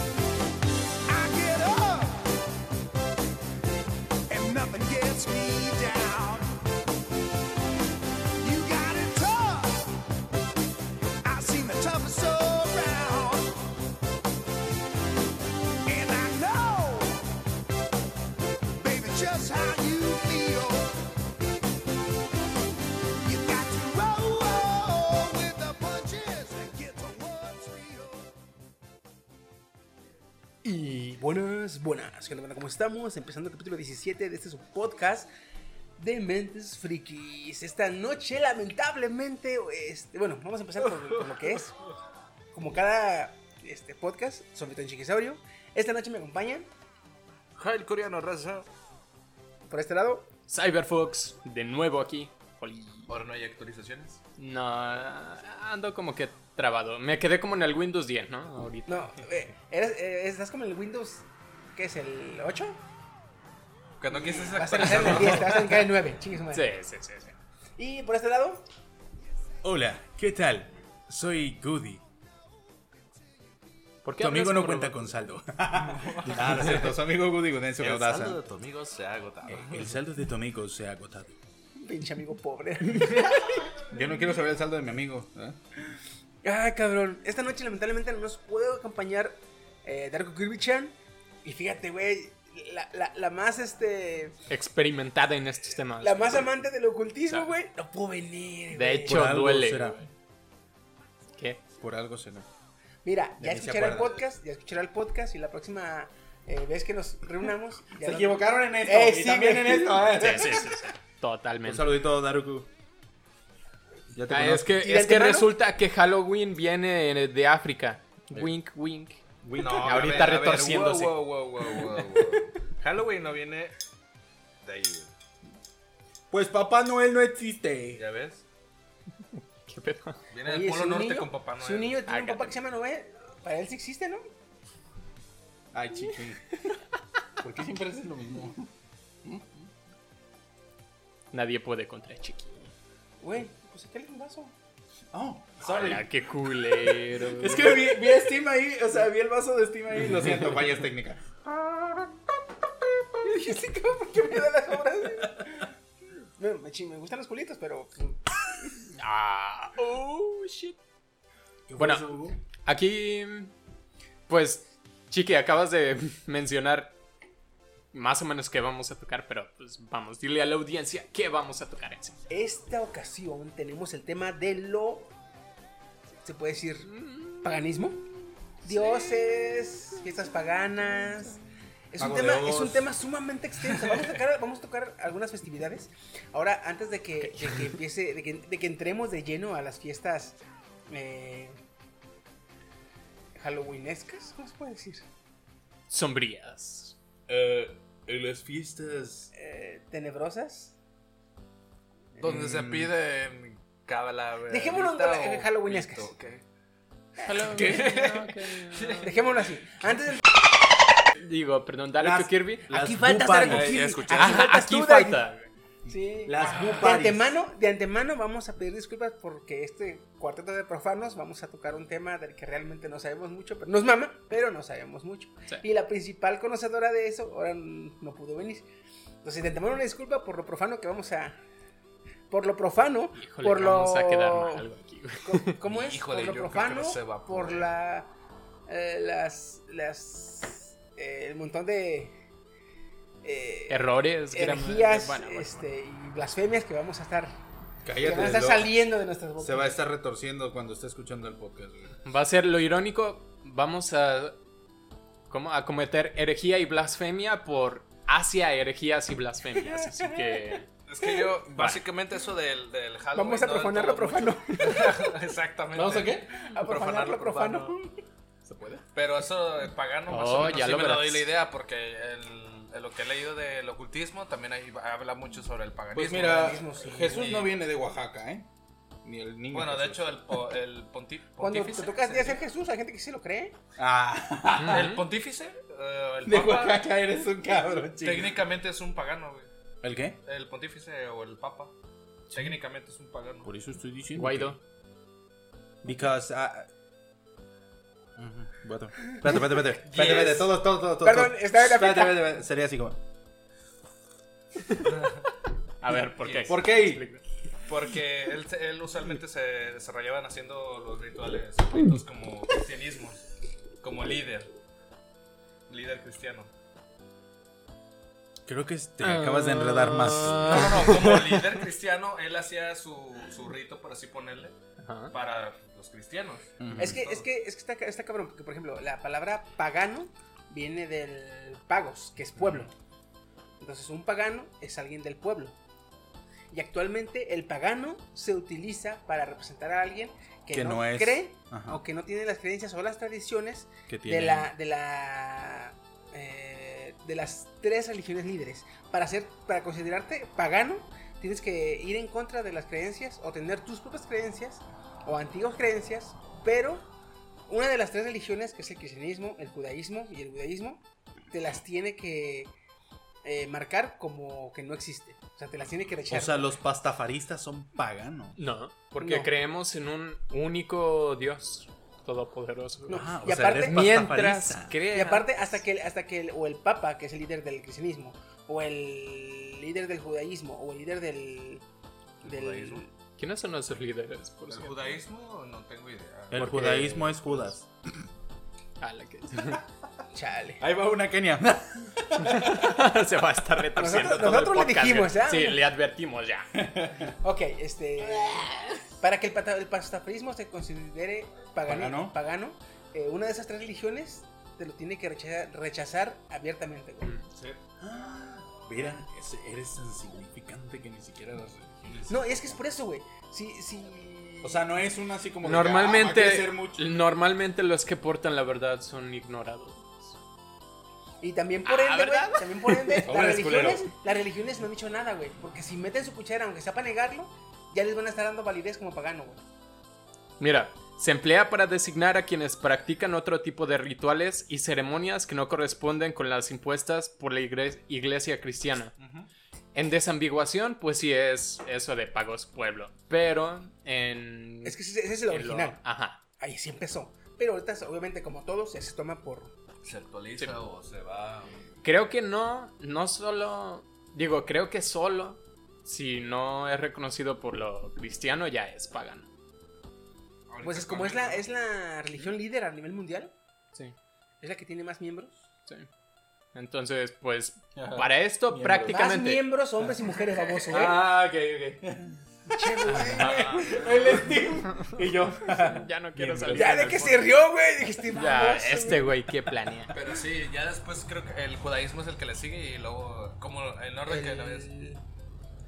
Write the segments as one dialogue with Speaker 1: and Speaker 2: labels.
Speaker 1: I get up and nothing gets me down. You got it tough. I've seen the toughest around, and I know, baby, just how you feel. You got to roll with the punches and get to what's real.
Speaker 2: Y buenas, buenas, ¿qué onda, banda? ¿Cómo estamos? Empezando el capítulo 17 de este su podcast de Mentes Frikis. Esta noche, lamentablemente, este, bueno, vamos a empezar por, por lo que es. Como cada este, podcast, sobre todo en Chiquisaurio. Esta noche me acompañan,
Speaker 3: Jail coreano, raza.
Speaker 2: por este lado,
Speaker 4: Cyberfox, de nuevo aquí. Oli.
Speaker 5: Ahora no hay actualizaciones.
Speaker 4: No, ando como que trabado. Me quedé como en el Windows 10, ¿no? Ahorita.
Speaker 2: no, eh, eres- eh, estás como en el Windows, ¿qué es, el 8?
Speaker 5: Cuando quieres
Speaker 2: Vas a entrar en el 10, te vas a brincar el 9, chingues
Speaker 4: Sí,
Speaker 2: madre.
Speaker 4: sí, sí, sí.
Speaker 2: Y por este lado,
Speaker 6: Hola, ¿qué tal? Soy Goody.
Speaker 4: ¿Por qué
Speaker 6: Tu amigo
Speaker 4: hablas
Speaker 6: no
Speaker 4: por-
Speaker 6: cuenta con saldo. Nada, Ah, no es cierto. Su amigo Goody Gudencio
Speaker 7: El
Speaker 6: Caudaza.
Speaker 7: saldo de tu amigo se ha agotado.
Speaker 6: Eh, El saldo de tu amigo se ha agotado.
Speaker 2: pinche amigo pobre.
Speaker 6: Yo no quiero saber el saldo de mi amigo. ¿eh?
Speaker 2: Ah, cabrón. Esta noche lamentablemente no nos puedo acompañar eh, Darko Kirby-chan. Y fíjate, güey, la, la- la más este.
Speaker 4: Experimentada en estos temas.
Speaker 2: La más amante del ocultismo,
Speaker 4: Sabe.
Speaker 2: güey. No pudo venir,
Speaker 4: De
Speaker 2: güey.
Speaker 4: hecho,
Speaker 6: algo
Speaker 4: duele.
Speaker 6: será.
Speaker 4: güey. ¿Qué?
Speaker 6: Por algo se no.
Speaker 2: Mira,
Speaker 6: Ya
Speaker 2: ya
Speaker 6: ni se
Speaker 2: escuchará el
Speaker 6: acuerda.
Speaker 2: podcast, ya escuchará el podcast y la próxima eh, vez que nos reunamos. ya
Speaker 6: Se
Speaker 2: nos-
Speaker 6: equivocaron en esto.
Speaker 2: Eh,
Speaker 6: y
Speaker 2: sí,
Speaker 6: también en
Speaker 2: güey.
Speaker 6: esto. ¿eh?
Speaker 4: Sí, sí, sí, sí.
Speaker 6: Un
Speaker 4: Totalmente.
Speaker 6: saludito, Daruku. Ya te
Speaker 4: Ah,
Speaker 6: conozco.
Speaker 4: es que,
Speaker 2: ¿Y
Speaker 4: es que
Speaker 2: antemano?
Speaker 4: resulta que Halloween viene de África. Wink, wink. wink. Ahorita
Speaker 7: a ver, a ver,
Speaker 4: retorciéndose.
Speaker 7: wow, wow, wow, wow, wow, wow. Halloween no viene de ahí, güey.
Speaker 6: Pues Papá Noel no existe.
Speaker 7: ¿Ya ves?
Speaker 4: ¿Qué pedo?
Speaker 7: Viene
Speaker 2: Oye,
Speaker 7: del Polo
Speaker 2: si un
Speaker 7: Norte
Speaker 2: niño-
Speaker 7: con Papá Noel. Ah,
Speaker 2: Si un niño tiene un
Speaker 4: Hágate.
Speaker 2: papá que se llama Noé, para él sí existe, ¿no?
Speaker 6: Ay, chiqui. ¿Por qué siempre haces lo mismo?
Speaker 4: Nadie puede contra Chiqui.
Speaker 2: Güey, pues aquel es un vaso.
Speaker 6: Oh,
Speaker 4: Hola, qué culero.
Speaker 6: Es que vi, vi a Steam ahí, o sea, vi el vaso de Steam ahí. Lo siento, fallas técnicas.
Speaker 2: Yo dije, sí, cabrón, ¿por qué me da las obras? Me, me, chi- me gustan los culitos, pero. pues,
Speaker 4: Ah, oh, shit. Bueno, Aquí, pues, Chiqui, acabas de mencionar más o menos qué vamos a tocar, pero pues vamos, dile a la audiencia qué vamos a tocar en sí.
Speaker 2: Esta ocasión tenemos el tema de lo. ¿Se puede decir? ¿Paganismo? Dioses, fiestas paganas. Es un,
Speaker 6: Mago
Speaker 2: tema,
Speaker 6: de Oz.
Speaker 2: es un tema sumamente extenso. Vamos a, tocar, vamos a tocar algunas festividades. Ahora, antes de que, de que empiece, de que, de que entremos de lleno a las fiestas eh, halloweenescas, ¿cómo se puede decir?
Speaker 4: Sombrías.
Speaker 7: eh,
Speaker 6: en las fiestas.
Speaker 2: Eh, tenebrosas.
Speaker 7: Donde se pide cábala.
Speaker 2: Dejémoslo en
Speaker 7: ahorita,
Speaker 2: la-
Speaker 7: o
Speaker 2: en halloweenescas.
Speaker 7: Cristo, ¿ok?
Speaker 2: Dejémoslo así. Antes del...
Speaker 4: Digo, perdón, dale
Speaker 5: Las-
Speaker 4: to Kirby.
Speaker 5: las
Speaker 2: aquí faltas algo,
Speaker 6: eh,
Speaker 5: bupanas.
Speaker 2: Kirby.
Speaker 5: Ya
Speaker 2: Aquí
Speaker 5: escuché.
Speaker 4: Ajá,
Speaker 2: faltas
Speaker 4: aquí
Speaker 2: tú, Dani.
Speaker 4: falta.
Speaker 2: Sí.
Speaker 5: Las Boo
Speaker 2: De
Speaker 5: Parties.
Speaker 2: antemano, de antemano vamos a pedir disculpas porque este cuarteto de profanos vamos a tocar un tema del que realmente no sabemos mucho, pero nos mama, pero no sabemos mucho.
Speaker 4: Sí.
Speaker 2: Y la principal conocedora de eso ahora n- no pudo venir. Entonces, de antemano una disculpa por lo profano que vamos a por lo profano,
Speaker 4: Híjole,
Speaker 2: por lo
Speaker 4: vamos a quedar mal algo aquí. güey.
Speaker 2: Co- ¿Cómo es?
Speaker 5: Híjole,
Speaker 2: por
Speaker 5: yo creo
Speaker 2: lo
Speaker 5: que
Speaker 2: profano,
Speaker 5: no se va a
Speaker 2: por
Speaker 5: poder.
Speaker 2: la eh, las las eh, el montón de eh,
Speaker 4: Errores, grama-
Speaker 2: energías
Speaker 4: bueno, bueno,
Speaker 2: este, y blasfemias que vamos a estar que van a
Speaker 7: Cállate.
Speaker 2: estar
Speaker 7: lo-
Speaker 2: saliendo de nuestras bocas.
Speaker 7: Se va a estar retorciendo cuando esté escuchando el podcast, güey.
Speaker 4: bueno. Va a ser lo irónico, vamos a ¿cómo? a cometer herejía y blasfemia por hacia herejías y blasfemias, así que
Speaker 5: Es que yo, básicamente eso del, del Halloween.
Speaker 2: Vamos a
Speaker 5: no
Speaker 2: profanar lo
Speaker 5: entro
Speaker 2: profano.
Speaker 5: mucho. Exactamente.
Speaker 4: ¿Vamos a qué?
Speaker 2: A profanar lo profano.
Speaker 4: se puede.
Speaker 5: Pero eso de pagano más
Speaker 4: Oh,
Speaker 5: o menos
Speaker 4: ya
Speaker 5: sí
Speaker 4: lo
Speaker 5: me la
Speaker 4: verás.
Speaker 5: doy la idea porque el, el- lo que he leído del ocultismo también ahí va- habla mucho sobre el paganismo.
Speaker 7: Pues mira,
Speaker 2: mismo, sí.
Speaker 7: Jesús no viene de Oaxaca, ¿eh? Ni el niño.
Speaker 5: Bueno, de
Speaker 7: Jesús.
Speaker 5: hecho, el, po- el ponti-
Speaker 2: Cuando
Speaker 5: pontífice.
Speaker 2: te tocas de
Speaker 5: ¿sí?
Speaker 2: hacer Jesús, hay gente que sí lo cree.
Speaker 7: Ah,
Speaker 5: El pontífice, eh, el
Speaker 7: de
Speaker 5: papa,
Speaker 7: Oaxaca eres un cabrón, chico.
Speaker 5: técnicamente es un pagano, güey.
Speaker 7: ¿El qué?
Speaker 5: El pontífice o el papa, técnicamente es un pagano.
Speaker 7: Por eso estoy diciendo.
Speaker 4: Guaidó.
Speaker 7: Because. ah, ujú, Bueno, espérate, espérate, espérate. Espérate, espérate, todo, todo, todo. todo.
Speaker 2: Perdón, estaba en la
Speaker 7: Espérate,
Speaker 2: pita.
Speaker 7: espérate, espérate, Sería así como.
Speaker 4: A ver, ¿por qué?
Speaker 7: ¿Por qué?
Speaker 5: Porque él, él usualmente se, se rayaban haciendo los rituales ocultos como cristianismo, como líder, líder cristiano.
Speaker 7: Creo que te acabas de enredar más.
Speaker 5: No, no, no, como líder cristiano, él hacía su, su rito, por así ponerle,
Speaker 4: Ajá.
Speaker 5: para los cristianos.
Speaker 2: Es que, es que, es que está, ca- está cabrón, porque por ejemplo, la palabra pagano viene del pagos, que es pueblo. Entonces, un pagano es alguien del pueblo. Y actualmente el pagano se utiliza para representar a alguien que,
Speaker 7: Que
Speaker 2: no,
Speaker 7: no es.
Speaker 2: cree
Speaker 7: Ajá.
Speaker 2: o que no tiene las creencias o las tradiciones
Speaker 7: Que
Speaker 2: de la de la eh, de las tres religiones líderes para ser para considerarte pagano tienes que ir en contra de las creencias o tener tus propias creencias o antiguas creencias pero una de las tres religiones que es el cristianismo el judaísmo y el judaísmo te las tiene que eh, marcar como que no existe o sea te las tiene que rechazar
Speaker 7: O sea, los pastafaristas son paganos.
Speaker 4: No, porque
Speaker 2: No.
Speaker 4: creemos en un único Dios todopoderoso.
Speaker 2: No,
Speaker 7: Ah, o
Speaker 2: y
Speaker 7: sea,
Speaker 2: aparte-
Speaker 7: eres
Speaker 4: Mientras
Speaker 7: pastafarista.
Speaker 4: creas.
Speaker 2: Y aparte, hasta que, el- hasta que el, o el Papa, que es el líder del cristianismo, o el líder del judaísmo, o el líder del. del
Speaker 5: ¿Judaísmo?
Speaker 4: ¿Quiénes son nuestros líderes? Por
Speaker 5: ¿El
Speaker 4: cierto?
Speaker 5: judaísmo? No tengo idea.
Speaker 7: El
Speaker 4: Porque-
Speaker 7: judaísmo es Judas.
Speaker 4: Ah, la que-
Speaker 2: Chale.
Speaker 7: Ahí va una Kenia.
Speaker 4: Se va a estar retorciendo
Speaker 2: Nosotros-
Speaker 4: todo
Speaker 2: nosotros le
Speaker 4: el podcast.
Speaker 2: dijimos,
Speaker 4: güey.
Speaker 2: ¿ah?
Speaker 4: Sí, le advertimos ya.
Speaker 2: Ok, este. Para que el, pata- el pastafarismo se considere pagano, pagano.
Speaker 7: Pagano.
Speaker 2: eh, una de esas tres religiones te lo tiene que rechazar, rechazar abiertamente. güey.
Speaker 7: Mira, ese- eres tan significante que ni siquiera las religiones.
Speaker 2: No, y es que es por eso, güey. Si, si.
Speaker 7: O sea, no es una así como. de que, ah, va a
Speaker 4: Normalmente,
Speaker 7: crecer mucho.
Speaker 4: normalmente los que portan la verdad son ignorados.
Speaker 2: Y también por
Speaker 4: Ah,
Speaker 2: ende, güey,
Speaker 4: ¿verdad?
Speaker 2: también por ende, las
Speaker 7: Pobres
Speaker 2: religiones, las religiones no han dicho nada, güey. Porque si meten su cuchara, aunque sea para negarlo, ya les van a estar dando validez como pagano, güey.
Speaker 4: Mira, se emplea para designar a quienes practican otro tipo de rituales y ceremonias que no corresponden con las impuestas por la igre- iglesia cristiana. En desambiguación, pues sí es eso de pagos pueblo, pero en...
Speaker 2: Es que ese, ese es el
Speaker 4: en lo-
Speaker 2: original.
Speaker 4: Ajá.
Speaker 2: Ahí sí empezó. Pero ahorita, obviamente, como todos, ya se toma por.
Speaker 5: ¿Se actualiza o se va?
Speaker 4: Creo que no, no solo, digo, creo que solo, si no es reconocido por lo cristiano, ya es pagano.
Speaker 2: Pues es como es la, es la religión líder a nivel mundial,
Speaker 4: Sí,
Speaker 2: es la que tiene más miembros.
Speaker 4: sí. Entonces, pues, para esto
Speaker 2: Más
Speaker 4: prácticamente...
Speaker 2: miembros, hombres y mujeres, baboso, güey.
Speaker 7: Ah, ok, ok.
Speaker 2: Che, güey.
Speaker 7: El Steve. Y yo.
Speaker 4: Ya no quiero salir.
Speaker 2: ya,
Speaker 4: del
Speaker 2: de que
Speaker 4: podcast.
Speaker 2: se rió, güey. Dijiste,
Speaker 4: Ya,
Speaker 2: baboso,
Speaker 4: este güey, ¿qué planea?
Speaker 5: Pero sí, ya después creo que el judaísmo es el que le sigue y luego, como el orden que lo
Speaker 2: El
Speaker 5: ves,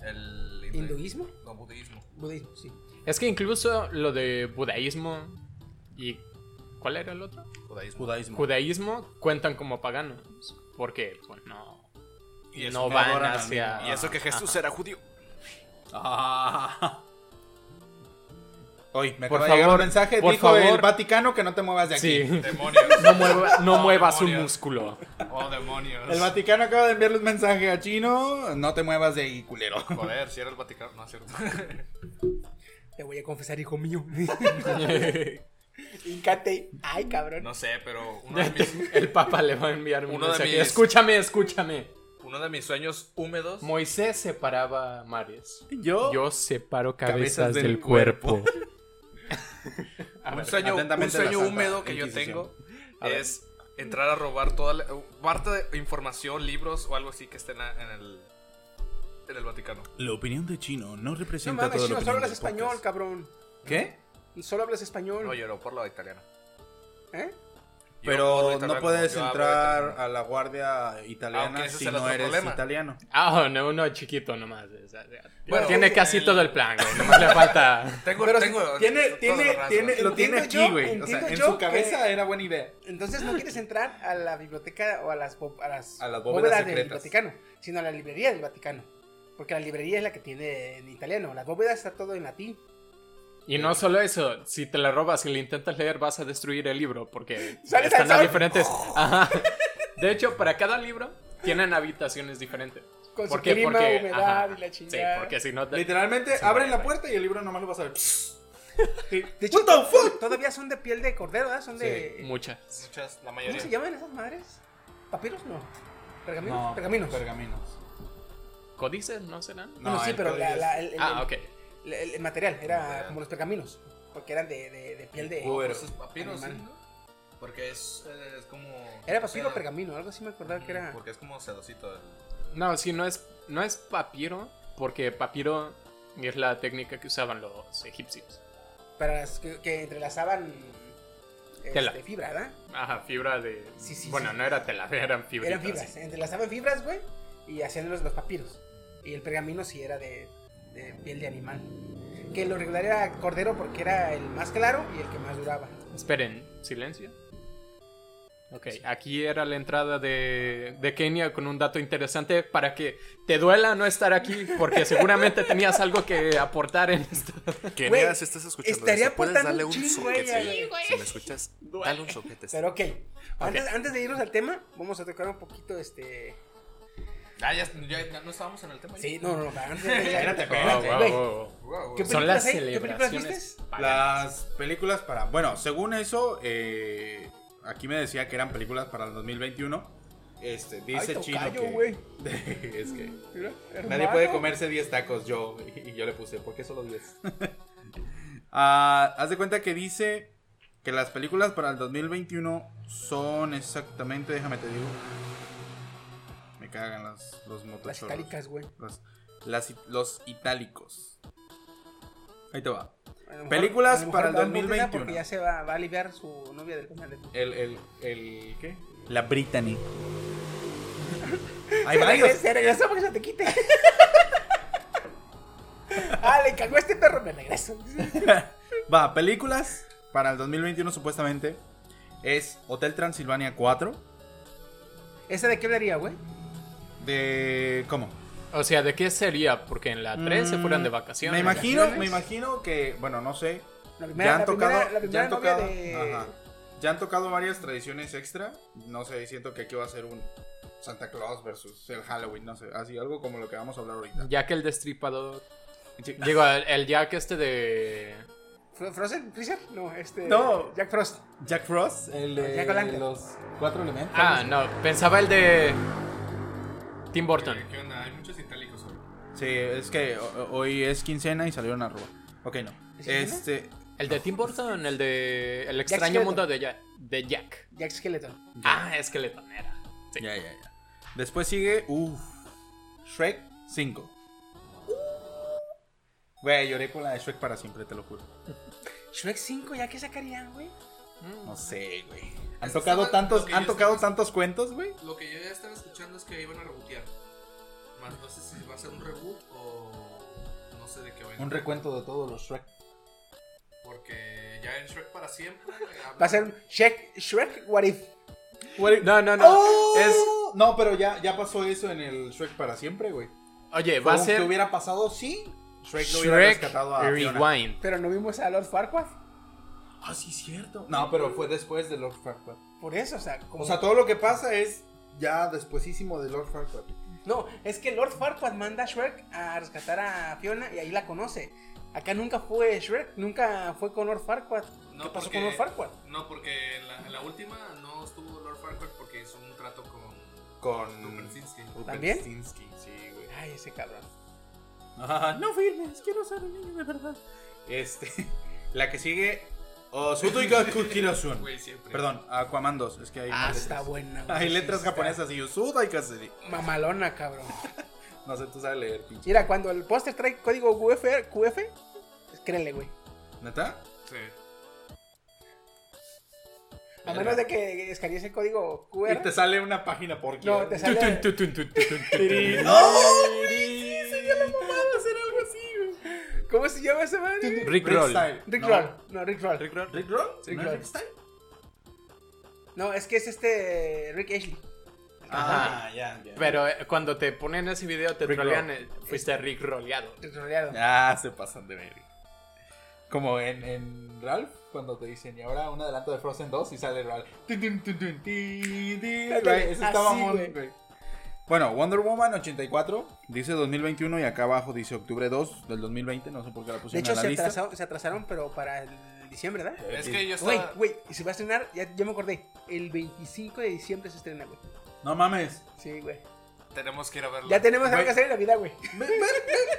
Speaker 5: el hindu-
Speaker 2: ¿Hinduismo?
Speaker 5: No, budismo.
Speaker 2: Budismo, sí.
Speaker 4: Es que incluso lo de budaísmo y... ¿Cuál era el otro?
Speaker 5: Judaísmo.
Speaker 7: Judaísmo.
Speaker 4: Judaísmo cuentan como paganos. Porque, pues, no...
Speaker 5: Y eso
Speaker 4: no
Speaker 7: que
Speaker 4: van
Speaker 7: adoran al Ah,
Speaker 4: hacia...
Speaker 7: niño.
Speaker 8: Y eso que Jesús era judío.
Speaker 7: Ah. Hoy, me
Speaker 4: Por
Speaker 7: acaba de llegar un
Speaker 4: favor,
Speaker 7: mensaje.
Speaker 4: por
Speaker 7: dijo el
Speaker 4: favor.
Speaker 7: Vaticano que no te muevas de aquí.
Speaker 4: Sí. No, mueva- no muevas un
Speaker 7: demonios.
Speaker 4: músculo.
Speaker 5: Oh, demonios.
Speaker 7: El Vaticano acaba de enviarle un mensaje a Chino. No te muevas de ahí, culero.
Speaker 5: Joder, si era el Vaticano. No, es cierto.
Speaker 2: Te voy a confesar, hijo mío. Incate. Ay, cabrón.
Speaker 5: No sé, pero uno de mis,
Speaker 4: El Papa le va a enviar un
Speaker 5: Uno de
Speaker 4: mensaje.
Speaker 5: mis-
Speaker 4: Escúchame, escúchame.
Speaker 5: uno de mis sueños húmedos.
Speaker 4: Moisés separaba mares.
Speaker 7: Yo.
Speaker 4: Yo separo cabezas,
Speaker 7: Cabezas
Speaker 4: del,
Speaker 7: del
Speaker 4: cuerpo. A
Speaker 5: un
Speaker 4: ver,
Speaker 5: sueño, un
Speaker 7: atentamente
Speaker 5: sueño
Speaker 7: la Santa
Speaker 5: húmedo que yo
Speaker 7: Inquisición.
Speaker 5: tengo
Speaker 4: A ver.
Speaker 5: es entrar a robar toda la, uh, parte de información, libros o algo así que estén a- en el en el Vaticano.
Speaker 7: La opinión de Chino no
Speaker 2: No
Speaker 7: representa
Speaker 2: mames,
Speaker 7: todo lo
Speaker 2: chino,
Speaker 7: que
Speaker 2: solo hablas español, cabrón.
Speaker 7: ¿Qué?
Speaker 2: Solo hablas español.
Speaker 5: No, lloro por lo italiano.
Speaker 2: ¿Eh?
Speaker 5: Yo hablo
Speaker 7: Pero
Speaker 5: italiano,
Speaker 7: no puedes
Speaker 5: yo hablo
Speaker 7: entrar
Speaker 5: italiano.
Speaker 7: a la guardia italiana
Speaker 5: Aunque ese es
Speaker 7: si
Speaker 5: el
Speaker 7: no
Speaker 5: otro
Speaker 7: eres
Speaker 5: problema.
Speaker 7: italiano.
Speaker 4: Ah, no, no, chiquito nomás. o sea,
Speaker 5: Bueno,
Speaker 4: tiene
Speaker 5: el-
Speaker 4: casi todo el plan, güey. Nomás le falta.
Speaker 5: Tengo,
Speaker 2: Pero
Speaker 5: tengo
Speaker 2: tiene-
Speaker 5: todos
Speaker 2: tiene-
Speaker 5: los rasgos.
Speaker 2: tiene-
Speaker 7: Lo
Speaker 2: Entiendo
Speaker 7: tiene aquí,
Speaker 2: yo-
Speaker 7: güey. O sea,
Speaker 2: entiendo
Speaker 7: en
Speaker 2: yo
Speaker 7: su
Speaker 2: que-
Speaker 7: cabeza era buena idea.
Speaker 2: Entonces no quieres entrar a la biblioteca o a las, bo- a las,
Speaker 7: A las bóvedas
Speaker 2: del
Speaker 7: secretas.
Speaker 2: Vaticano, sino a la librería del Vaticano. Porque la librería es la que tiene en italiano. Las bóvedas está todo en latín.
Speaker 4: Y no solo eso, si te la robas y la intentas leer, vas a destruir el libro porque
Speaker 2: Sales
Speaker 4: están
Speaker 2: al
Speaker 4: a
Speaker 2: sol.
Speaker 4: diferentes.
Speaker 2: Oh.
Speaker 4: Ajá. De hecho, para cada libro tienen habitaciones diferentes.
Speaker 2: Con
Speaker 4: ¿Por
Speaker 2: su
Speaker 4: qué?
Speaker 2: clima,
Speaker 4: Porque-
Speaker 2: humedad
Speaker 4: ajá.
Speaker 2: y la
Speaker 4: Sí,
Speaker 2: chingada.
Speaker 4: porque si no te-
Speaker 7: Literalmente
Speaker 4: Sí,
Speaker 7: abren
Speaker 4: güey,
Speaker 7: la
Speaker 4: güey.
Speaker 7: puerta y el libro nomás lo vas a ver.
Speaker 2: De hecho, todavía son de piel de cordero, ¿verdad? Son de...
Speaker 4: Muchas.
Speaker 5: Muchas, la
Speaker 2: ¿Cómo se
Speaker 5: mayoría.
Speaker 2: llaman esas madres? ¿Papiros? No. ¿Pergaminos?
Speaker 7: No,
Speaker 2: pergaminos.
Speaker 7: Pergaminos.
Speaker 4: ¿Códices no serán?
Speaker 2: Bueno, sí,
Speaker 7: el
Speaker 2: pero la-
Speaker 7: código
Speaker 2: la- el, el-
Speaker 4: Ah, ok.
Speaker 2: el- el- el material era como los pergaminos. Porque eran de, de- de piel de...
Speaker 7: Uber.
Speaker 5: Esos papiros, Pues
Speaker 2: Animal.
Speaker 5: sí, ¿no? Porque es, eh, es como.
Speaker 2: Era papiro o
Speaker 5: seda.
Speaker 2: pergamino, algo así me acordaba que era...
Speaker 5: Porque es como sedosito. el-
Speaker 4: No, sí, no es, no es papiro, porque papiro es la técnica que usaban los egipcios.
Speaker 2: Para las que, que entrelazaban...
Speaker 4: Tela.
Speaker 2: este, fibra, ¿verdad?
Speaker 4: Ajá, fibra de...
Speaker 2: Sí, sí,
Speaker 4: bueno,
Speaker 2: sí.
Speaker 4: no era tela, eran fibras.
Speaker 2: Eran fibras, entrelazaban fibras, güey, y hacían los, los papiros. Y el pergamino sí era de, de piel de animal. Que lo regular era cordero porque era el más claro y el que más duraba.
Speaker 4: Esperen, silencio. Ok, aquí era la entrada de, de Kenia con un dato interesante para que te duela no estar aquí, porque seguramente tenías algo que aportar en esto.
Speaker 8: ¿Qué
Speaker 2: Güey,
Speaker 8: neas estás escuchando?
Speaker 2: estaría
Speaker 8: esto? ¿Puedes
Speaker 2: aportando
Speaker 8: darle
Speaker 2: un
Speaker 8: un
Speaker 2: chingo,
Speaker 8: soquete?
Speaker 2: güey,
Speaker 8: güey? Si me escuchas, dale un soquete.
Speaker 2: Pero ok, Antes, antes de irnos al tema, vamos a tocar un poquito este...
Speaker 5: Ah, ya, ya- ya no estábamos en el tema.
Speaker 2: Sí, no, no, no, antes de...
Speaker 7: Espérate,
Speaker 4: Wow,
Speaker 7: espérate.
Speaker 4: Oh, wow,
Speaker 2: güey.
Speaker 4: wow.
Speaker 5: Wow,
Speaker 2: ¿Qué
Speaker 5: wow.
Speaker 4: Son las
Speaker 2: películas hay? ¿Qué películas
Speaker 4: celebraciones.
Speaker 2: viste?
Speaker 7: Las películas para. Bueno, según eso, eh, aquí me decía que eran películas para el 2021. Este, dice
Speaker 2: Ay,
Speaker 7: Chino
Speaker 2: tocayo,
Speaker 7: que.
Speaker 2: güey.
Speaker 7: es que.
Speaker 2: Mira,
Speaker 7: Nadie
Speaker 2: hermano.
Speaker 7: puede comerse 10 tacos, yo. Y yo le puse, ¿por qué solo 10? Ah, haz de cuenta que dice que las películas para el 2021 son exactamente, déjame te digo. Me cagan las,
Speaker 2: Las
Speaker 7: los motochoros.
Speaker 2: itálicas, güey.
Speaker 7: Las- las it- los itálicos. Ahí te va.
Speaker 2: A lo mejor-
Speaker 7: Películas
Speaker 2: a lo mejor
Speaker 7: para el
Speaker 2: Adán Botella
Speaker 7: 2021.
Speaker 2: Porque ya se va, va a aliviar su novia del canal. de-
Speaker 7: El, el, el, ¿qué? La Brittany. Hay
Speaker 2: Se
Speaker 7: varios.
Speaker 2: regresa- Se regresó porque se te quite. ah, le cagó este perro, me regreso.
Speaker 7: Va, películas para el 2021 supuestamente es Hotel Transilvania 4
Speaker 2: ¿Esa de qué hablaría, güey?
Speaker 7: de ¿cómo?
Speaker 4: O sea, ¿de qué sería? Porque en la 3 se fueron de
Speaker 7: Mm,
Speaker 4: vacaciones.
Speaker 7: Me imagino, me
Speaker 4: vacaciones.
Speaker 7: imagino que, bueno, no sé,
Speaker 2: La
Speaker 7: ya han
Speaker 2: la
Speaker 7: tocado,
Speaker 2: primera- la
Speaker 7: ya
Speaker 2: primera
Speaker 7: han
Speaker 2: novia
Speaker 7: tocado,
Speaker 2: de-
Speaker 7: ajá, ya han tocado varias tradiciones extra, no sé, siento que aquí va a ser un Santa Claus versus el Halloween, no sé, así algo como lo que vamos a hablar ahorita.
Speaker 4: Jack el Destripador. Digo, el, el Jack este de.
Speaker 2: Fro- ¿Frozen? ¿Freezer? No, este.
Speaker 7: No.
Speaker 2: Jack Frost.
Speaker 7: Jack Frost, el de
Speaker 2: Jack O'Lantern.
Speaker 7: los cuatro elementos.
Speaker 4: Ah, no, pensaba el de. Tim Burton.
Speaker 5: ¿Qué onda? Hay muchos itálicos hoy.
Speaker 7: Sí, es que ho- hoy es quincena y salieron a robar. Ok, no.
Speaker 2: ¿Es quincena?
Speaker 7: Este,
Speaker 4: El de Tim Burton, el de. El extraño
Speaker 2: Skeleton.
Speaker 4: mundo de Jack. De Jack.
Speaker 2: Jack Skeleton.
Speaker 4: Ah, esqueletonera. Sí.
Speaker 7: Ya, ya, ya. Después sigue, uff, Shrek 5. Güey, lloré con la de Shrek para siempre, te lo juro.
Speaker 2: Shrek 5, ¿ya qué sacarían, güey?
Speaker 7: No sé, güey. Han
Speaker 5: Este
Speaker 7: tocado
Speaker 5: estaba-
Speaker 7: tantos,
Speaker 5: lo que
Speaker 7: han
Speaker 5: yo
Speaker 7: tocado
Speaker 5: estaba-
Speaker 7: tantos cuentos, güey.
Speaker 5: Lo que yo ya estaba escuchando es que iban a rebotear. Más no sé si va a ser un reboot o no sé de qué va a
Speaker 7: Un recuento de todos los Shrek.
Speaker 5: Porque ya en Shrek para siempre. eh,
Speaker 2: Va a ser un Shrek, Shrek What If.
Speaker 4: No, no, no.
Speaker 7: Oh.
Speaker 4: Es.
Speaker 7: Es... No, pero ya, ya pasó eso en el Shrek para siempre, güey.
Speaker 4: Oye, va
Speaker 7: Va
Speaker 4: a ser.
Speaker 7: ¿Qué hubiera pasado? Sí. Shrek no hubiera
Speaker 4: Shrek
Speaker 7: rescatado a Fiona.
Speaker 4: Rewind.
Speaker 2: Pero no vimos a Lord Farquaad.
Speaker 7: Ah, sí, cierto. No, pero fue después de Lord Farquaad.
Speaker 2: Por eso, o sea, como.
Speaker 7: O sea, todo lo que pasa es ya despuesísimo de Lord Farquaad.
Speaker 2: No, es que Lord Farquaad manda a Shrek a rescatar a Fiona y ahí la conoce. Acá nunca fue Shrek, nunca fue con Lord Farquaad.
Speaker 5: No,
Speaker 2: ¿Qué pasó
Speaker 5: porque-
Speaker 2: con Lord Farquaad?
Speaker 5: No, porque en la, en la última no estuvo Lord Farquaad porque hizo un trato con
Speaker 7: Con.
Speaker 5: Rupertinsky.
Speaker 2: ¿También?
Speaker 7: Rupertinsky, sí, güey.
Speaker 2: Ay, ese cabrón.
Speaker 7: Ah, no firmes, quiero ser un niño de verdad. Este. La que sigue. Osuto y Kakukirasun.
Speaker 5: Güey, siempre.
Speaker 7: Perdón, Aquaman 2. Es que hay.
Speaker 2: Ah,
Speaker 7: más
Speaker 2: está
Speaker 7: letras.
Speaker 2: buena. güey.
Speaker 7: Hay letras
Speaker 2: Sí, está
Speaker 7: japonesas y Osuto y Kakukirasun.
Speaker 2: Mamalona, cabrón.
Speaker 7: No sé, tú sabes leer, pinche.
Speaker 2: Mira, cuando el póster trae código QF, QF pues créele, güey.
Speaker 7: ¿Neta?
Speaker 5: Sí.
Speaker 2: A menos de que escanees el código QR.
Speaker 7: Y te sale una página por
Speaker 2: No, te sale.
Speaker 4: Tun, tun, tun, tun, tun, tun.
Speaker 2: ¿Cómo se llama esa madre?
Speaker 4: Rick Roll.
Speaker 2: Rick
Speaker 7: no.
Speaker 2: Roll. No, Rick Roll.
Speaker 4: Rick Roll.
Speaker 7: ¿Rick Roll?
Speaker 2: Rick
Speaker 7: ¿No es
Speaker 2: Roll.
Speaker 7: Rick Stein?
Speaker 2: No, es que es este Rick Ashley.
Speaker 7: Ah, ya, ya.
Speaker 4: Pero eh, cuando te ponen ese video, te
Speaker 7: Rick
Speaker 4: trolean, eh, fuiste Rick Rolleado.
Speaker 2: Rick Rolleado.
Speaker 7: Ah, se pasan de ver. Como en, en Ralph, cuando te dicen, y ahora un adelanto de Frozen 2 y sale Ralph. Tun, tun, tun, tun, ti, ti, güey,
Speaker 2: Así,
Speaker 7: Eso está mamón,
Speaker 2: güey.
Speaker 7: güey. Bueno, Wonder Woman 84 dice 2021 y acá abajo dice octubre 2 del 2020. No sé por qué la
Speaker 2: De
Speaker 7: pusieron
Speaker 2: hecho,
Speaker 7: en la
Speaker 2: se,
Speaker 7: lista.
Speaker 2: atrasó- se atrasaron, pero para el diciembre, ¿verdad?
Speaker 5: Es que yo
Speaker 2: Güey,
Speaker 5: estaba.
Speaker 2: güey, y se va a estrenar, ya, ya me acordé. El 25 de diciembre se estrena, güey.
Speaker 7: No mames.
Speaker 2: Sí, güey.
Speaker 5: Tenemos que ir a verlo.
Speaker 2: Ya tenemos algo
Speaker 7: Güey.
Speaker 2: que hacer en Navidad, güey.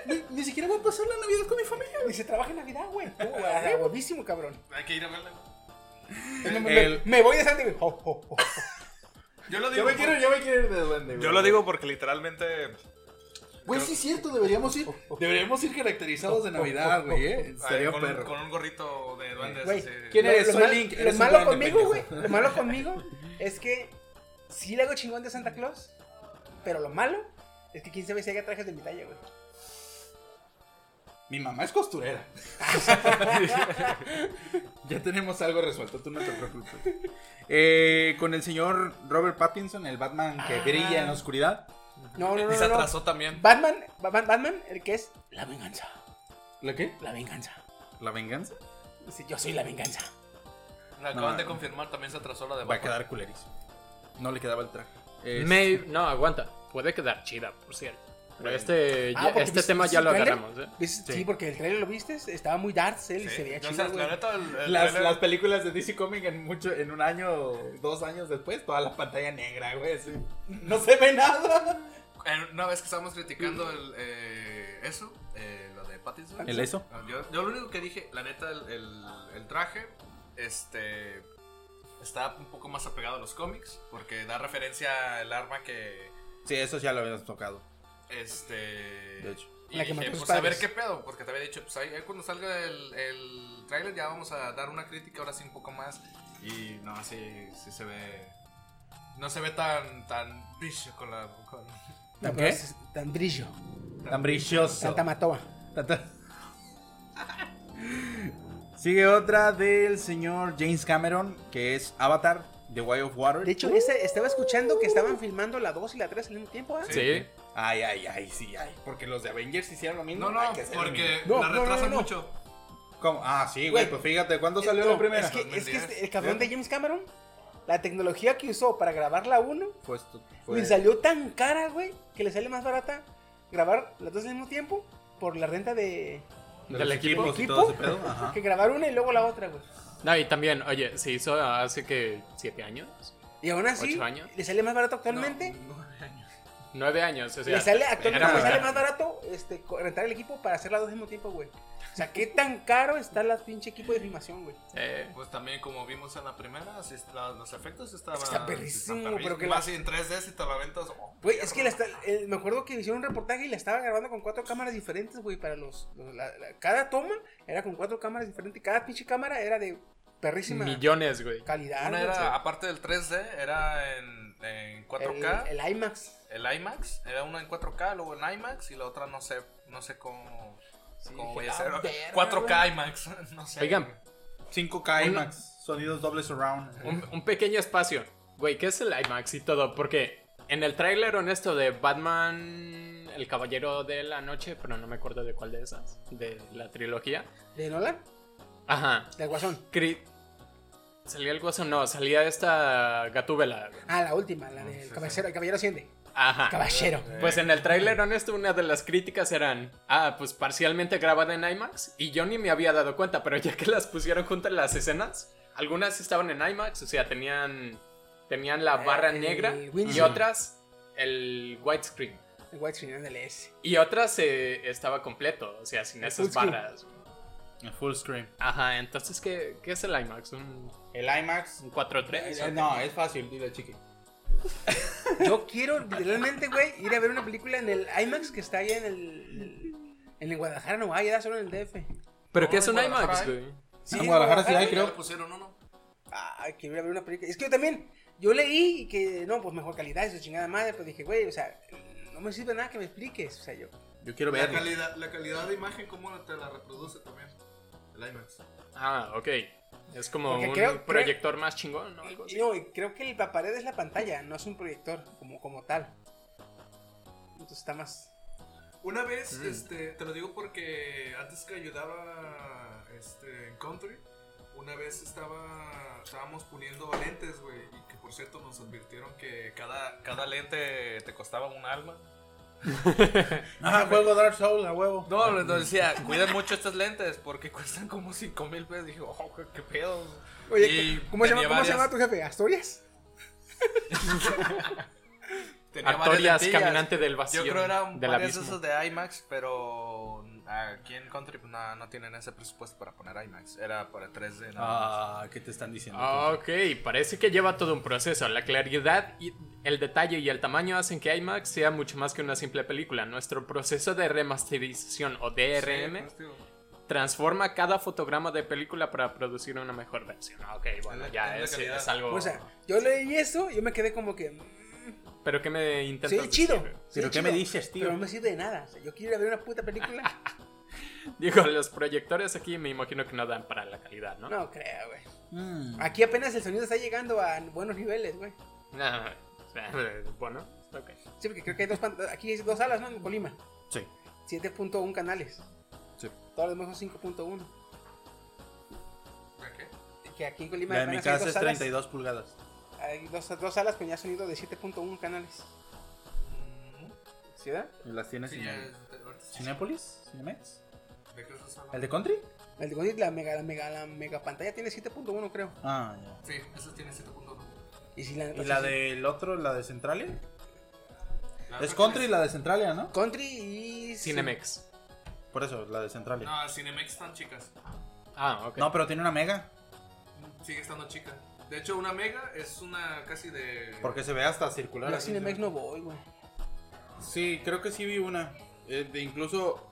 Speaker 7: Ni, ni siquiera voy a pasar la Navidad con mi familia.
Speaker 2: Y se trabaja en Navidad, güey. Uh, ah, Guapísimo, cabrón.
Speaker 5: Hay que ir a verlo.
Speaker 2: Me- me-
Speaker 7: El-
Speaker 2: Me voy de Sandy, güey.
Speaker 7: Oh,
Speaker 2: Ho, ho, ho.
Speaker 5: Yo lo
Speaker 7: Yo
Speaker 5: digo.
Speaker 7: me quiero, yo me quiero ir de duende, güey.
Speaker 5: Yo lo digo porque literalmente.
Speaker 7: Güey, sí es cierto, deberíamos ir. Oh, Deberíamos ir caracterizados de Navidad, güey, eh.
Speaker 5: Ay,
Speaker 7: Sería
Speaker 5: con,
Speaker 7: perro. Eh,
Speaker 5: con un gorrito de duendes.
Speaker 2: Güey,
Speaker 5: así.
Speaker 7: ¿Quién
Speaker 2: Lo-
Speaker 7: eres?
Speaker 2: Lo,
Speaker 7: Soy
Speaker 2: mal-
Speaker 7: Link,
Speaker 2: lo
Speaker 7: eres un
Speaker 2: malo
Speaker 7: grande
Speaker 2: conmigo, güey.
Speaker 7: pendejo.
Speaker 2: Lo malo conmigo es que sí le hago chingón de Santa Claus, pero lo malo es que quién sabe si haga trajes de mi talla, güey.
Speaker 7: Mi mamá es costurera. ya tenemos algo resuelto, tú no te preocupes. Eh, con el señor Robert Pattinson, el Batman que
Speaker 2: Ah.
Speaker 7: brilla en la oscuridad.
Speaker 2: No, no,
Speaker 5: Y
Speaker 2: no,
Speaker 5: se
Speaker 2: no, no.
Speaker 5: atrasó también.
Speaker 2: Batman, Batman, Batman, el que es la venganza,
Speaker 7: ¿La qué?
Speaker 2: la venganza.
Speaker 7: ¿La venganza?
Speaker 2: Sí, yo soy la venganza.
Speaker 5: La acaban
Speaker 7: No.
Speaker 5: de confirmar, también se atrasó la de
Speaker 7: Va a
Speaker 5: Batman.
Speaker 7: quedar culerísimo. No le quedaba el traje. Es-
Speaker 4: May- No, aguanta. Puede quedar chida, por cierto. Pero este,
Speaker 2: Ah,
Speaker 4: ya-
Speaker 2: porque
Speaker 4: este
Speaker 2: viste-
Speaker 4: tema
Speaker 2: viste
Speaker 4: ya
Speaker 2: el
Speaker 4: lo
Speaker 2: trailer.
Speaker 4: agarramos. ¿eh?
Speaker 2: ¿Ves? Sí. porque el trailer lo viste, estaba muy dark, él y se veía
Speaker 5: No,
Speaker 2: chido,
Speaker 5: o sea,
Speaker 2: güey.
Speaker 5: la neta, el- el
Speaker 7: Las,
Speaker 5: trailer-
Speaker 7: las películas de DC Comics en mucho en un año dos años después, toda la pantalla negra, güey. así. No se ve nada.
Speaker 5: Eh, Una vez que estábamos criticando el, eh, eso, eh, lo de Pattinson.
Speaker 7: ¿El eso?
Speaker 5: Yo, yo lo único que dije, la neta, el, el- el traje, este, está un poco más apegado a los cómics, porque da referencia al arma que,
Speaker 7: Sí, eso ya lo habíamos tocado.
Speaker 5: este...
Speaker 7: De hecho.
Speaker 5: Y
Speaker 2: La que
Speaker 5: dije,
Speaker 2: mató a sus
Speaker 5: pues a ver
Speaker 2: padres.
Speaker 5: qué pedo, porque te había dicho, pues ahí ahí cuando salga el, el trailer ya vamos a dar una crítica ahora sí un poco más. Y no, sí, sí se ve... No se ve tan, tan bicho con la... con-
Speaker 2: No,
Speaker 7: ¿Tan
Speaker 2: pero
Speaker 7: qué?
Speaker 2: es Tan brillo,
Speaker 7: Tan brilloso.
Speaker 2: Santa Matoa.
Speaker 7: Tata. Sigue otra del señor James Cameron, que es Avatar, The Way of Water.
Speaker 2: De hecho, ese- estaba escuchando que estaban filmando la 2 y la 3 al mismo tiempo, ¿ah?
Speaker 4: Sí.
Speaker 7: Ay, ay, ay, sí, ay. Porque los de Avengers hicieron lo mismo.
Speaker 5: No, no,
Speaker 7: hay que hacer lo mismo.
Speaker 5: porque
Speaker 2: No,
Speaker 5: la
Speaker 2: no, no,
Speaker 5: retrasan
Speaker 2: no, no.
Speaker 5: mucho.
Speaker 7: ¿Cómo? Ah, sí, güey,
Speaker 2: Güey. eh,
Speaker 7: pues fíjate, ¿cuándo salió
Speaker 2: No,
Speaker 7: la primera?
Speaker 2: Es que, es que
Speaker 5: 2010.
Speaker 2: este- el cabrón de James Cameron, la tecnología que usó para grabar la 1,
Speaker 7: Pues, tú-
Speaker 2: le
Speaker 7: fue-
Speaker 2: salió tan cara, güey, que le sale más barata grabar las dos al mismo tiempo por la renta de
Speaker 7: de
Speaker 4: del
Speaker 7: los
Speaker 4: equipo.
Speaker 7: equipos y
Speaker 2: equipo
Speaker 7: todo ese pedo, ajá.
Speaker 2: que grabar una y luego la otra, güey.
Speaker 4: No, y también, oye, se hizo hace que siete años,
Speaker 2: Y aún así,
Speaker 4: ¿Ocho años?
Speaker 2: le sale más barato actualmente.
Speaker 4: nueve años. O sea,
Speaker 2: le sale
Speaker 4: era
Speaker 2: actualmente le
Speaker 4: muy
Speaker 2: sale
Speaker 4: caro.
Speaker 2: más barato este, co- rentar el equipo para hacer las dos al mismo tiempo, güey. O sea, qué tan caro está la pinche equipo de filmación, güey.
Speaker 4: Eh,
Speaker 5: Pues también como vimos en la primera, sí, la- los efectos estaban...
Speaker 2: Es que está perrísimo,
Speaker 5: están
Speaker 2: pero que la-
Speaker 5: Más en 3D si te la ventas... oh,
Speaker 2: Güey, es que la
Speaker 5: perro.
Speaker 2: está- eh, me acuerdo que hicieron un reportaje y la estaba grabando con cuatro cámaras diferentes, güey, para los... los- la- la- cada toma era con cuatro cámaras diferentes, y cada pinche cámara era de perrísima
Speaker 4: millones, güey.
Speaker 2: calidad.
Speaker 5: Una
Speaker 2: güey,
Speaker 5: era,
Speaker 2: o sea,
Speaker 5: aparte del 3D, era en, en 4K, el,
Speaker 2: el, el IMAX.
Speaker 5: IMAX, era una en 4K, luego en IMAX y la otra no sé, no sé cómo, cómo
Speaker 2: dije,
Speaker 5: vaya a
Speaker 2: "Ah,
Speaker 5: ser.
Speaker 2: verga,
Speaker 5: 4K
Speaker 2: güey".
Speaker 5: IMAX, no sé.
Speaker 4: Oigan,
Speaker 7: 5K IMAX, sonidos dobles surround.
Speaker 4: Un, un pequeño espacio. Güey, ¿qué es el IMAX y todo? Porque en el tráiler honesto de Batman El Caballero de la Noche, pero no me acuerdo de cuál de esas, de la trilogía.
Speaker 2: ¿De Nolan?
Speaker 4: Ajá.
Speaker 2: ¿Del Guasón?
Speaker 4: Cri- Salía el Guasón, no, salía esta Gatúbela. güey.
Speaker 2: Ah, la última, la del caballero, el caballero asciende.
Speaker 4: Ajá.
Speaker 5: Ah,
Speaker 2: Caballero.
Speaker 4: Pues en el tráiler honesto una de las críticas eran, ah, pues parcialmente grabada en IMAX y yo ni me había dado cuenta, pero ya que las pusieron juntas las escenas, algunas estaban en IMAX, o sea, tenían tenían la barra
Speaker 2: Eh,
Speaker 4: negra y
Speaker 2: windshield.
Speaker 4: otras el widescreen
Speaker 2: El White Screen, ándale, ese.
Speaker 4: y otras eh, estaba completo, o sea, sin
Speaker 2: El
Speaker 4: esas
Speaker 2: full screen.
Speaker 4: barras.
Speaker 7: En full screen.
Speaker 4: Ajá, entonces qué, qué es el IMAX? Un,
Speaker 7: El IMAX.
Speaker 4: un 4:3.
Speaker 7: eh, No, es fácil, dile chiqui.
Speaker 2: Yo quiero literalmente, güey, ir a ver una película en el IMAX que está allá en el. En el Guadalajara, no vaya, solo en el DF.
Speaker 4: Pero
Speaker 5: No,
Speaker 4: qué es
Speaker 5: en
Speaker 4: un IMAX,
Speaker 5: Guadalajara,
Speaker 4: güey.
Speaker 2: Sí,
Speaker 7: en Guadalajara sí hay,
Speaker 5: Ya le
Speaker 7: creo.
Speaker 5: pusieron uno.
Speaker 2: Ah, quiero ir a ver una película. Es que yo también, yo leí que no, pues mejor calidad, eso chingada madre, pero dije, güey, o sea, no me sirve nada que me expliques. O sea, yo.
Speaker 7: Yo quiero
Speaker 5: La
Speaker 7: verlo.
Speaker 5: calidad, la calidad de imagen, ¿cómo te la reproduce también? El IMAX.
Speaker 4: Ah, ok. Es como
Speaker 2: Porque
Speaker 4: un
Speaker 2: creo- creo-
Speaker 4: proyector más chingón, ¿no? Algo así.
Speaker 2: No, y creo que el papared es la pantalla, no es un proyector como, como tal. Entonces está más.
Speaker 5: Una vez,
Speaker 4: Mm.
Speaker 5: este, te lo digo porque antes que ayudaba este, en Country, una vez estaba, estábamos poniendo lentes, güey, y que por cierto nos advirtieron que cada, cada lente te costaba un alma.
Speaker 7: Ah, juego Dark Souls, a huevo.
Speaker 5: No, nos decía, cuiden mucho estas lentes porque cuestan como 5 mil pesos. Dije, oh, güey, qué pedo. Y
Speaker 2: Oye, ¿cómo, se llama,
Speaker 5: tenía
Speaker 2: ¿cómo se llama
Speaker 5: varias-
Speaker 2: tu jefe? ¿Astorias?
Speaker 5: Tenía varias
Speaker 4: Artorias,
Speaker 5: lentillas.
Speaker 4: caminante del vacío.
Speaker 5: Yo creo eran
Speaker 4: del
Speaker 5: varias de
Speaker 4: abismo.
Speaker 5: esos de IMAX, pero aquí en Country pues, no, no tienen ese presupuesto para poner IMAX. Era para 3D. nada más.
Speaker 7: Ah, ¿qué te están diciendo?
Speaker 4: Ah,
Speaker 5: Ah,
Speaker 4: Ok, parece que lleva todo un proceso. La claridad, y el detalle y el tamaño hacen que IMAX sea mucho más que una simple película. Nuestro proceso de remasterización o DRM
Speaker 5: Sí, pues,
Speaker 4: transforma cada fotograma de película para producir una mejor versión. Ah, Ok, bueno,
Speaker 5: Es la-
Speaker 4: ya
Speaker 5: es la
Speaker 4: es,
Speaker 5: calidad.
Speaker 4: es algo...
Speaker 2: O sea, yo leí eso y yo me quedé como que. mm,
Speaker 4: Pero que me intentas
Speaker 2: Sí, chido.
Speaker 4: decir?
Speaker 2: sí,
Speaker 7: ¿Pero qué
Speaker 2: chido,
Speaker 7: me dices, tío?
Speaker 2: Pero no me sirve de nada. O sea, yo quiero ir a ver una puta película.
Speaker 4: Digo, los proyectores aquí me imagino que no dan para la calidad, ¿no?
Speaker 2: No creo, güey.
Speaker 7: Mm.
Speaker 2: Aquí apenas el sonido está llegando a buenos niveles, güey.
Speaker 4: Ah, o sea, bueno, ok.
Speaker 2: Sí, porque creo que hay dos pan- Aquí hay dos salas, ¿no? En Colima.
Speaker 7: Sí.
Speaker 2: 7.1 canales.
Speaker 7: Sí.
Speaker 2: Todos los demás son 5.1.
Speaker 5: ¿de qué?
Speaker 2: Que aquí en Colima
Speaker 7: La de mi
Speaker 2: apenas hay
Speaker 7: casa
Speaker 2: dos
Speaker 7: es
Speaker 2: salas.
Speaker 7: 32 pulgadas.
Speaker 2: Hay dos, dos salas con ya sonido de 7.1 canales. ¿Ciudad?
Speaker 7: ¿Y ¿Las tienes
Speaker 5: Sí,
Speaker 7: en
Speaker 5: ya,
Speaker 7: el-
Speaker 5: este, ahorita sí.
Speaker 7: Cinépolis? ¿Cinemex?
Speaker 5: ¿De qué estás hablando?
Speaker 7: ¿El de Country?
Speaker 2: El de Gondit, la mega, la mega, la mega pantalla tiene 7.1, creo.
Speaker 7: Ah, ya.
Speaker 5: Sí, eso tiene 7.2.
Speaker 2: Y, si la,
Speaker 7: ¿Y la del otro, la de Centralia? Es Country y la de Centralia, ¿no?
Speaker 2: Country y.
Speaker 4: Cinemex.
Speaker 7: Por eso, la de Centralia.
Speaker 5: No, Cinemex están chicas.
Speaker 4: Ah, ok.
Speaker 7: No, pero tiene una mega.
Speaker 5: Sigue estando chica. De hecho, una mega es una casi de.
Speaker 7: Porque se ve hasta
Speaker 2: Yo
Speaker 7: circular.
Speaker 2: a
Speaker 7: así,
Speaker 2: Cinemex
Speaker 7: ¿no?
Speaker 2: no voy, güey.
Speaker 7: Sí, creo que sí vi una. Eh, de incluso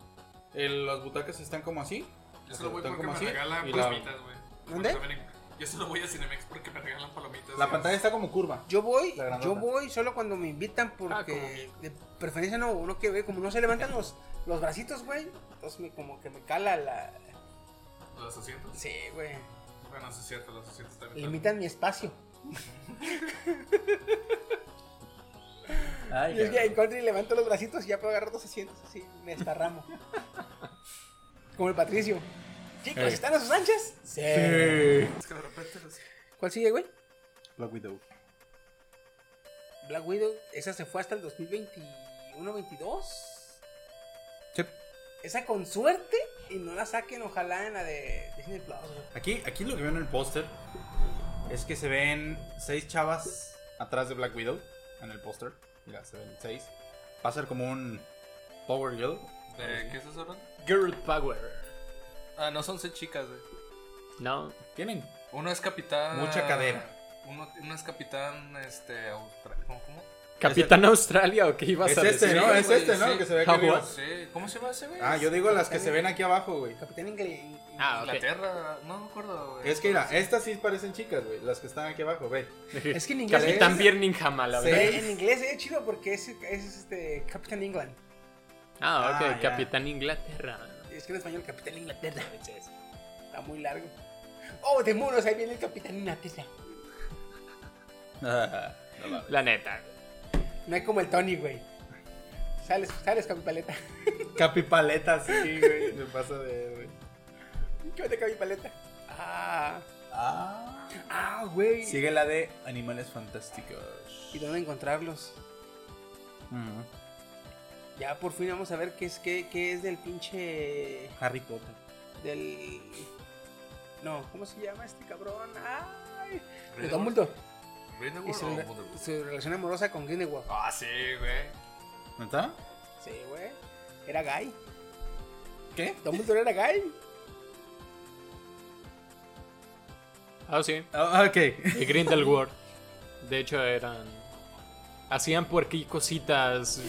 Speaker 7: el- las butacas están como así.
Speaker 5: Yo solo voy
Speaker 7: Están
Speaker 5: porque me
Speaker 7: así,
Speaker 5: regalan
Speaker 7: y la-
Speaker 5: palomitas, güey.
Speaker 2: ¿Dónde?
Speaker 5: Porque saben en- Yo solo voy a Cinemex porque me regalan palomitas.
Speaker 7: La
Speaker 5: y-
Speaker 7: pantalla está como curva.
Speaker 2: Yo voy,
Speaker 7: La grandota.
Speaker 2: yo voy solo cuando me invitan
Speaker 4: Ah, como
Speaker 2: porque
Speaker 4: bien.
Speaker 2: de preferencia no, no quiero ver, como no se levantan los, los bracitos, güey. Entonces me, como que me cala la.
Speaker 5: Los asientos.
Speaker 2: Sí, güey.
Speaker 5: Bueno, eso es cierto, los asientos también.
Speaker 2: Limitan mi espacio.
Speaker 7: Ay,
Speaker 2: Y es que en Country levanto los bracitos y ya puedo agarrar dos asientos así, me esparramo. Como el Patricio. Chicos,
Speaker 7: Ey.
Speaker 2: ¿están a sus anchas? Sí.
Speaker 5: Es que de repente los-
Speaker 2: ¿Cuál sigue, güey?
Speaker 7: Black Widow.
Speaker 2: Black Widow, esa se fue hasta el 2021-22.
Speaker 7: Sí.
Speaker 2: Esa con suerte y no la saquen, ojalá en la de Disney Plus. güey.
Speaker 7: Aquí, aquí lo que veo en el póster es que se ven seis chavas atrás de Black Widow en el póster. Mira, se ven seis. Va a ser como un Power Girl.
Speaker 5: ¿De Eh, qué estás hablando?
Speaker 4: Girl Power.
Speaker 5: Ah, no son seis chicas, güey.
Speaker 4: No.
Speaker 7: Tienen
Speaker 5: Uno es capitán.
Speaker 7: Mucha cadera.
Speaker 5: Uno, uno es capitán, este. Austra- ¿Cómo? cómo?
Speaker 4: Capitán Australia o qué ibas
Speaker 7: Es
Speaker 4: a
Speaker 7: este,
Speaker 4: decir?
Speaker 7: ¿no? Es este, ¿no?
Speaker 5: Sí.
Speaker 7: Que se ve aquí
Speaker 4: Ah,
Speaker 7: arriba.
Speaker 4: what?
Speaker 5: Sí, ¿Cómo se llama ese, güey?
Speaker 7: Ah, yo digo las que se ven aquí abajo, güey.
Speaker 2: Capitán Ingle.
Speaker 4: Ah, ok.
Speaker 5: Inglaterra, no me acuerdo, güey.
Speaker 7: Es que mira, estas sí parecen chicas, güey. Las que están aquí abajo, ve.
Speaker 2: Es que en inglés.
Speaker 4: Capitán
Speaker 7: Sí.
Speaker 4: Birmingham, a la
Speaker 7: Sí.
Speaker 4: verdad.
Speaker 2: En inglés es chido porque es, es este Capitán England.
Speaker 4: Ah, ok,
Speaker 7: Ah, ya.
Speaker 4: Capitán Inglaterra.
Speaker 2: Es que en español Capitán Inglaterra. Está muy largo. Oh, de monos, ahí viene el Capitán Inglaterra.
Speaker 4: La neta.
Speaker 2: No hay como el Tony, güey. Sales, sales, capipaleta.
Speaker 7: Capipaletas, sí, güey. Me pasa de, güey.
Speaker 2: ¿Qué onda, capipaleta? Ah,
Speaker 7: Ah.
Speaker 2: ah, güey.
Speaker 7: Sigue la de Animales Fantásticos.
Speaker 2: ¿Y dónde encontrarlos?
Speaker 7: Mm.
Speaker 2: Ya por fin vamos a ver qué es, qué, qué es del pinche.
Speaker 7: Harry Potter.
Speaker 2: Del. No, ¿cómo se llama este cabrón? ¡Ay! De
Speaker 5: Voldemort.
Speaker 2: Dumbledore. Y
Speaker 5: ¿Grindelwald
Speaker 2: su,
Speaker 5: o
Speaker 2: rela-
Speaker 5: Voldemort?
Speaker 2: su relación amorosa con Grindelwald.
Speaker 5: Ah, sí, güey.
Speaker 7: ¿Neta?
Speaker 2: Sí, güey. Era gay.
Speaker 7: ¿Qué?
Speaker 2: Dumbledore era gay.
Speaker 4: Ah, sí.
Speaker 7: Ah, ok.
Speaker 4: Y Grindelwald. De hecho, eran. Hacían puerquí cositas.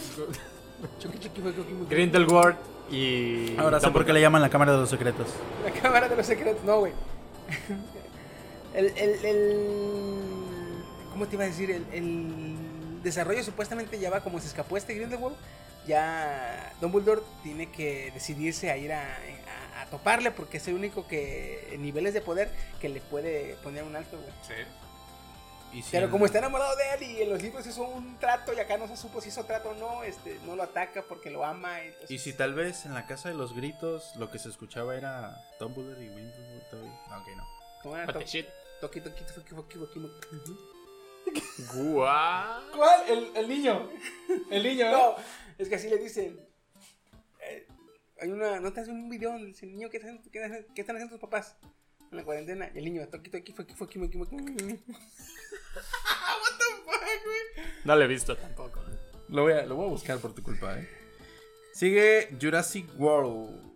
Speaker 2: Chucky Chucky fue Chucky muy
Speaker 4: Grindelwald y.
Speaker 7: Ahora sé por qué le llaman la Cámara de los Secretos.
Speaker 2: La cámara de los secretos, no, güey. El, el, el. ¿Cómo te iba a decir? El, el desarrollo supuestamente ya va como se escapó este Grindelwald. Ya Dumbledore tiene que decidirse a ir a, a- a toparle porque es el único que en niveles de poder que le puede poner un alto, güey.
Speaker 5: Sí.
Speaker 7: Y si
Speaker 2: Pero
Speaker 7: el-
Speaker 2: como está enamorado de él y en los libros hizo un trato y acá no se supo si hizo trato o no, este, no lo ataca porque lo ama. entonces-
Speaker 7: Y si tal vez en la casa de los gritos lo que se escuchaba era Dumbledore y Grindelwald todavía. Ah, Ok, no.
Speaker 2: ¿Cómo era?
Speaker 4: What the
Speaker 2: Toqui-
Speaker 4: shit.
Speaker 2: toqui- toqui- toqui- toqui- toqui-
Speaker 4: Guau.
Speaker 7: ¿Cuál? El, niño. El niño,
Speaker 2: No, es que así le dicen. Eh, hay una, ¿no te hace un video donde dice, niño, ¿qué están, qué, están- qué están haciendo tus papás? En la cuarentena. Y el niño, toquito aquí, fue aquí, fue aquí, fue aquí, fue aquí.
Speaker 4: No lo he visto tampoco.
Speaker 7: Lo voy, a, lo voy a buscar por tu culpa, eh. Sigue Jurassic World.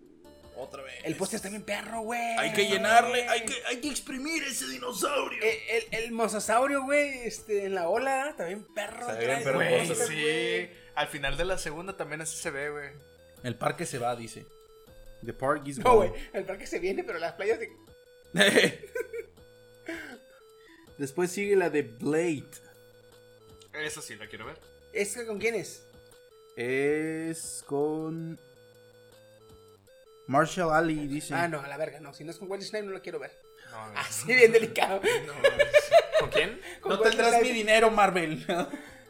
Speaker 7: Otra vez.
Speaker 2: El póster está bien perro, güey.
Speaker 7: Hay que llenarle, hay que, hay que exprimir ese dinosaurio.
Speaker 2: El, el, el mosasaurio, güey, este, en la ola, está bien perro.
Speaker 7: Está
Speaker 2: trae-
Speaker 7: bien perro el
Speaker 2: güey,
Speaker 5: Güey,
Speaker 7: póster.
Speaker 2: está-
Speaker 5: sí. Al final de la segunda también así se ve, güey.
Speaker 7: El parque se va, dice. The park is
Speaker 2: No,
Speaker 7: gone.
Speaker 2: güey, el parque se viene, pero las playas de...
Speaker 7: Después sigue la de Blade.
Speaker 5: Esa sí la quiero ver.
Speaker 2: ¿Es que con quién es?
Speaker 7: Es con. Marshall Ali, dice.
Speaker 2: Ah, no, a la verga, no. Si no es con Wesley Snipes, no lo quiero ver.
Speaker 5: No, güey.
Speaker 2: Así, bien delicado.
Speaker 5: No,
Speaker 4: ¿Con quién?
Speaker 2: Con
Speaker 7: No
Speaker 2: Wesley
Speaker 7: tendrás mi
Speaker 2: Snipes.
Speaker 7: dinero, Marvel.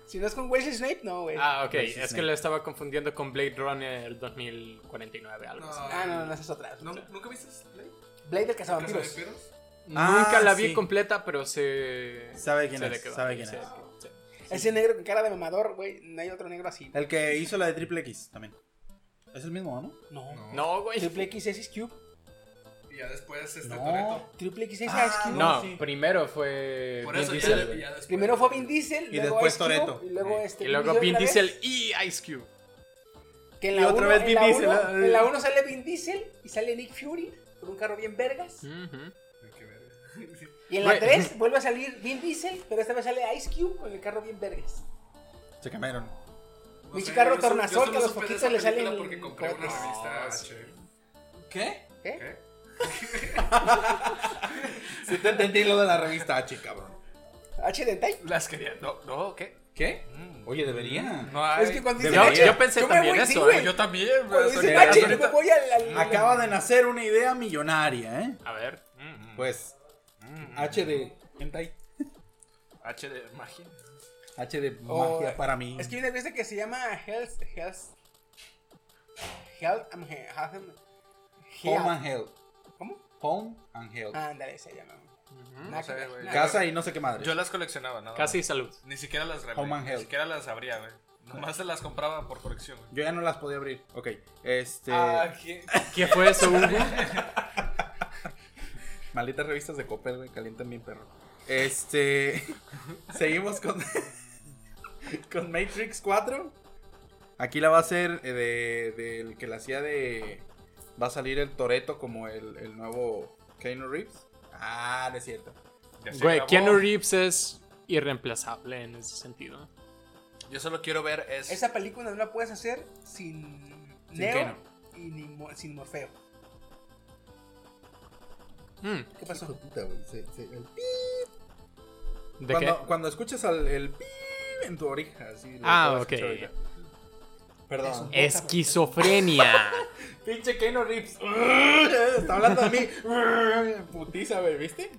Speaker 2: Si no es con Wesley Snape, no, güey. Ah.
Speaker 4: Ah, ok.
Speaker 7: Versus
Speaker 4: Es que
Speaker 7: Snake.
Speaker 4: lo estaba confundiendo con Blade Runner 2049, algo así.
Speaker 2: Ah, no, no, no, esa es otra.
Speaker 5: ¿No-
Speaker 7: ¿Eh?
Speaker 5: ¿Nunca viste Blade?
Speaker 2: Blade del
Speaker 5: ¿Casa de
Speaker 2: cazavampiros.
Speaker 5: Vampiros?
Speaker 7: Ah,
Speaker 4: Nunca la vi
Speaker 7: sí.
Speaker 4: completa, pero sé.
Speaker 7: Sabe quién
Speaker 4: sé
Speaker 7: es,
Speaker 4: de qué va,
Speaker 7: sabe quién
Speaker 4: sé
Speaker 7: es.
Speaker 4: de qué- sí.
Speaker 2: Ese negro con cara de mamador, güey. No hay otro negro así.
Speaker 7: El que hizo la de Triple X también. Es el mismo, ¿no?
Speaker 2: No.
Speaker 4: No, güey.
Speaker 2: Triple X es Ice Cube.
Speaker 5: Y ya después este
Speaker 7: No.
Speaker 5: Toretto.
Speaker 2: Triple X es
Speaker 7: Ah,
Speaker 2: Ice Cube.
Speaker 4: No,
Speaker 7: sí.
Speaker 4: primero fue.
Speaker 5: Por
Speaker 4: Vin
Speaker 5: eso ya,
Speaker 4: Diesel,
Speaker 5: ya
Speaker 4: güey.
Speaker 5: después.
Speaker 2: Primero fue Vin Diesel.
Speaker 7: Y
Speaker 2: luego
Speaker 7: después
Speaker 2: Ice Cube,
Speaker 7: Toretto.
Speaker 2: Y luego
Speaker 7: Sí.
Speaker 2: este.
Speaker 4: Y luego Vin
Speaker 2: otra vez,
Speaker 4: Diesel y Ice Cube.
Speaker 2: Que en
Speaker 7: y
Speaker 2: la
Speaker 7: otra
Speaker 2: uno-
Speaker 7: vez
Speaker 2: en
Speaker 7: Vin
Speaker 2: la
Speaker 7: Diesel,
Speaker 2: uno-
Speaker 7: ah,
Speaker 2: En la 1 sale Vin Diesel y sale Nick Fury con un carro bien vergas.
Speaker 4: Ujú.
Speaker 5: Qué verga.
Speaker 2: Y en la
Speaker 4: Güey.
Speaker 2: 3 vuelve a salir Vin Diesel, pero esta vez sale Ice Cube con el carro bien vergas.
Speaker 7: Se cambiaron.
Speaker 5: No
Speaker 2: Mi
Speaker 5: sé,
Speaker 2: carro
Speaker 5: yo solo-
Speaker 2: tornasol
Speaker 5: yo solo
Speaker 2: que a los
Speaker 5: supe de
Speaker 2: poquitos
Speaker 5: esa
Speaker 2: le salen
Speaker 5: película Porque compré una
Speaker 2: cohetes.
Speaker 5: revista.
Speaker 4: Ah,
Speaker 5: H.
Speaker 7: ¿Qué?
Speaker 2: ¿Eh?
Speaker 5: ¿Qué?
Speaker 7: Si te entendí lo de la revista H, cabrón.
Speaker 2: H Dentai.
Speaker 5: Las quería. No, no, ¿qué?
Speaker 7: ¿¿Qué?
Speaker 5: Mm.
Speaker 7: Oye, debería.
Speaker 5: No hay.
Speaker 2: Es que cuando dicen
Speaker 4: Yo,
Speaker 7: Debería.
Speaker 2: H.
Speaker 4: yo pensé
Speaker 2: yo me
Speaker 4: también
Speaker 2: voy, sí,
Speaker 4: eso,
Speaker 2: güey.
Speaker 4: ¿eh?
Speaker 5: Yo también, güey.
Speaker 2: Cuando dicen
Speaker 7: Porque
Speaker 2: H, yo me
Speaker 5: ahorita-
Speaker 2: voy al. al-
Speaker 7: Acaba de nacer una idea millonaria, ¿eh?
Speaker 4: A ver.
Speaker 5: Mm, mm.
Speaker 7: Pues,
Speaker 5: Mm, mm.
Speaker 7: H de hentai,
Speaker 5: H de magia.
Speaker 7: H de
Speaker 2: O-
Speaker 7: magia para mí.
Speaker 2: Es que hay una revista que se llama Health. Health. Health. and He- Health and-
Speaker 7: Home
Speaker 2: Health.
Speaker 7: and Hell.
Speaker 2: ¿Cómo?
Speaker 7: Home and Hell.
Speaker 2: Ah, ándale, se llama. Nada
Speaker 5: sé,
Speaker 2: que ver,
Speaker 5: güey.
Speaker 2: nada que
Speaker 7: Casa y no sé qué madre.
Speaker 5: Yo las coleccionaba, nada.
Speaker 4: Casi
Speaker 5: más.
Speaker 4: salud.
Speaker 5: Ni siquiera las abría.
Speaker 7: Home and
Speaker 5: Ni
Speaker 7: Health.
Speaker 5: siquiera las abría, güey. Nomás se las compraba por colección, güey.
Speaker 7: Yo ya no las podía abrir. Ok, este.
Speaker 2: Ah,
Speaker 5: ¿qué?
Speaker 4: ¿Qué fue eso, Hugo?
Speaker 7: Malditas revistas de Copper, güey, calientan bien perro. Este. seguimos con. con Matrix 4. Aquí la va a hacer eh, de, del que la hacía de. Va a salir el Toreto como el, el nuevo Keanu Reeves. Ah, no es cierto.
Speaker 5: Ya se
Speaker 4: Güey,
Speaker 5: acabó.
Speaker 4: Keanu Reeves es irreemplazable en ese sentido.
Speaker 5: Yo solo quiero ver es.
Speaker 2: ver. Esa película no la puedes hacer sin.
Speaker 7: Sin
Speaker 2: Neo
Speaker 7: Keno.
Speaker 2: y ni Mo- sin Morfeo.
Speaker 4: Mm,
Speaker 5: Hmm.
Speaker 2: ¿Qué pasó?
Speaker 4: ¿De qué?
Speaker 7: Cuando, cuando escuchas al, el pi en tu oreja, así. lo
Speaker 4: Ah,
Speaker 7: puedes
Speaker 4: ok.
Speaker 7: escuchar ahorita. Perdón.
Speaker 4: Esquizofrenia.
Speaker 7: Pinche Keanu Reeves. Está hablando de mí. Putiza, güey, ¿viste?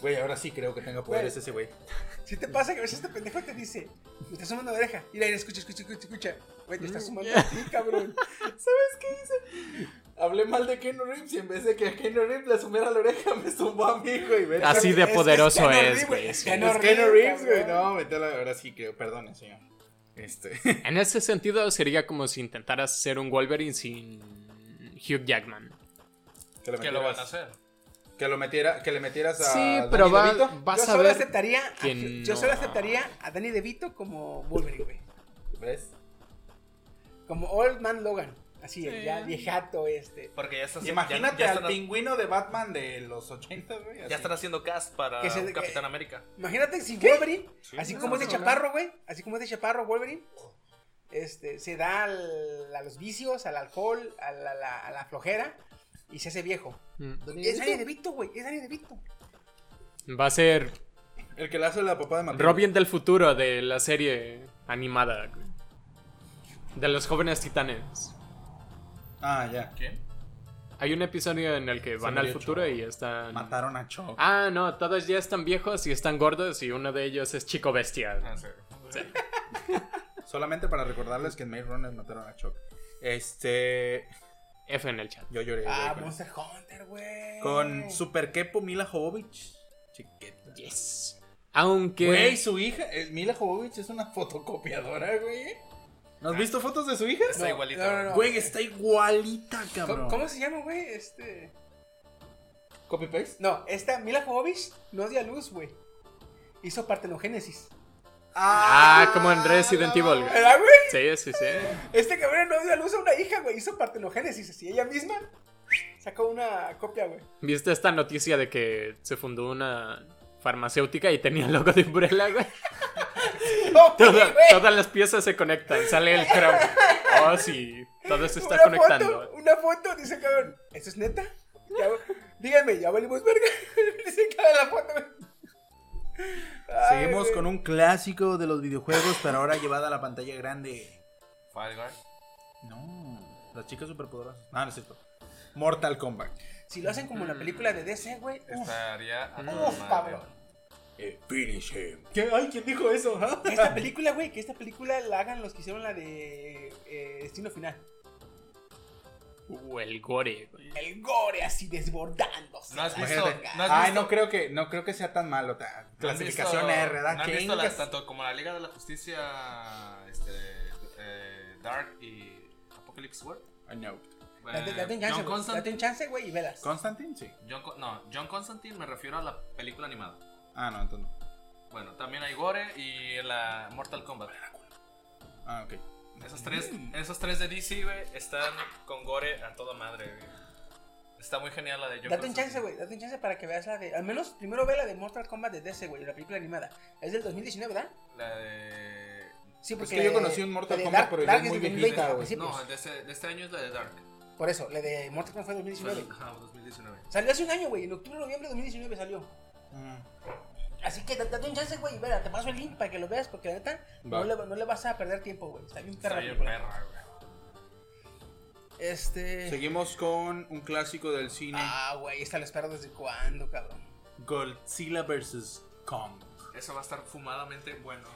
Speaker 7: Güey, ahora sí creo que tenga poderes
Speaker 2: Güey.
Speaker 7: ese güey.
Speaker 2: Si te pasa que a veces este pendejo te dice, me está sumando la oreja. Y la escucha, escucha, escucha, escucha. Güey, te está sumando a ti, cabrón.
Speaker 9: ¿Sabes qué hice? Hablé mal de Ken Reeves y en vez de que a Ken Reeves le sumiera la oreja, me zumbó a mí, güey. ¿ves?
Speaker 4: Así de
Speaker 9: Es-
Speaker 4: poderoso
Speaker 9: Keanu
Speaker 4: es, güey.
Speaker 9: Reeves,
Speaker 4: sí.
Speaker 9: güey.
Speaker 2: Keanu
Speaker 9: Es Keanu
Speaker 2: Reeves,
Speaker 9: Reeves, güey.
Speaker 2: cabrón.
Speaker 9: No, vete a la- ahora sí creo. Perdone, señor. Este.
Speaker 4: En ese sentido, sería como si intentaras hacer un Wolverine sin Hugh Jackman.
Speaker 7: Que lo
Speaker 5: ¿Qué lo van a
Speaker 7: metieras,
Speaker 5: hacer?
Speaker 7: que lo metiera, que le metieras a
Speaker 4: Sí,
Speaker 7: Danny
Speaker 4: pero va-
Speaker 7: DeVito.
Speaker 4: vas
Speaker 2: yo
Speaker 4: a
Speaker 2: solo
Speaker 4: ver.
Speaker 2: aceptaría a,
Speaker 4: que
Speaker 2: Yo solo
Speaker 4: no.
Speaker 2: aceptaría a Danny DeVito como Wolverine, güey.
Speaker 7: ¿Ves?
Speaker 2: Como Old Man Logan. Así, el ya viejato este.
Speaker 5: Porque ya están
Speaker 7: Imagínate
Speaker 5: ya, ya
Speaker 7: al
Speaker 5: están-
Speaker 7: pingüino de Batman de los 80, güey. así.
Speaker 5: ya están haciendo cast para
Speaker 2: Que se-
Speaker 5: Capitán
Speaker 2: que-
Speaker 5: América.
Speaker 2: Imagínate si Wolverine, así
Speaker 5: no,
Speaker 2: como es de
Speaker 5: no, no.
Speaker 2: chaparro, güey. Así como es de chaparro Wolverine. Este, se da al- a los vicios, al alcohol, a la, la- a la flojera. Y se hace viejo.
Speaker 4: Mm.
Speaker 2: Es Danny DeVito, güey. Es Danny DeVito.
Speaker 4: Va a ser
Speaker 7: El que le hace la papá de Matilda.
Speaker 4: Robin del futuro de la serie animada. güey. De los jóvenes titanes.
Speaker 7: Ah, ya.
Speaker 5: ¿Quién?
Speaker 4: Hay un episodio en el que van
Speaker 7: me
Speaker 4: al
Speaker 7: dio
Speaker 4: futuro y están...
Speaker 7: Mataron a Cho.
Speaker 4: Ah, no, todos ya están viejos y están gordos y uno de ellos es chico bestia.
Speaker 5: Ah, sí.
Speaker 7: Solamente para recordarles que en Maze Runner mataron a Cho. Este.
Speaker 4: F en el chat.
Speaker 7: Yo lloré. güey,
Speaker 2: Ah, eh.
Speaker 7: con eso.
Speaker 2: Monster Hunter, güey.
Speaker 7: Con Super Kepo Mila Jovovich. Chiqueta.
Speaker 4: Yes. Aunque...
Speaker 7: Güey, su hija, eh, Mila Jovovich es una fotocopiadora, güey. ¿No has visto fotos de su hija?
Speaker 5: Está igualito.
Speaker 2: no, no, no.
Speaker 7: Güey, está igualita,
Speaker 2: ¿Cómo,
Speaker 7: cabrón.
Speaker 2: cómo se llama, güey? Este.
Speaker 7: ¿Copy paste?
Speaker 2: No, esta Mila Jovovich no dio a luz, güey. Hizo partenogénesis.
Speaker 4: Ah, como en Resident Evil. güey.
Speaker 2: ¿Verdad, güey?
Speaker 4: Sí, sí, sí.
Speaker 2: Este cabrón no dio a luz a una hija, güey. Hizo partenogénesis. Así ella misma sacó una copia, güey.
Speaker 4: ¿Viste esta noticia de que se fundó una farmacéutica y tenía el logo de Umbrella, güey?
Speaker 2: No,
Speaker 4: Toda-
Speaker 2: güey.
Speaker 4: todas las piezas se conectan, sale el Chrome. Oh, sí, todo se está
Speaker 2: una
Speaker 4: conectando.
Speaker 2: Foto, una foto, dice el cabrón. ¿Eso es neta? Ya- díganme, ya valimos verga. dice el cabrón la foto, güey. Ay,
Speaker 7: Seguimos
Speaker 2: güey.
Speaker 7: con un clásico de los videojuegos, pero ahora llevada a la pantalla grande.
Speaker 5: Fall Guys.
Speaker 7: No, las chicas superpoderosas. Ah, no es cierto. Mortal Kombat.
Speaker 2: Si lo hacen como la película de DC, güey. Uf,
Speaker 5: Estaría.
Speaker 7: Mm.
Speaker 5: a toda
Speaker 2: uf,
Speaker 5: madre.
Speaker 2: cabrón.
Speaker 7: Eh, finish him. ¿Qué? Ay, ¿quién dijo eso? Ah.
Speaker 2: Que esta película, güey, que esta película la hagan los que hicieron la de eh, Destino Final.
Speaker 4: Uh, el gore, güey.
Speaker 2: El gore así desbordándose.
Speaker 5: No has visto.
Speaker 7: Imagínate.
Speaker 5: No has
Speaker 7: Ay,
Speaker 5: visto-
Speaker 7: no creo que no creo que sea tan malo. ta-
Speaker 5: ¿no has
Speaker 7: Clasificación
Speaker 5: visto-
Speaker 7: R, ¿verdad?
Speaker 5: ¿no han
Speaker 7: ¿Qué
Speaker 5: visto la-
Speaker 7: incas?
Speaker 5: tanto como la Liga de la Justicia, este, eh, Dark y Apocalypse World?
Speaker 7: Ah, No.
Speaker 2: Date,
Speaker 5: Eh,
Speaker 2: date un
Speaker 5: John
Speaker 2: chance, güey.
Speaker 5: Constant-
Speaker 2: date un chance, güey, y velas.
Speaker 7: Constantine, sí.
Speaker 5: John Con- no, John Constantine me refiero a la película animada.
Speaker 7: Ah, no, entonces. no.
Speaker 5: Bueno, también hay Gore y la Mortal Kombat.
Speaker 7: Ah, ok. Mm.
Speaker 5: Esos tres, esos tres de DC, güey, están con Gore a toda madre, güey. Está muy genial la de John
Speaker 2: Date un
Speaker 5: Constantine.
Speaker 2: chance, güey, date un chance para que veas la de... Al menos primero ve la de Mortal Kombat de DC, güey, la película animada. Es del 2019, ¿verdad?
Speaker 5: La de...
Speaker 2: Sí, porque...
Speaker 7: que
Speaker 2: la
Speaker 7: yo
Speaker 2: de-
Speaker 7: conocí un Mortal
Speaker 2: la de
Speaker 7: Kombat,
Speaker 2: Dark-
Speaker 7: pero ya
Speaker 2: Dark
Speaker 7: es
Speaker 2: es
Speaker 7: muy
Speaker 2: del 2020,
Speaker 7: viejita,
Speaker 2: a
Speaker 7: güey.
Speaker 2: principios.
Speaker 5: No, de este, de este año es la de Dark.
Speaker 2: Por eso, la de Mortal Kombat fue en 2019.
Speaker 5: Ajá, 2019.
Speaker 2: Salió hace un año, güey, en octubre, noviembre de 2019 salió.
Speaker 7: Mm.
Speaker 2: Así que date date un chance, güey, y vela, te paso el link para que lo veas, porque la neta, no
Speaker 7: Va.
Speaker 2: le, no le vas a perder tiempo, güey. Está bien perra
Speaker 5: Está bien
Speaker 2: película.
Speaker 5: perra, güey.
Speaker 2: Este...
Speaker 7: Seguimos con un clásico del cine.
Speaker 2: Ah, güey, esta la espero desde cuándo, cabrón.
Speaker 7: Godzilla vs. Kong.
Speaker 5: Eso va a estar fumadamente bueno.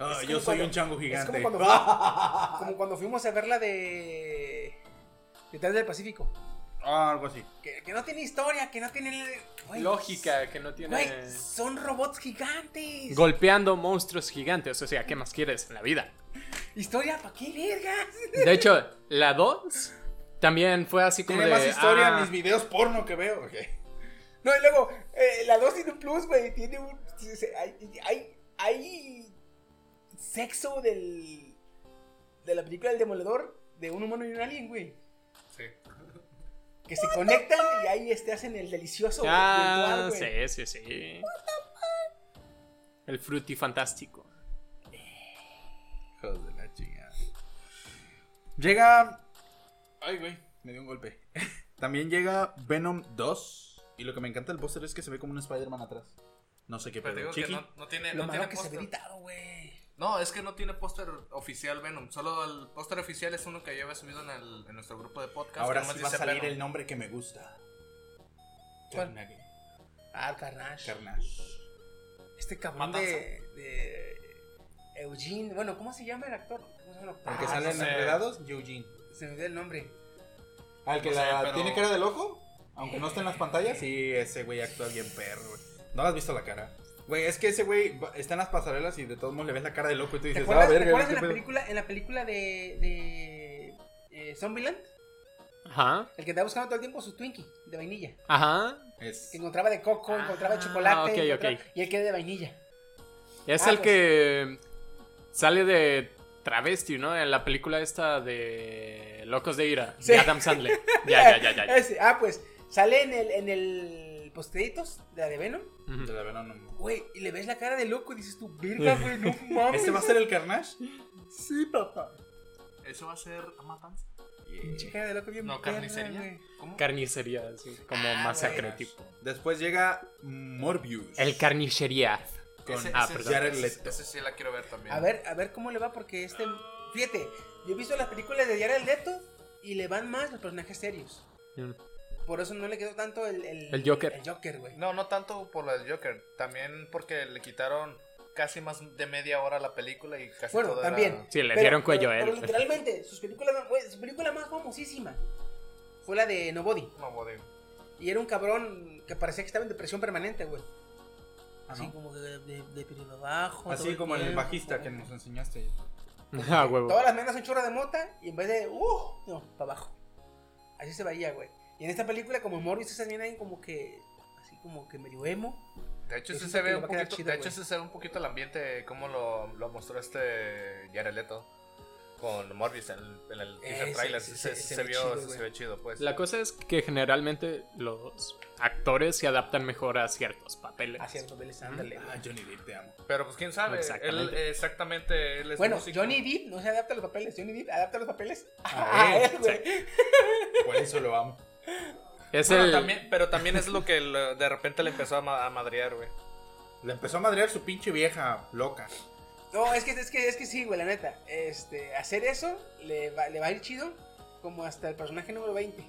Speaker 7: Ah,
Speaker 2: Es como
Speaker 7: yo soy
Speaker 2: cuando-
Speaker 7: un chango
Speaker 2: Es
Speaker 7: gigante.
Speaker 2: como cuando, fuimos, como cuando fuimos a ver la de. de Tales del Pacífico.
Speaker 7: Ah, algo así.
Speaker 2: Que, que no tiene historia, que no tiene. güey,
Speaker 4: Lógica, que no
Speaker 2: Güey,
Speaker 4: tiene...
Speaker 2: son robots gigantes.
Speaker 4: Golpeando monstruos gigantes, o sea, ¿qué más quieres en la vida?
Speaker 2: ¿Historia pa' qué vergas?
Speaker 4: De hecho, la 2 también fue así como
Speaker 7: Tiene
Speaker 4: de...
Speaker 7: más historia
Speaker 4: ah,
Speaker 7: en mis videos porno que veo. ok.
Speaker 2: No, y luego, eh, la 2 tiene un plus, güey. Tiene un. se- se- Hay, hay, hay sexo del. de la película El Demoledor de un humano y un alien, güey.
Speaker 5: Sí.
Speaker 2: Que se conectan y ahí este, hacen el delicioso.
Speaker 4: Ah,
Speaker 2: ritual, güey.
Speaker 4: sí, sí, sí. El frutti fantástico.
Speaker 7: Hijos de la chingada. Llega. Ay, güey, me dio un golpe. También llega Venom 2. Y lo que me encanta del póster es que se ve como un Spider-Man atrás. No sé qué
Speaker 5: Pero te
Speaker 7: pedo.
Speaker 5: digo que
Speaker 7: Chiqui.
Speaker 5: no, no tiene,
Speaker 2: Lo
Speaker 5: no
Speaker 2: malo
Speaker 5: tiene
Speaker 2: que se ve
Speaker 5: póster.
Speaker 2: editado, güey.
Speaker 5: No, es que no tiene póster oficial Venom. Solo el póster oficial es uno que yo había subido en, el, en nuestro grupo de podcast.
Speaker 7: Ahora
Speaker 5: que nomás
Speaker 7: sí va a
Speaker 5: dice
Speaker 7: salir
Speaker 5: Venom.
Speaker 7: el nombre que me gusta.
Speaker 2: ¿Cuál?
Speaker 7: Carnage.
Speaker 2: Ah, el Carnage.
Speaker 7: Carnage.
Speaker 2: Este cabrón de, de Eugene. Bueno, ¿cómo se llama el actor? ¿Cómo se llama el actor?
Speaker 7: Aunque
Speaker 2: Ah,
Speaker 7: salen
Speaker 2: no sé.
Speaker 7: enredados, Eugene.
Speaker 2: Se me dio el nombre.
Speaker 7: Al que
Speaker 5: No sé,
Speaker 7: la
Speaker 5: pero-
Speaker 7: tiene cara del ojo, aunque no esté en las pantallas. Sí, ese güey actúa bien perro, güey. No le has visto la cara. Güey, es que ese güey va- está en las pasarelas y de todos modos le ves la cara de loco y tú
Speaker 2: ¿Te
Speaker 7: dices,
Speaker 2: acuerdas,
Speaker 7: ah,
Speaker 2: te
Speaker 7: verga,
Speaker 2: acuerdas en,
Speaker 7: ¿qué
Speaker 2: la
Speaker 7: pedo?".
Speaker 2: película, en la película de, de eh, Zombieland?
Speaker 4: Ajá.
Speaker 2: El que andaba buscando todo el tiempo su Twinkie de vainilla.
Speaker 4: Ajá.
Speaker 7: Es-
Speaker 2: Que encontraba de coco,
Speaker 4: Ah,
Speaker 2: encontraba de chocolate.
Speaker 4: ok,
Speaker 2: encontraba-
Speaker 4: ok.
Speaker 2: Y el que era de vainilla.
Speaker 4: Es
Speaker 2: Ah,
Speaker 4: el
Speaker 2: pues.
Speaker 4: que sale de travesti, ¿no? En la película esta de Locos de Ira,
Speaker 2: Sí.
Speaker 4: de Adam Sandler. Ya, ya, ya, ya. ya.
Speaker 2: Ese, ah, pues sale en el, en el posteditos de la de Venom.
Speaker 7: De
Speaker 4: Ujú.
Speaker 7: la verdad, no.
Speaker 2: Güey, y le ves la cara de loco y dices tú, verga, güey, no mames.
Speaker 7: ¿Este va a ser el Carnage?
Speaker 2: Sí, papá.
Speaker 5: Eso va a ser matanza.
Speaker 2: Pinche cara de loco bien
Speaker 5: No,
Speaker 2: perra,
Speaker 5: carnicería.
Speaker 2: güey.
Speaker 5: ¿Cómo?
Speaker 4: Carnicería, así, como
Speaker 2: Ah,
Speaker 4: masacre
Speaker 7: Carnage.
Speaker 4: tipo.
Speaker 7: Después llega Morbius.
Speaker 4: El carnicería.
Speaker 7: Con-
Speaker 5: Ese-
Speaker 4: ah,
Speaker 5: ese-
Speaker 4: perdón.
Speaker 7: Jared
Speaker 5: ese-
Speaker 7: Leto.
Speaker 5: Ese sí la quiero ver también.
Speaker 2: A ver, a ver cómo le va, porque este. Fíjate, yo he visto las películas de Jared Leto y le van más los personajes serios.
Speaker 4: Mm.
Speaker 2: Por eso no le quedó tanto el. El,
Speaker 4: El Joker.
Speaker 2: El Joker, güey.
Speaker 5: No, no tanto por la del Joker, también porque le quitaron casi más de media hora a la película y casi
Speaker 2: Bueno,
Speaker 5: todo
Speaker 2: también.
Speaker 5: era-
Speaker 4: Sí, le dieron cuello a él.
Speaker 2: pero literalmente, sus películas, más- güey, su película más famosísima fue la de Nobody.
Speaker 5: No, bodega.
Speaker 2: Y era un cabrón que parecía que estaba en depresión permanente, güey.
Speaker 7: Ah,
Speaker 2: Así
Speaker 7: ¿no?
Speaker 2: como que de, de, de periodo abajo. todo
Speaker 7: Así como en el
Speaker 2: tiempo.
Speaker 7: bajista que nos enseñaste.
Speaker 4: Ah, huevo.
Speaker 2: Todas las mañanas un chorro de mota y en vez de, uh, no, para abajo. Así se veía, güey. Y en esta película, como Morbius, se viene ahí como que, así como que medio emo.
Speaker 5: De hecho, sí
Speaker 2: Yo siento
Speaker 5: se
Speaker 2: que
Speaker 5: ve
Speaker 2: le
Speaker 5: un
Speaker 2: va a quedar
Speaker 5: poquito,
Speaker 2: chido,
Speaker 5: de hecho,
Speaker 2: güey.
Speaker 5: sí se ve un poquito el ambiente, como lo, lo mostró este Jared Leto con Morbius en el, en el teaser
Speaker 2: Eh,
Speaker 5: trailer.
Speaker 2: sí,
Speaker 5: Sí,
Speaker 2: sí,
Speaker 5: se,
Speaker 2: sí,
Speaker 5: sí
Speaker 2: se
Speaker 5: se
Speaker 2: ve
Speaker 5: vio,
Speaker 2: chido,
Speaker 5: sí se
Speaker 2: güey.
Speaker 5: ve chido, pues.
Speaker 4: La cosa es que generalmente los actores se adaptan mejor a ciertos papeles.
Speaker 2: Hacia el papel, ándale.
Speaker 7: Ah, Johnny Depp, te amo.
Speaker 5: Pero pues quién sabe, él
Speaker 4: Exactamente.
Speaker 5: eh, exactamente él es
Speaker 2: Bueno,
Speaker 5: músico.
Speaker 2: Johnny Depp no se adapta a los papeles. Johnny Depp adapta los papeles
Speaker 7: A
Speaker 2: a
Speaker 7: él,
Speaker 2: él, güey.
Speaker 7: Por eso lo amo.
Speaker 4: Es
Speaker 5: Bueno,
Speaker 4: el.
Speaker 5: también, pero también es lo que lo- de repente le empezó a, ma- a madrear, güey.
Speaker 7: Le empezó a madrear su pinche vieja loca.
Speaker 2: No, es que, es que, es que sí, güey, la neta. Este, hacer eso le va, le va a ir chido como hasta el personaje número 20.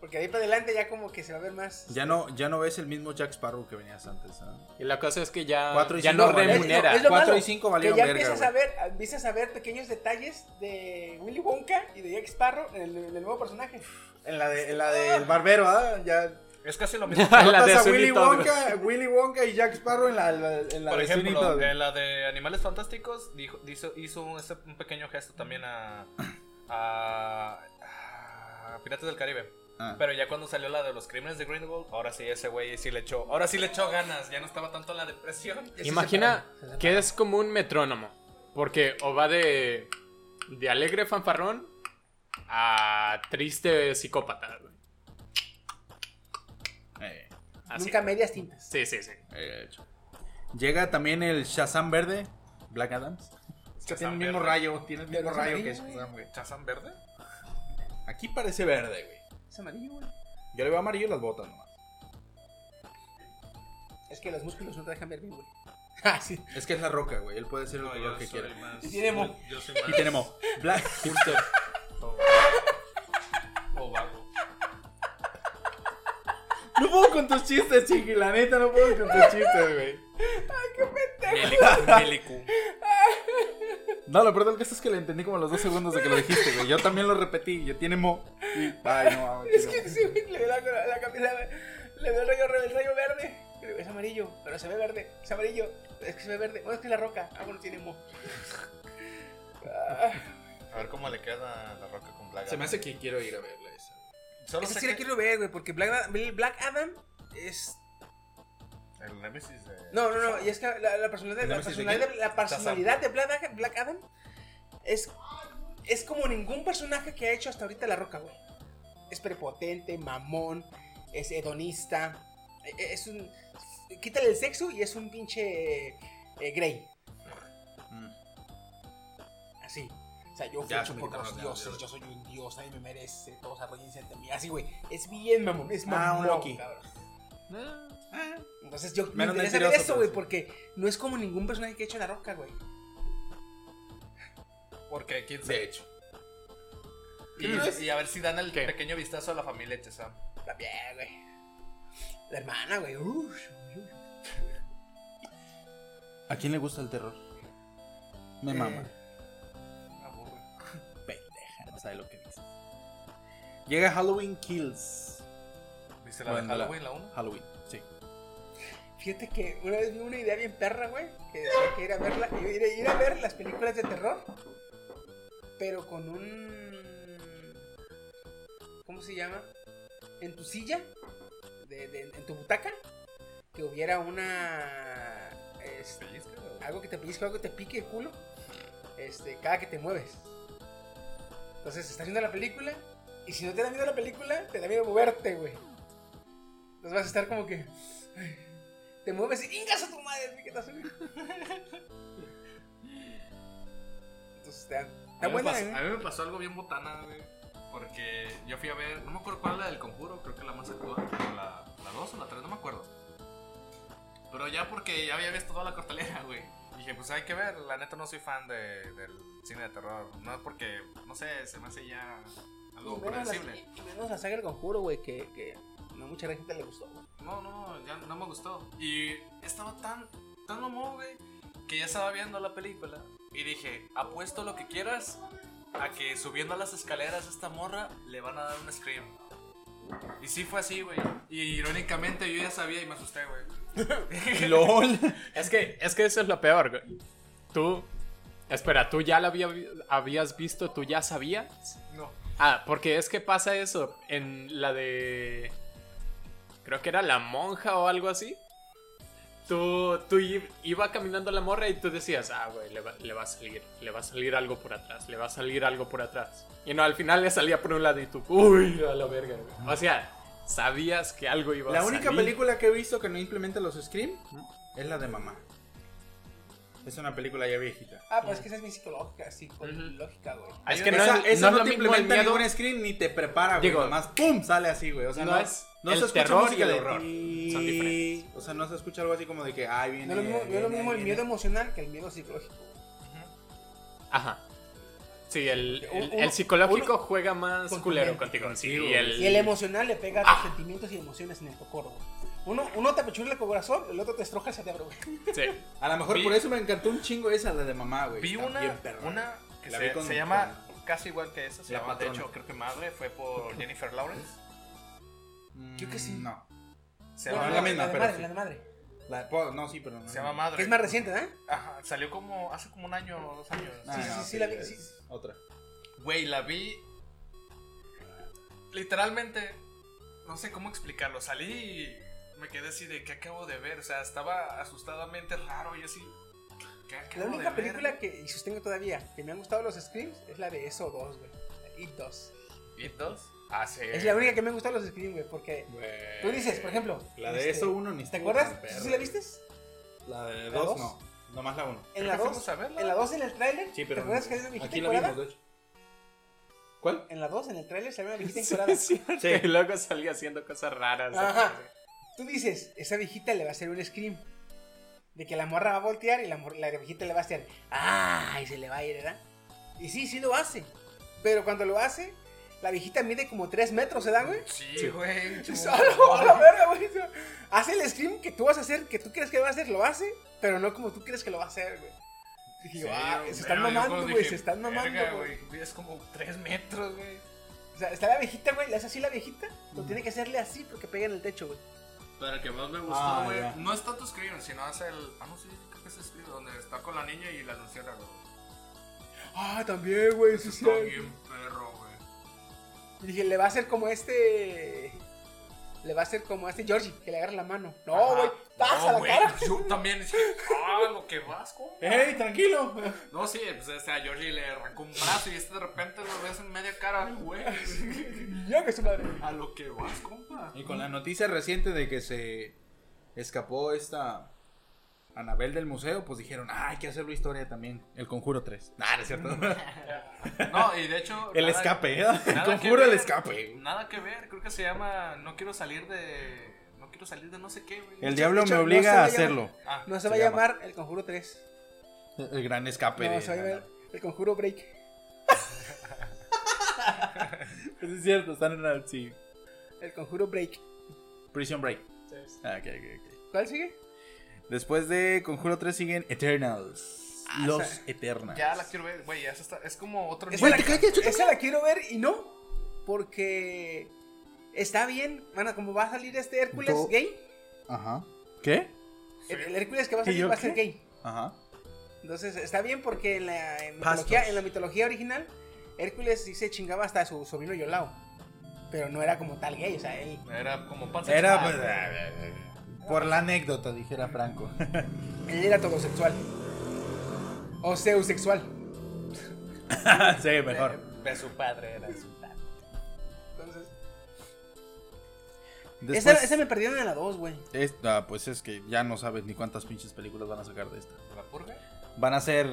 Speaker 2: Porque de ahí para adelante ya como que se va a ver más.
Speaker 7: Ya no, ya no ves el mismo Jack Sparrow que venías antes. ¿ah?
Speaker 4: Y la cosa es que ya,
Speaker 7: Cuatro y
Speaker 4: ya
Speaker 7: cinco
Speaker 4: no
Speaker 7: valieron-
Speaker 4: remunera.
Speaker 2: Es lo
Speaker 7: Cuatro
Speaker 2: malo,
Speaker 7: y cinco
Speaker 2: Que
Speaker 7: valieron
Speaker 2: ya
Speaker 7: verga,
Speaker 2: empiezas
Speaker 7: güey.
Speaker 2: a, ver, empiezas a ver pequeños detalles de Willy Wonka y de Jack Sparrow en el, en el nuevo personaje.
Speaker 7: En la, de, en la del barbero, ¿ah? Ya.
Speaker 5: Es casi lo mismo.
Speaker 4: La de
Speaker 7: notas a
Speaker 4: Sweeney
Speaker 7: Willy
Speaker 4: Todd,
Speaker 7: Wonka, Willy Wonka y Jack Sparrow en la, la- en la
Speaker 5: Por
Speaker 7: de Sweeney
Speaker 5: ejemplo,
Speaker 7: Todd.
Speaker 5: en la de Animales Fantásticos dijo, hizo, hizo un, ese- un pequeño gesto también a, a- a Piratas del Caribe.
Speaker 7: Ah.
Speaker 5: Pero ya cuando salió la de los crímenes de Grindelwald, ahora sí ese güey sí le echó, ahora sí le echó ganas, ya no estaba tanto en la depresión.
Speaker 4: Imagina que es como un metrónomo. Porque o va de. de alegre fanfarrón a triste psicópata. güey.
Speaker 7: Eh,
Speaker 4: Así.
Speaker 2: Nunca medias tintas.
Speaker 4: Sí, sí, sí.
Speaker 7: eh, hecho. Llega también el Shazam verde, Black Adams.
Speaker 5: Shazam
Speaker 7: Que tiene el mismo
Speaker 5: verde.
Speaker 7: rayo, tiene el mismo
Speaker 2: Pero es
Speaker 7: rayo que
Speaker 2: amarillo,
Speaker 7: Shazam, güey.
Speaker 5: ¿Chazán verde?
Speaker 7: Aquí parece verde, güey.
Speaker 2: Es amarillo, güey.
Speaker 7: Yo le veo amarillo las botas nomás.
Speaker 2: Es que los músculos no te dejan ver bien, güey. Ah, sí.
Speaker 7: Es que es la roca, güey. Él puede ser el color que quiera.
Speaker 2: Y tiene mo-
Speaker 5: Yo soy
Speaker 7: Y tenemos Black Hipster.
Speaker 5: Oh,
Speaker 7: No puedo con tus chistes, chiqui. La neta, no puedo con tus chistes, güey. No, lo peor del caso es que le entendí como los dos segundos de que lo dijiste, güey. Yo también lo repetí. Yo tiene mo. y- Ay, no, mames,
Speaker 2: Es
Speaker 7: tiene
Speaker 2: que sí, güey, le veo la, la, la camisa, le veo el rayo, el rayo verde. Pero es amarillo, pero se ve verde. Es amarillo, es que se ve verde. Bueno, es que es la roca. Ah, bueno, tiene mo. Ah,
Speaker 5: A ver cómo le queda la roca con
Speaker 7: mo.
Speaker 5: Black
Speaker 7: Se me hace que quiero ir a verla esa.
Speaker 5: Solo
Speaker 2: esa
Speaker 5: sé
Speaker 2: sí la
Speaker 5: que-
Speaker 2: quiero ver, güey, porque Black, Black Adam es.
Speaker 5: El Nemesis de...
Speaker 2: No, no, no, y es que la, la personalidad, la
Speaker 7: Nemesis de
Speaker 2: personalidad, de, la personalidad de Black, Adam- Black Adam es, es como ningún personaje que ha hecho hasta ahorita la roca, güey. Es prepotente, mamón, es hedonista, e- e- es un. Quítale el sexo y es un pinche. eh, Grey.
Speaker 7: Mm.
Speaker 2: Así. O sea, yo fui
Speaker 7: Ya,
Speaker 2: hecho
Speaker 7: se me
Speaker 2: por
Speaker 7: quitaron
Speaker 2: los
Speaker 7: las ganas de
Speaker 2: dioses, yo soy un dios, nadie me merece, todos arrodíllense ante mí. Así, güey, es bien mamón, es
Speaker 7: Ah, un
Speaker 2: mamón,
Speaker 7: Loki.
Speaker 2: cabrón.
Speaker 7: Ah.
Speaker 2: Entonces yo me
Speaker 7: Menos
Speaker 2: interesa ver
Speaker 7: mentiroso,
Speaker 2: eso,
Speaker 7: pero
Speaker 2: güey,
Speaker 7: sí.
Speaker 2: porque no es como ningún personaje que ha hecho la roca, güey.
Speaker 5: Porque quién
Speaker 7: De
Speaker 5: sabe.
Speaker 7: hecho.
Speaker 5: Y, y a ver si dan el
Speaker 4: ¿Qué?
Speaker 5: pequeño vistazo a la familia Chazam.
Speaker 2: Está bien, güey. La hermana, güey. ush.
Speaker 7: ¿A quién le gusta el terror? Me
Speaker 2: Eh,
Speaker 7: mama. Pendeja, no sabe lo que dices. Llega Halloween Kills.
Speaker 5: ¿Viste la de
Speaker 7: Bueno,
Speaker 5: Halloween, la uno?
Speaker 7: Halloween, sí.
Speaker 2: Fíjate que una vez vi una idea bien perra, güey, que decía que ir a verla, ir a, ir a ver las películas de terror, pero con un... ¿Cómo se llama? En tu silla, de- de- en tu butaca, que hubiera una... este, algo que te pellizque, algo que te pique el culo, este, cada que te mueves. Entonces, estás viendo la película, y si no te da miedo la película, te da miedo moverte, güey. Entonces vas a estar como que... Te mueves y ¡ingas a tu madre! piquetas, güey! Entonces está,
Speaker 5: A
Speaker 2: está
Speaker 5: mí, me
Speaker 2: buena,
Speaker 5: pasó,
Speaker 2: ¿eh?
Speaker 5: a mí me pasó algo bien botana, güey. Porque yo fui a ver, no me acuerdo cuál era la del conjuro, creo que la más actual, o la, la 2 o la 3, no me acuerdo. Pero ya porque ya había visto toda la cortalera, güey. Dije, pues hay que ver, la neta no soy fan de- del cine de terror. No porque, no sé, se me hace ya algo
Speaker 2: Y menos, la,
Speaker 5: predecible.
Speaker 2: y menos la saga del conjuro, güey, que, que no mucha gente le gustó, güey.
Speaker 5: No, no, ya no me gustó. Y estaba tan, tan mamón, güey, que ya estaba viendo la película. Y dije, apuesto lo que quieras a que subiendo las escaleras a esta morra le van a dar un scream. Y sí fue así, güey. Y irónicamente yo ya sabía y me asusté, güey.
Speaker 4: LOL. Es que, es que eso es lo peor, güey. Tú. Espera, ¿tú ya la había- habías visto? ¿Tú ya sabías?
Speaker 5: No.
Speaker 4: Ah, porque es que pasa eso. En la de. Creo que era la monja o algo así. Tú, tú i- iba caminando la morra y tú decías, ah, güey, le va, le va a salir, le va a salir algo por atrás, le va a salir algo por atrás. Y no, al final le salía por un lado y tú, uy, a la verga, güey. O sea, sabías que algo iba a
Speaker 7: La
Speaker 4: salir.
Speaker 7: única película que he visto que no implementa los Scream es la de Mamá. Es una película ya viejita.
Speaker 2: Ah, pues es que esa es mi psicológica, psicológica, güey.
Speaker 4: Ah, Es que no
Speaker 7: esa,
Speaker 4: es-
Speaker 7: esa
Speaker 4: no
Speaker 7: no,
Speaker 4: es
Speaker 7: te
Speaker 4: lo mismo el
Speaker 7: implementa
Speaker 4: miedo.
Speaker 7: ningún Scream ni te prepara, güey.
Speaker 4: Digo,
Speaker 7: Nomás, ¡pum! Sale así, güey. O sea,
Speaker 4: no
Speaker 7: no,
Speaker 4: es
Speaker 7: no
Speaker 4: el
Speaker 7: se escucha
Speaker 4: terror
Speaker 7: música
Speaker 4: y el
Speaker 7: de
Speaker 4: horror.
Speaker 7: ti.
Speaker 4: Son diferentes.
Speaker 7: O sea, no se escucha algo así como de que, ay, viene.
Speaker 2: No es lo mismo, no es lo
Speaker 7: viene,
Speaker 2: mismo el
Speaker 7: viene".
Speaker 2: miedo emocional que el miedo psicológico. güey.
Speaker 4: Ajá. Sí, el, el-
Speaker 2: Uno-
Speaker 4: el psicológico juega más
Speaker 2: con tu
Speaker 4: culero
Speaker 2: mente.
Speaker 4: contigo. Sí,
Speaker 7: Contigo,
Speaker 4: y el,
Speaker 2: Y el emocional le pega a tus sentimientos y emociones en el cocoro, güey. Uno, uno te pechula el corazón, el otro te estroja el cerebro, güey.
Speaker 4: sí.
Speaker 7: A lo mejor
Speaker 5: Vi-
Speaker 7: por eso me encantó un chingo esa, la de Mamá, güey.
Speaker 5: Vi
Speaker 7: Está
Speaker 5: una,
Speaker 7: bien perra.
Speaker 5: una que
Speaker 7: La
Speaker 5: se,
Speaker 7: vi con-
Speaker 5: se llama casi igual que esa, se
Speaker 7: La
Speaker 5: llama, de
Speaker 7: patrona.
Speaker 5: hecho, creo que madre, fue por Jennifer Lawrence.
Speaker 7: Mm,
Speaker 2: Yo que sí.
Speaker 7: No.
Speaker 5: Se llama,
Speaker 7: Bueno, es la
Speaker 2: la,
Speaker 7: misma,
Speaker 2: de
Speaker 7: pero
Speaker 2: madre,
Speaker 7: sí.
Speaker 2: la de madre.
Speaker 7: La de Paul, no, sí, pero no.
Speaker 5: se llama madre.
Speaker 2: Que es más reciente, ¿eh?
Speaker 5: Ajá, salió como hace como un año o dos años.
Speaker 7: Ah,
Speaker 2: Sí, sí,
Speaker 7: no,
Speaker 2: sí, sí, la vi,
Speaker 7: es
Speaker 2: sí.
Speaker 7: Otra.
Speaker 5: Güey, la vi. Literalmente. No sé cómo explicarlo. Salí y me quedé así de qué acabo de ver. O sea, estaba asustadamente raro y así. ¿Qué acabo
Speaker 2: La
Speaker 5: de
Speaker 2: única
Speaker 5: ver?
Speaker 2: película que y sostengo todavía que me han gustado los screams es la de eso 2, güey. It 2.
Speaker 5: ¿Y dos? Ah, sí.
Speaker 4: Eh.
Speaker 2: Es la única que me han gustado los screams, güey, porque tú dices, por ejemplo,
Speaker 7: La de
Speaker 2: este,
Speaker 7: eso uno ni
Speaker 2: ¿Te
Speaker 7: estuvo
Speaker 2: acuerdas?
Speaker 7: tan perra.
Speaker 2: ¿Sí, sí la viste?
Speaker 7: La
Speaker 2: ¿La
Speaker 7: de dos,
Speaker 2: dos?
Speaker 7: no. Nomás la uno.
Speaker 2: En la 2,
Speaker 5: Fuimos a verla.
Speaker 2: en la 2 en el tráiler,
Speaker 7: Sí,
Speaker 2: ¿te
Speaker 7: pero.
Speaker 2: acuerdas que hay una viejita
Speaker 7: Aquí la vimos,
Speaker 2: encuerada?
Speaker 7: de hecho. ¿Cuál?
Speaker 2: En la 2 en el tráiler salió una viejita
Speaker 4: Sí,
Speaker 2: encuerada.
Speaker 4: sí, Y luego salía haciendo cosas raras.
Speaker 2: Ajá. Tú dices, esa viejita le va a hacer un scream. De que la morra va a voltear y la, mor- la viejita le va a hacer. ¡Ah! Y se le va a ir, ¿verdad? Y sí, sí lo hace. Pero cuando lo hace, la viejita mide como 3 metros, ¿verdad, güey?
Speaker 5: Sí, güey.
Speaker 2: Dices,
Speaker 5: chum.
Speaker 2: "A la- a la verga, güey! Hace el scream que tú vas a hacer, que tú crees que va a hacer, lo hace, pero no como tú crees que lo va a hacer, güey. Dije, yo,
Speaker 5: Sí,
Speaker 2: "Ah,
Speaker 5: güey,
Speaker 2: se están
Speaker 5: yo como
Speaker 2: mamando, güey,
Speaker 5: dije,
Speaker 2: se están mamando,
Speaker 5: "Verga,
Speaker 2: güey.
Speaker 5: güey. Es como tres metros, güey.
Speaker 2: O sea, está la viejita, güey, le hace así la viejita, lo tiene que hacerle así porque pega en el techo, güey.
Speaker 5: Pero el que más me
Speaker 7: Ah,
Speaker 5: gustó, güey.
Speaker 7: ya.
Speaker 5: no es tanto Scream, sino es el. Ah, no sé, creo que es Scream, donde está con la niña y la anunciaron.
Speaker 2: Ah, también, güey, sí, sí.
Speaker 5: Está bien perro, güey.
Speaker 2: Y dije, le va a hacer como este. Le va a hacer como a este Georgie, que le agarra la mano. No, güey, pasa la
Speaker 5: güey, pues
Speaker 2: cara.
Speaker 5: Yo también dije, ah, lo que vas, compa.
Speaker 7: ¡Ey, tranquilo!
Speaker 5: No, sí, pues o sea, a Georgie le arrancó un brazo y este de repente lo ves en media cara, güey.
Speaker 2: Ya que su madre.
Speaker 5: A lo que vas, compa.
Speaker 7: Y con la noticia reciente de que se escapó esta Anabel del museo, pues dijeron, ah, hay que hacerlo historia también. El Conjuro 3. Nah, no es cierto.
Speaker 5: No, y de hecho.
Speaker 7: el
Speaker 5: nada-
Speaker 7: escape, ¿eh? El
Speaker 5: nada
Speaker 7: Conjuro
Speaker 5: que
Speaker 7: el
Speaker 5: ver,
Speaker 7: escape.
Speaker 5: Nada que ver, creo que se llama No quiero salir de. No quiero salir de no sé qué, güey.
Speaker 7: El diablo
Speaker 2: hecho,
Speaker 7: me
Speaker 2: no
Speaker 7: obliga
Speaker 2: se
Speaker 7: a
Speaker 2: va a
Speaker 7: hacerlo.
Speaker 5: Ah,
Speaker 2: No se
Speaker 7: Se
Speaker 2: va a
Speaker 7: llama.
Speaker 2: llamar El Conjuro 3.
Speaker 7: El gran
Speaker 5: Ah,
Speaker 7: escape.
Speaker 2: No,
Speaker 7: de
Speaker 2: se va a llamar
Speaker 7: Anabel.
Speaker 2: El Conjuro Break.
Speaker 7: Pues es cierto, están en la... Sí.
Speaker 2: El Conjuro Break.
Speaker 7: Prison Break.
Speaker 4: vez.
Speaker 7: Ah, ok, ok, ok.
Speaker 2: ¿Cuál sigue?
Speaker 7: Después de Conjuro 3 siguen Eternals.
Speaker 2: Ah,
Speaker 7: Los
Speaker 2: o sea,
Speaker 7: Eternals.
Speaker 5: Ya la quiero ver, güey, ya esa está- es como otro
Speaker 2: Esa, la,
Speaker 5: nivel.
Speaker 2: esa la quiero ver y no. Porque está bien. Bueno, como va a salir este Hércules
Speaker 7: Do-
Speaker 2: gay.
Speaker 7: Ajá. ¿Qué?
Speaker 2: El, el Hércules que va a
Speaker 7: ¿Y yo
Speaker 2: salir va a ser
Speaker 7: qué?
Speaker 2: gay.
Speaker 7: Ajá.
Speaker 2: Entonces está bien porque en la, en
Speaker 7: Pastos.
Speaker 2: mitología, en la mitología original, Hércules sí se chingaba hasta a su sobrino Yolao. Pero no era como tal gay. O sea, él,
Speaker 5: Era como panza
Speaker 7: Era
Speaker 5: chica.
Speaker 7: pues, por la anécdota, dijera Franco.
Speaker 2: él era todosexual. O sexual.
Speaker 7: sí, ah, mejor.
Speaker 5: De su padre era su padre.
Speaker 2: Entonces,
Speaker 7: Después,
Speaker 2: esa, esa me perdieron en la 2, güey.
Speaker 7: es- ah, pues es que ya no sabes ni cuántas pinches películas van a sacar de esta.
Speaker 5: ¿La purga?
Speaker 7: Van a ser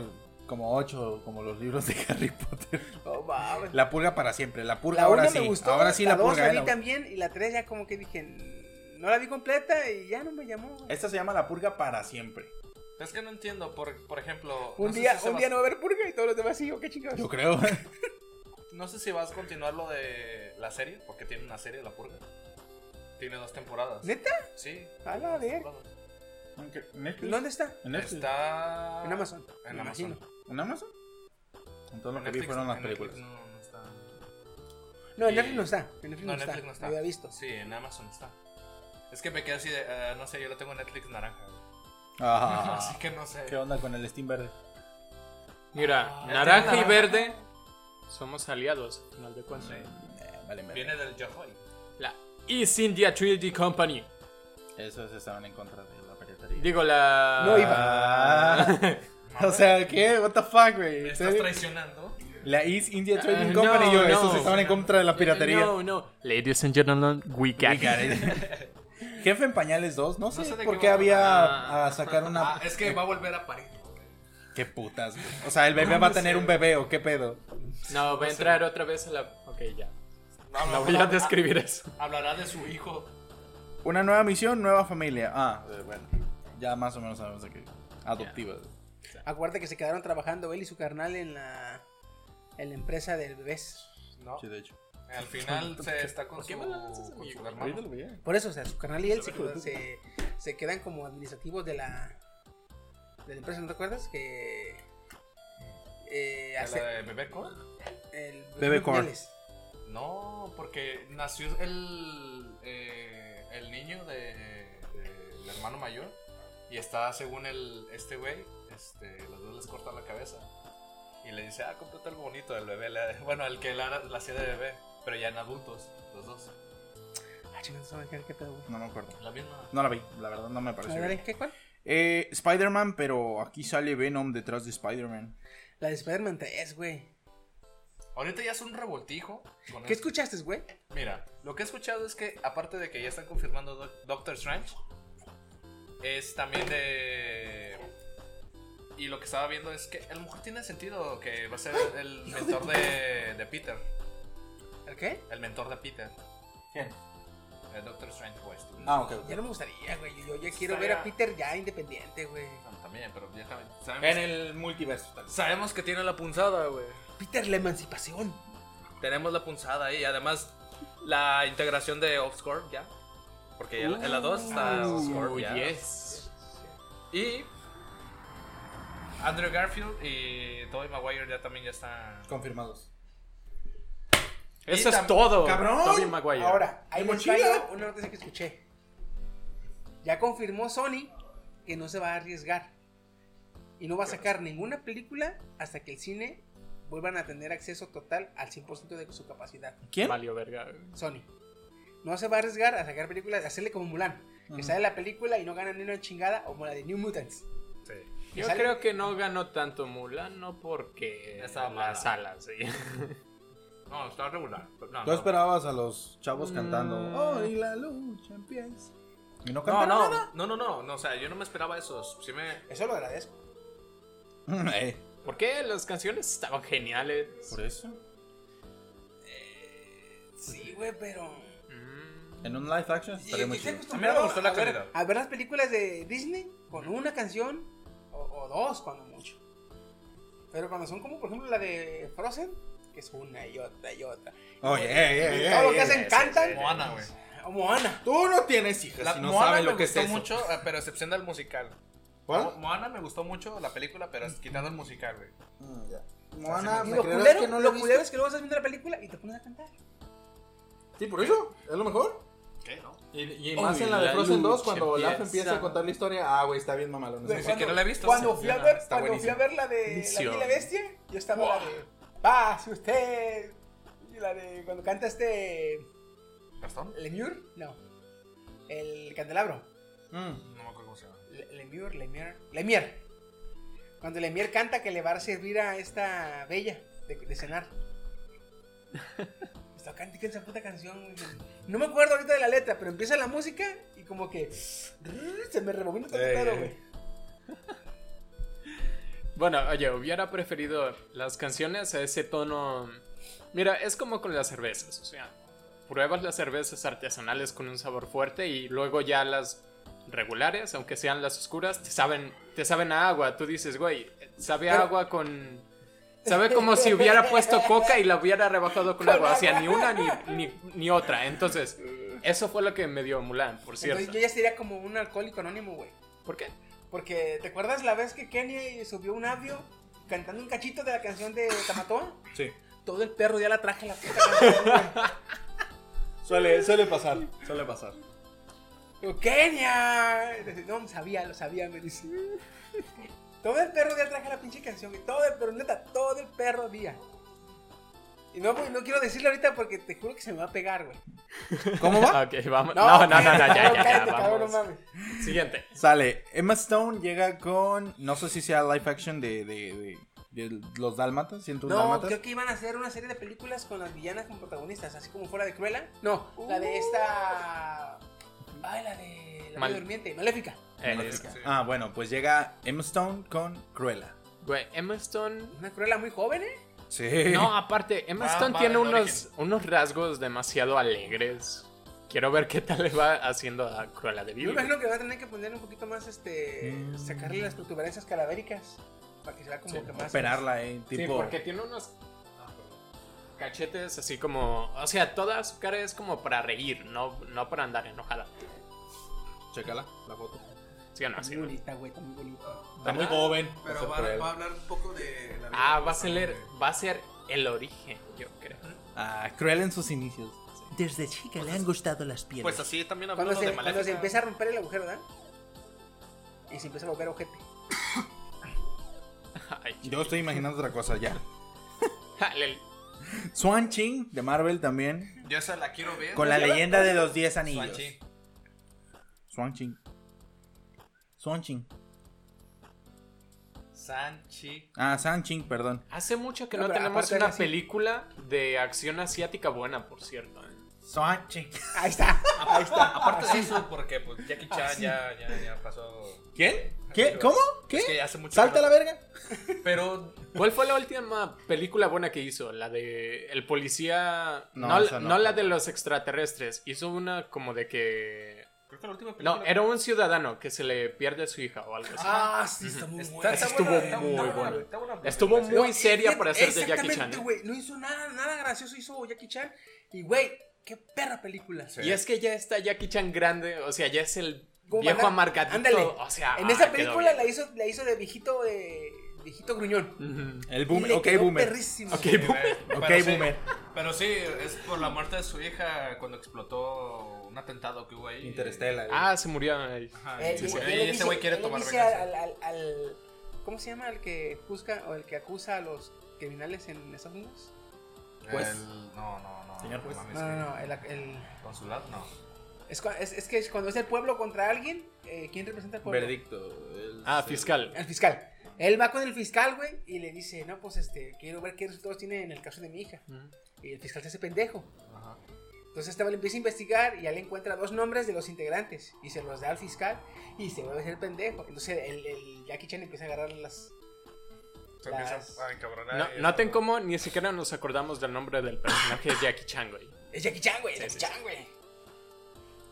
Speaker 7: como ocho, como los libros de Harry Potter.
Speaker 2: Oh, va, güey.
Speaker 7: La purga para siempre, la purga
Speaker 2: La
Speaker 7: ahora
Speaker 2: una
Speaker 7: sí.
Speaker 2: me gustó,
Speaker 7: ahora sí la,
Speaker 2: dos
Speaker 7: purga.
Speaker 2: la
Speaker 7: eh,
Speaker 2: vi
Speaker 7: la-
Speaker 2: también y la tres ya como que dije, no la vi completa y ya no me llamó. güey.
Speaker 7: Esta se llama la purga para siempre.
Speaker 5: Es que no entiendo, por, por ejemplo.
Speaker 2: Un
Speaker 5: no sé
Speaker 2: día,
Speaker 5: si se
Speaker 2: un
Speaker 5: va-
Speaker 2: día no va a haber purga y todos los demás sí, ¿o qué chingados?
Speaker 7: Yo creo.
Speaker 5: eh. No sé si vas a continuar lo de la serie, porque tiene una serie, La Purga. Tiene dos temporadas.
Speaker 2: ¿Neta?
Speaker 5: Sí.
Speaker 2: A la
Speaker 5: Dos
Speaker 2: ver.
Speaker 5: temporadas.
Speaker 7: ¿Netflix?
Speaker 2: ¿Dónde está?
Speaker 7: ¿En Netflix?
Speaker 5: Está.
Speaker 2: En Amazon.
Speaker 5: En
Speaker 2: me
Speaker 5: Amazon.
Speaker 2: imagino.
Speaker 7: ¿En Amazon? Entonces lo que vi
Speaker 5: Netflix-
Speaker 7: fueron las
Speaker 5: en
Speaker 7: películas.
Speaker 5: Netflix no, no está.
Speaker 2: No, en
Speaker 5: Y-
Speaker 2: Netflix no está. En Netflix
Speaker 5: No,
Speaker 2: no,
Speaker 5: en Netflix
Speaker 2: está.
Speaker 5: no está.
Speaker 2: Lo había visto.
Speaker 5: Sí, en Amazon está. Es que me quedé así de. eh, no sé, yo lo tengo en Netflix naranja. güey.
Speaker 7: Ah,
Speaker 5: Así que no sé.
Speaker 7: ¿Qué onda con el Steam Verde?
Speaker 4: Mira,
Speaker 5: Ah,
Speaker 4: naranja y
Speaker 5: naranja.
Speaker 4: verde somos aliados, al final de cuentas.
Speaker 7: Eh, Vale, vale.
Speaker 5: Viene del Johoy.
Speaker 4: La East India Treaty Company.
Speaker 7: Esos estaban en contra de la piratería.
Speaker 4: Digo, la.
Speaker 2: No iba.
Speaker 7: Ah. o sea, ¿qué? What the fuck, güey.
Speaker 5: ¿Me
Speaker 7: ¿En
Speaker 5: estás
Speaker 7: serio?
Speaker 5: traicionando?
Speaker 7: La East India Trading
Speaker 4: Ah,
Speaker 7: Company,
Speaker 4: no,
Speaker 7: yo,
Speaker 4: no.
Speaker 7: esos estaban en contra de la piratería.
Speaker 4: No, no. Ladies and gentlemen, we got
Speaker 7: We
Speaker 4: it.
Speaker 7: got it. Jefe en pañales 2, no sé,
Speaker 5: sé de
Speaker 7: por
Speaker 5: qué
Speaker 7: qué
Speaker 5: va.
Speaker 7: había a sacar una
Speaker 5: Ah, es que va a volver a parir. güey.
Speaker 7: qué putas. güey. O sea, el bebé va a tener un bebé o qué pedo.
Speaker 4: No, va a entrar otra vez a la. Ok, ya.
Speaker 5: No,
Speaker 4: No voy a describir eso.
Speaker 5: Hablará de su hijo.
Speaker 7: Una nueva misión, nueva familia. Ah, eh, bueno. Ya más o menos sabemos de qué. Adoptiva.
Speaker 2: Acuérdate que se quedaron trabajando él y su carnal en la, en la empresa del bebés.
Speaker 5: No.
Speaker 7: Sí, de hecho.
Speaker 5: Al final se está con su,
Speaker 4: qué me lanzas a
Speaker 5: con
Speaker 4: mí,
Speaker 5: su
Speaker 4: güey?
Speaker 7: Ahorita
Speaker 5: hermano.
Speaker 7: lo eh. veía.
Speaker 2: Por eso, o sea, su carnal y él se, se, se quedan como administrativos de la, de la empresa, ¿no te acuerdas? Que... Eh,
Speaker 5: ¿La
Speaker 2: hace-
Speaker 5: de Bebé Corn?
Speaker 2: el,
Speaker 7: Bebé Corn.
Speaker 2: pañales.
Speaker 5: No, porque nació el, eh, el niño de, de- el hermano mayor y está según el este güey, este, los dos les cortan la cabeza y le dice, ah, cómprate algo bonito del bebé, le- bueno, el que la, la hacía de bebé, pero ya en adultos, los dos,
Speaker 2: Ah, chingados, no me acuerdo qué pedo, güey.
Speaker 7: No me acuerdo.
Speaker 5: la misma.
Speaker 7: No la vi, la verdad no me pareció.
Speaker 2: A ver,
Speaker 7: bien.
Speaker 2: ¿qué cuál?
Speaker 7: Eh, Spider-Man, pero aquí sale Venom detrás de Spider-Man.
Speaker 2: La de Spider-Man 3, güey.
Speaker 5: Ahorita ya es un revoltijo. con
Speaker 2: ¿Qué
Speaker 5: esto.
Speaker 2: escuchaste, güey?
Speaker 5: Mira, lo que he escuchado es que aparte de que ya están confirmando Doc- Doctor Strange, es también de... Y lo que estaba viendo es que a lo mejor tiene sentido que va a ser el mentor de, de Peter.
Speaker 2: ¿El qué?
Speaker 5: El mentor de Peter.
Speaker 7: ¿Quién?
Speaker 5: El Doctor Strange West.
Speaker 7: Ah, ok. ok.
Speaker 2: Ya no me gustaría, güey. Yo ya quiero
Speaker 5: Estaría-
Speaker 2: ver a Peter ya independiente, güey.
Speaker 5: También, pero ya saben- sabemos,
Speaker 7: En el multiverso. tal vez.
Speaker 5: sabemos que tiene la punzada, güey.
Speaker 2: Peter la emancipación.
Speaker 5: Tenemos la punzada ahí. Además, la integración de Offscore ya. Porque en la- en la 2 está Offscore
Speaker 4: Oh,
Speaker 5: ya.
Speaker 4: yes.
Speaker 5: Y Andrew Garfield y Tobey Maguire ya también ya están.
Speaker 7: Confirmados.
Speaker 4: Eso
Speaker 5: tam-
Speaker 4: es todo.
Speaker 7: ¡Cabrón!
Speaker 4: Tobey Maguire.
Speaker 2: Ahora, ahí
Speaker 7: ¿Mi
Speaker 2: les
Speaker 7: mochila?
Speaker 2: traigo una noticia que escuché. Ya confirmó Sony que no se va a arriesgar. Y no va a sacar ninguna película hasta que el cine vuelvan a tener acceso total al 100% de su capacidad.
Speaker 7: ¿Quién?
Speaker 4: Valió verga. güey.
Speaker 2: Sony. No se va a arriesgar a sacar películas, a hacerle como Mulan. Que
Speaker 7: Ajá.
Speaker 2: sale la película y no gana ni una chingada, o como la de New Mutants.
Speaker 4: Yo
Speaker 2: sale-
Speaker 4: creo que no ganó tanto Mulan, no porque
Speaker 5: Estaba mala.
Speaker 4: las alas, sí.
Speaker 5: No, está regular. No,
Speaker 7: Tú
Speaker 5: no.
Speaker 7: esperabas a los chavos
Speaker 4: Mm.
Speaker 7: cantando. Oh, y la lucha empieza. Y no
Speaker 5: No,
Speaker 7: cantaron
Speaker 5: no, no, no, no, no, o sea, yo no me esperaba eso. Sí me...
Speaker 2: Eso lo agradezco.
Speaker 7: nada. Eh,
Speaker 4: ¿Por qué? Las canciones estaban geniales.
Speaker 7: Por eso.
Speaker 2: Sí, güey, pero.
Speaker 4: Mm.
Speaker 7: En un live action estaría muy
Speaker 2: Y- y se
Speaker 7: chido.
Speaker 5: A mí no me gustó la
Speaker 2: a ver,
Speaker 5: calidad.
Speaker 2: a ver las películas de Disney con una canción o, o dos cuando mucho. Pero cuando son como por ejemplo la de Frozen, que es una y otra y otra.
Speaker 7: Oye, eh, eh,
Speaker 2: Y
Speaker 7: eh,
Speaker 2: todo lo
Speaker 7: eh,
Speaker 2: que hacen cantan.
Speaker 5: Moana, güey.
Speaker 2: Moana.
Speaker 7: Tú no tienes hijas
Speaker 5: La
Speaker 7: y Pues no
Speaker 5: Moana
Speaker 7: sabes
Speaker 5: me
Speaker 7: lo que es
Speaker 5: gustó
Speaker 7: eso.
Speaker 5: mucho, eh, pero a excepción del musical.
Speaker 7: ¿Cuál?
Speaker 5: Mo- Moana me gustó mucho la película, pero quitando el musical, güey.
Speaker 7: Mm, ya. Moana,
Speaker 5: Ah,
Speaker 2: Y
Speaker 7: ¿me
Speaker 2: lo
Speaker 7: creerás
Speaker 2: culero,
Speaker 7: que no
Speaker 2: lo
Speaker 7: lo viste?
Speaker 2: culero es que luego estás viendo la película y te pones a cantar.
Speaker 7: Sí, por eso. Es lo mejor.
Speaker 5: ¿Qué? ¿No?
Speaker 9: Y, y
Speaker 4: Uy,
Speaker 9: más en la de
Speaker 4: la
Speaker 9: Frozen 2,
Speaker 4: lucha
Speaker 9: cuando Olaf
Speaker 4: empieza.
Speaker 9: empieza a contar la historia. Ah, güey, está bien mamalón.
Speaker 2: Güey,
Speaker 5: Ni
Speaker 9: ese
Speaker 5: siquiera la he visto.
Speaker 2: Cuando,
Speaker 5: sí,
Speaker 2: fui a,
Speaker 5: no,
Speaker 2: ver,
Speaker 5: está
Speaker 2: cuando fui a
Speaker 5: buenísimo.
Speaker 2: ver la de La
Speaker 4: Buenísimo.
Speaker 2: Bella y la Bestia, yo estaba
Speaker 5: Wow.
Speaker 2: la de. Pase usted. Y la de. Cuando canta este.
Speaker 5: ¿Gastón?
Speaker 2: Lemur. No. El candelabro.
Speaker 7: Mm.
Speaker 5: No me acuerdo cómo se llama.
Speaker 2: Le- Lemur, Lemier. Lemier. Cuando Lemier canta que le va a servir a esta bella de, de cenar. Está cantando esa puta canción. güey. No me acuerdo ahorita de la letra, pero empieza la música y como que. Se me rebobina todo el
Speaker 7: Ey,
Speaker 2: pedo,
Speaker 7: ey.
Speaker 2: güey.
Speaker 4: Bueno, oye, hubiera preferido las canciones a ese tono. Mira, es como con las cervezas, o sea, pruebas las cervezas artesanales con un sabor fuerte y luego ya las regulares, aunque sean las oscuras, te saben, te saben a agua. Tú dices, güey, sabe a
Speaker 2: Pero-
Speaker 4: agua con. Sabe como si hubiera puesto coca y la hubiera rebajado con agua. O sea, ni una ni, ni, ni otra. Entonces, eso fue lo que me dio Mulan, por
Speaker 2: Entonces
Speaker 4: cierto.
Speaker 2: yo ya sería como un alcohólico anónimo, güey.
Speaker 4: ¿Por qué?
Speaker 2: Porque, ¿te acuerdas la vez que Kenia subió un audio cantando un cachito de la canción de Tamatoa?
Speaker 7: Sí.
Speaker 2: Todo el perro ya la traje la puta canción, güey.
Speaker 7: Suele, suele pasar. Suele pasar.
Speaker 2: Digo, ¡Kenia! Y dice, No, sabía, lo sabía, me dice. Todo el perro día traje la pinche canción, güey. Todo el perro, neta, todo el perro día. Y no, güey, no quiero decirlo ahorita porque te juro que se me va a pegar, güey.
Speaker 7: ¿Cómo va?
Speaker 4: Ok, vamos. No, no, no, no, ya, ya, ya,
Speaker 2: cállate, cabrón, no
Speaker 4: vamos.
Speaker 2: mames.
Speaker 4: Siguiente.
Speaker 7: Sale. Emma Stone llega con. No sé si sea live action de. de, de, de los Dálmatas. Siento
Speaker 2: No,
Speaker 7: Dálmatas.
Speaker 2: creo que iban a hacer una serie de películas con las villanas como protagonistas, así como fuera de Cruella. No,
Speaker 10: Uh.
Speaker 2: la de esta. Ay, la de. La
Speaker 4: Mal-
Speaker 2: Bella durmiente, maléfica.
Speaker 4: Eh,
Speaker 7: No,
Speaker 4: es-
Speaker 7: creo que- Ah, bueno, pues llega Emma Stone con Cruella.
Speaker 4: Güey, Emma Stone
Speaker 2: Una Cruella muy joven, ¿eh?
Speaker 7: Sí.
Speaker 4: No, aparte, Emma
Speaker 5: Ah,
Speaker 4: Stone
Speaker 5: vale,
Speaker 4: tiene
Speaker 5: el
Speaker 4: unos, unos rasgos demasiado alegres. Quiero ver qué tal le va haciendo a Cruella de
Speaker 2: Yo me
Speaker 4: Vil.
Speaker 2: imagino que va a tener que ponerle un poquito más, este. Sacarle las protuberancias cadavéricas. Para que sea como
Speaker 4: Sí,
Speaker 2: que más.
Speaker 7: Operarla, eh.
Speaker 4: Sí,
Speaker 7: Tipo.
Speaker 4: porque tiene unos cachetes así como... O sea, toda su cara es como para reír, no, no para andar enojada.
Speaker 7: Chécala, la foto.
Speaker 4: ¿Sí o no?
Speaker 2: Está
Speaker 4: Sí,
Speaker 2: muy
Speaker 4: ¿no?
Speaker 2: bonita, güey, está muy bonita.
Speaker 7: Está muy
Speaker 4: ¿Verdad?
Speaker 7: joven. o sea,
Speaker 5: Pero va,
Speaker 7: Cruella.
Speaker 5: va a hablar un poco de la vida
Speaker 4: Ah,
Speaker 5: de
Speaker 4: va a ser,
Speaker 5: Gastón,
Speaker 4: va a ser el origen, yo creo.
Speaker 7: Ah, Cruella en sus inicios.
Speaker 10: Desde chica le han gustado las
Speaker 5: güey.
Speaker 10: piedras.
Speaker 5: Pues así también
Speaker 2: Pues Cuando
Speaker 5: hablamos
Speaker 2: se,
Speaker 5: de
Speaker 2: cuando se
Speaker 5: Maléfica.
Speaker 2: empieza a romper el agujero, ¿verdad? Y se empieza a volver ojete.
Speaker 4: Ay,
Speaker 7: Yo estoy imaginando otra cosa ya.
Speaker 4: jale.
Speaker 7: Swan Ching de Marvel también.
Speaker 5: Yo esa la quiero ver.
Speaker 7: Con la leyenda de los 10 anillos.
Speaker 5: Sanchi.
Speaker 7: Swan Ching. Swan Ching.
Speaker 5: Sanchi.
Speaker 7: Ah, San Ching, perdón.
Speaker 4: Hace mucho que
Speaker 2: No,
Speaker 4: no,
Speaker 2: pero
Speaker 4: tenemos
Speaker 2: aparte
Speaker 4: una
Speaker 2: así.
Speaker 4: película de acción asiática buena, por cierto. ¿eh?
Speaker 7: Swan Ching.
Speaker 2: Ahí está, ahí está.
Speaker 5: Ah, Aparte
Speaker 7: Ah,
Speaker 2: Así.
Speaker 5: de eso, porque pues Jackie Chan ya, ya, ya pasó.
Speaker 7: ¿Quién? Ah, ¿Qué?
Speaker 5: Amigos.
Speaker 7: ¿Cómo? ¿Qué?
Speaker 5: Es que hace mucho
Speaker 7: ¿Salta
Speaker 5: que
Speaker 7: a
Speaker 5: no-
Speaker 7: la verga?
Speaker 5: Pero
Speaker 4: ¿Cuál fue la última película buena que hizo? La de el policía...
Speaker 7: No,
Speaker 4: No,
Speaker 7: esa no.
Speaker 4: no la de los extraterrestres. Hizo una como de que...
Speaker 5: creo que la última película.
Speaker 4: No, era un ciudadano que se le pierde su hija o algo así.
Speaker 2: Ah, sí, está muy
Speaker 5: Está-
Speaker 2: buena.
Speaker 5: está
Speaker 4: estuvo
Speaker 5: buena, está-
Speaker 4: muy
Speaker 5: está buena,
Speaker 4: buena.
Speaker 5: está buena
Speaker 4: Estuvo
Speaker 5: película,
Speaker 4: muy
Speaker 5: Ah, sí.
Speaker 4: seria para ser de Jackie
Speaker 2: Exactamente,
Speaker 4: Chan. ¿eh?
Speaker 2: güey. No hizo nada, nada gracioso, hizo Jackie Chan. Y, güey, qué perra película.
Speaker 4: Y es que ya está Jackie Chan grande, o sea, ya es el
Speaker 2: Como
Speaker 4: viejo
Speaker 2: mandar-
Speaker 4: amargadito.
Speaker 2: ándale.
Speaker 4: O sea,
Speaker 2: en
Speaker 4: ah,
Speaker 2: esa
Speaker 4: quedó
Speaker 2: película
Speaker 4: bien.
Speaker 2: la hizo, la hizo de viejito, de viejito gruñón.
Speaker 4: Ujú.
Speaker 7: El
Speaker 2: Y
Speaker 7: boomer.
Speaker 2: le
Speaker 7: Ok,
Speaker 2: quedó
Speaker 7: boomer.
Speaker 2: perrísimo.
Speaker 4: Ok, bu-
Speaker 5: Pero
Speaker 7: Ok,
Speaker 5: sí,
Speaker 7: boomer.
Speaker 5: Pero sí, es por la muerte de su hija cuando explotó un atentado que hubo ahí.
Speaker 7: Interestela.
Speaker 4: Ah, se murió. ay.
Speaker 5: Ajá,
Speaker 2: Eh,
Speaker 5: y-
Speaker 2: y-
Speaker 5: y-
Speaker 2: él
Speaker 5: y
Speaker 2: le
Speaker 5: ese
Speaker 2: dice-
Speaker 5: güey quiere
Speaker 2: él le
Speaker 5: tomar
Speaker 2: dice
Speaker 5: venganza.
Speaker 2: al, al- al- ¿Cómo se llama? El que juzga o el que acusa a los criminales en Estados Unidos.
Speaker 7: juez.
Speaker 5: El- No, no, no.
Speaker 7: Pues. Señor juez.
Speaker 5: mames,
Speaker 2: No,
Speaker 4: Ah,
Speaker 2: no, no. el- el-
Speaker 5: Consulado, no.
Speaker 2: es, cua- es- es que cuando es el pueblo contra alguien, eh, ¿quién representa al pueblo?
Speaker 7: Verdicto. El-
Speaker 4: Ah,
Speaker 7: el-
Speaker 4: fiscal.
Speaker 2: El fiscal. Él va con el fiscal, güey, y le dice, no, pues este, quiero ver qué resultados tiene en el caso de mi hija.
Speaker 4: Ujú.
Speaker 2: Y el fiscal se hace pendejo. Entonces este güey empieza a investigar y ya le encuentra dos nombres de los integrantes y se los da al fiscal y se vuelve a hacer pendejo. Entonces el, el Jackie Chan empieza a agarrar las...
Speaker 5: Se
Speaker 2: Las-
Speaker 5: empieza a encabronar.
Speaker 4: No,
Speaker 5: y-
Speaker 4: noten cómo ni siquiera nos acordamos del nombre del personaje de Jackie Chan, güey.
Speaker 2: Es Jackie Chan, güey, es Jackie
Speaker 4: Sí, sí,
Speaker 2: Chan, güey.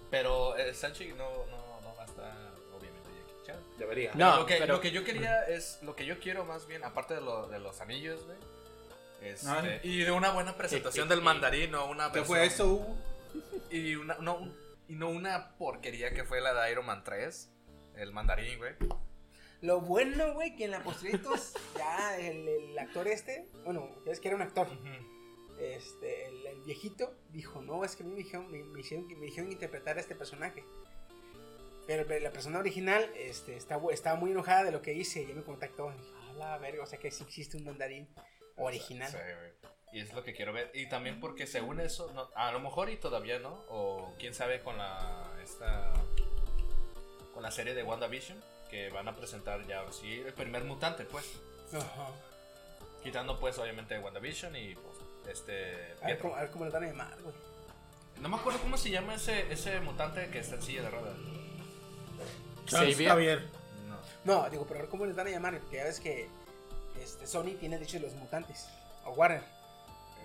Speaker 5: Pero eh, Sanchi no, no, no va a estar, obviamente, Jackie Chan.
Speaker 7: Debería.
Speaker 4: No,
Speaker 5: lo que,
Speaker 4: pero-
Speaker 5: lo que yo quería es, lo que yo quiero más bien, aparte de, lo- de los anillos, güey. este,
Speaker 7: Ah.
Speaker 5: y de una buena presentación
Speaker 4: Eh, eh,
Speaker 5: del
Speaker 4: eh.
Speaker 5: mandarín o una
Speaker 7: ¿Qué fue
Speaker 5: versión-
Speaker 7: eso, Hugo?
Speaker 5: Y, una, no, y no una porquería que fue la de Iron Man 3, el mandarín, güey.
Speaker 2: Lo bueno, güey, que en la posteritos ya el, el actor este, bueno, ya es que era un actor, este, el, el viejito dijo, no, es que a mí me dijeron, me, me hicieron, me dijeron interpretar a este personaje. Pero, pero la persona original este, está, bu- estaba muy enojada de lo que hice y ya me contactó. Y dije, "A la verga, o sea que sí existe un mandarín original.
Speaker 5: Sí, güey. Y es lo que quiero ver. Y también porque según eso, no- a lo mejor y todavía no, o quién sabe con la esta con la serie de WandaVision que van a presentar ya ahora sí el primer mutante, pues.
Speaker 2: Ajá.
Speaker 5: Quitando pues obviamente WandaVision y pues este
Speaker 2: A ver,
Speaker 5: Pietro.
Speaker 2: cómo, a ver cómo le van a llamar, güey.
Speaker 5: No me acuerdo cómo se llama ese ese mutante que está en silla de ruedas.
Speaker 2: Charles Xavier. Xavier.
Speaker 5: No.
Speaker 2: No, digo, pero a ver cómo les van a llamar, porque ya ves que este, Sony tiene de hecho los mutantes. O Warner.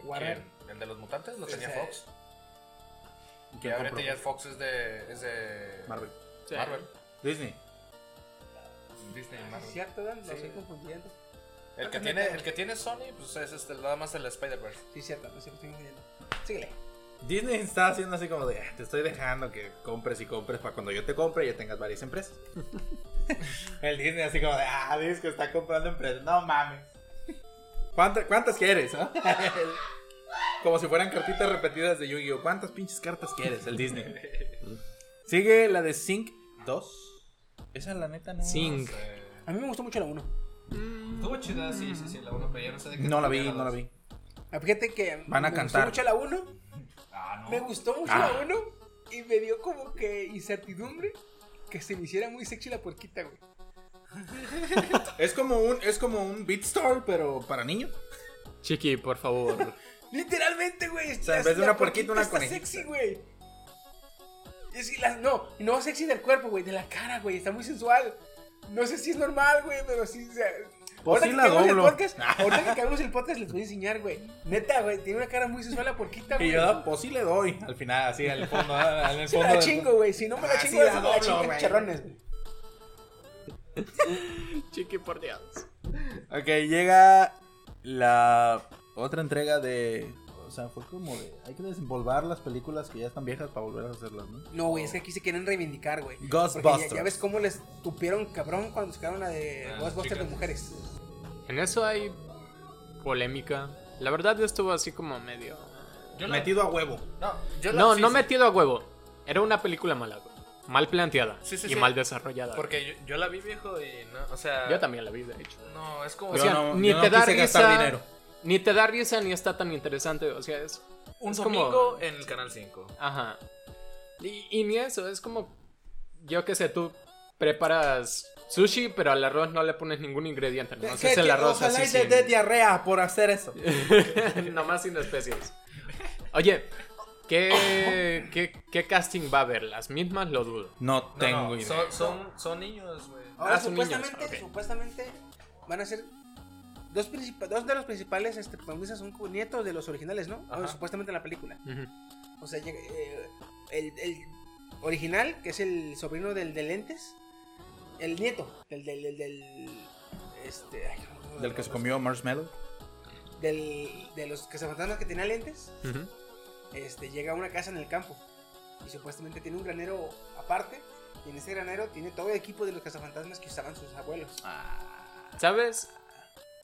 Speaker 2: Warner.
Speaker 5: ¿Quién? ¿El de los mutantes? ¿Lo tenía
Speaker 2: Ese-
Speaker 5: Fox? Que ahorita ya Fox es de, es de
Speaker 7: Marvel.
Speaker 5: Sí. Marvel.
Speaker 7: Disney.
Speaker 5: Disney
Speaker 2: Ah,
Speaker 5: Marvel.
Speaker 2: sí, ¿Cierto, Dan? Lo
Speaker 5: Sí.
Speaker 2: estoy confundiendo.
Speaker 5: El que tiene, el que tiene Sony, pues es este, nada más el Spider-Verse.
Speaker 2: Sí, cierto, no sé, lo estoy confundiendo. Síguele.
Speaker 7: Disney está haciendo así como de, "Ah, te estoy dejando que compres y compres para cuando yo te compre ya tengas varias empresas. El Disney así como de, ah, dices que está comprando empresas. No mames. ¿Cuánta- ¿Cuántas quieres? no? como si fueran cartitas repetidas de Yu-Gi-Oh. ¿Cuántas pinches cartas quieres? El Disney. Sigue la de Sync 2. Esa la neta no.
Speaker 5: Sync.
Speaker 2: A mí me gustó mucho la 1.
Speaker 5: Estuvo chida, sí, sí, sí, la 1, pero ya no sé de qué.
Speaker 7: No la vi, no la vi.
Speaker 2: Ah, Fíjate que
Speaker 7: Van a
Speaker 2: me
Speaker 7: cantar.
Speaker 2: gustó mucho la 1.
Speaker 5: Ah, no.
Speaker 2: Me gustó mucho
Speaker 7: Ah.
Speaker 2: la 1 y me dio como que incertidumbre que se me hiciera muy sexy la puerquita, güey.
Speaker 7: Es como un, es como un Beatstar, pero para niños.
Speaker 4: Chiqui, por favor.
Speaker 2: Literalmente, güey.
Speaker 7: sea, en
Speaker 2: es-
Speaker 7: vez de
Speaker 2: la
Speaker 7: una puerquita, una
Speaker 2: está
Speaker 7: conejita.
Speaker 2: sexy, güey. Es que la- no, no sexy del cuerpo, güey, de la cara, güey. Está muy sensual. No sé si es normal, güey, pero sí. O sea,
Speaker 7: Pues
Speaker 2: ahorita
Speaker 7: sí
Speaker 2: que
Speaker 7: la
Speaker 2: acabemos
Speaker 7: doblo.
Speaker 2: El podcast, ahorita que acabemos el podcast les voy a enseñar, güey. Neta, güey, tiene una cara muy sensual la porquita, güey.
Speaker 7: Y yo, pues sí le doy. Al final, así, al fondo. ah, en el
Speaker 2: Sí me
Speaker 7: fondo
Speaker 2: la
Speaker 7: del-
Speaker 2: chingo, güey. Si no me la
Speaker 7: Ah,
Speaker 2: chingo,
Speaker 7: sí
Speaker 2: la,
Speaker 7: la
Speaker 2: me la
Speaker 7: doblo,
Speaker 2: chingo en
Speaker 7: güey.
Speaker 2: charrones, güey.
Speaker 4: Chiqui, por Dios.
Speaker 7: Ok, llega la otra entrega de. O sea, fue como de. Hay que desenvolver las películas que ya están viejas para volver a hacerlas, ¿no?
Speaker 2: No, güey, es que aquí se quieren reivindicar, güey. Porque
Speaker 7: Ghostbusters.
Speaker 2: Ya, ya ves cómo les tupieron cabrón cuando sacaron la de
Speaker 4: Ah,
Speaker 2: Ghostbusters de
Speaker 4: chicas.
Speaker 2: mujeres.
Speaker 4: En eso hay polémica. La verdad, yo estuvo así como medio.
Speaker 5: Yo la-
Speaker 7: Metido a huevo.
Speaker 5: No, yo la-
Speaker 4: no,
Speaker 5: sí,
Speaker 4: no
Speaker 5: sí.
Speaker 4: metido a huevo. Era una película mala, güey. Mal planteada
Speaker 5: Sí, sí,
Speaker 4: y
Speaker 5: sí.
Speaker 4: mal desarrollada.
Speaker 5: Porque yo, yo la vi viejo y no, o sea.
Speaker 4: Yo también la vi, de hecho.
Speaker 5: No, es como.
Speaker 4: O sea, ni
Speaker 7: yo no
Speaker 4: te da
Speaker 7: quise gastar
Speaker 4: risa.
Speaker 7: dinero.
Speaker 4: Ni te da risa ni está tan interesante. O sea, es.
Speaker 5: un
Speaker 4: es como-
Speaker 5: domingo en el canal 5.
Speaker 4: Ajá. Y, y ni eso, es como. Yo qué sé, tú preparas sushi, pero al arroz no le pones ningún ingrediente. Nomás es el arroz
Speaker 7: ojalá
Speaker 4: así.
Speaker 7: y le dé diarrea por hacer eso.
Speaker 4: sin- nomás sin especies. Oye, ¿qué, qué, qué casting va a haber? ¿Las mismas? Lo dudo.
Speaker 7: No
Speaker 5: No, no, son, son, son niños, güey.
Speaker 2: Ahora,
Speaker 4: Ah, son
Speaker 2: supuestamente,
Speaker 4: niños, ok.
Speaker 2: supuestamente van a ser dos, princip- dos de los principales este, protagonistas son como nietos de los originales, ¿no?
Speaker 5: Ajá.
Speaker 2: O supuestamente en la película. O sea, llega- eh, el, el original, que es el sobrino del de lentes, el nieto del del del, del- este, ay, no me acuerdo
Speaker 7: Del
Speaker 2: de
Speaker 7: que se
Speaker 2: los-
Speaker 7: comió marshmallow.
Speaker 2: del- de los cazafantasmas que tenía lentes,
Speaker 4: Ujú.
Speaker 2: este, llega a una casa en el campo y supuestamente tiene un granero aparte. Y en ese granero tiene todo el equipo de los cazafantasmas que usaban sus abuelos.
Speaker 4: ¿Sabes?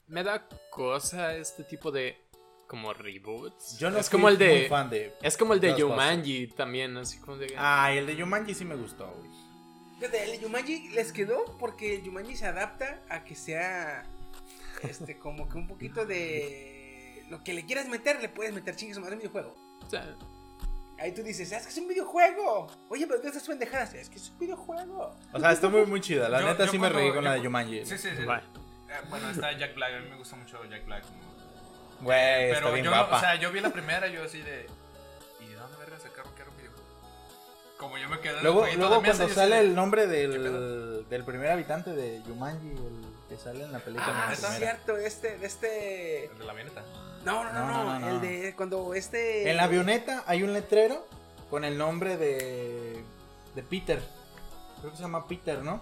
Speaker 4: Me da cosa este tipo de como reboots.
Speaker 7: Yo no
Speaker 4: es
Speaker 7: fui
Speaker 4: como el de,
Speaker 7: muy fan de
Speaker 4: es como el de
Speaker 7: Ghostbusters.
Speaker 4: Jumanji también, así como de
Speaker 7: Ay, el de Yumanji sí me gustó, güey.
Speaker 2: Fíjate, el Yumanji les quedó porque el Yumanji se adapta a que sea este como que un poquito de lo que le quieras meter, le puedes meter chingues más un videojuego.
Speaker 4: O sea,
Speaker 2: Ahí tú dices, "Ah, es que es un videojuego. Oye, pero ¿qué estás pendejadas? Es que es un videojuego.
Speaker 7: O sea, está muy, muy chida. La
Speaker 5: Yo-
Speaker 7: neta
Speaker 5: yo
Speaker 7: sí me
Speaker 5: cuando-
Speaker 7: reí con la de
Speaker 5: yo-
Speaker 7: Yumanji.
Speaker 5: Sí, sí, sí.
Speaker 4: Vale.
Speaker 5: Eh, bueno, está Jack Black, a mí me gusta mucho Jack Black. como-
Speaker 7: Güey, está
Speaker 5: Pero
Speaker 7: bien
Speaker 5: yo, no-
Speaker 7: guapa.
Speaker 5: o sea, yo vi la primera, yo así de. ¿Y de dónde verga sacaron que era un videojuego? Como yo me quedé en el
Speaker 7: Luego,
Speaker 5: jueguito de
Speaker 7: luego
Speaker 5: mesa,
Speaker 7: cuando
Speaker 5: yo así
Speaker 7: sale
Speaker 5: de-
Speaker 7: el nombre
Speaker 5: ¿Qué
Speaker 7: del, del primer habitante de Yumanji, el que sale en la película. en la
Speaker 2: Ah, es
Speaker 7: primera.
Speaker 2: cierto, este, de este.
Speaker 5: El de la avioneta.
Speaker 2: No no no, no,
Speaker 7: No, no, no,
Speaker 2: el
Speaker 7: no.
Speaker 2: de cuando este.
Speaker 7: En la avioneta hay un letrero con el nombre de, de Peter. Creo que se llama Peter, ¿no?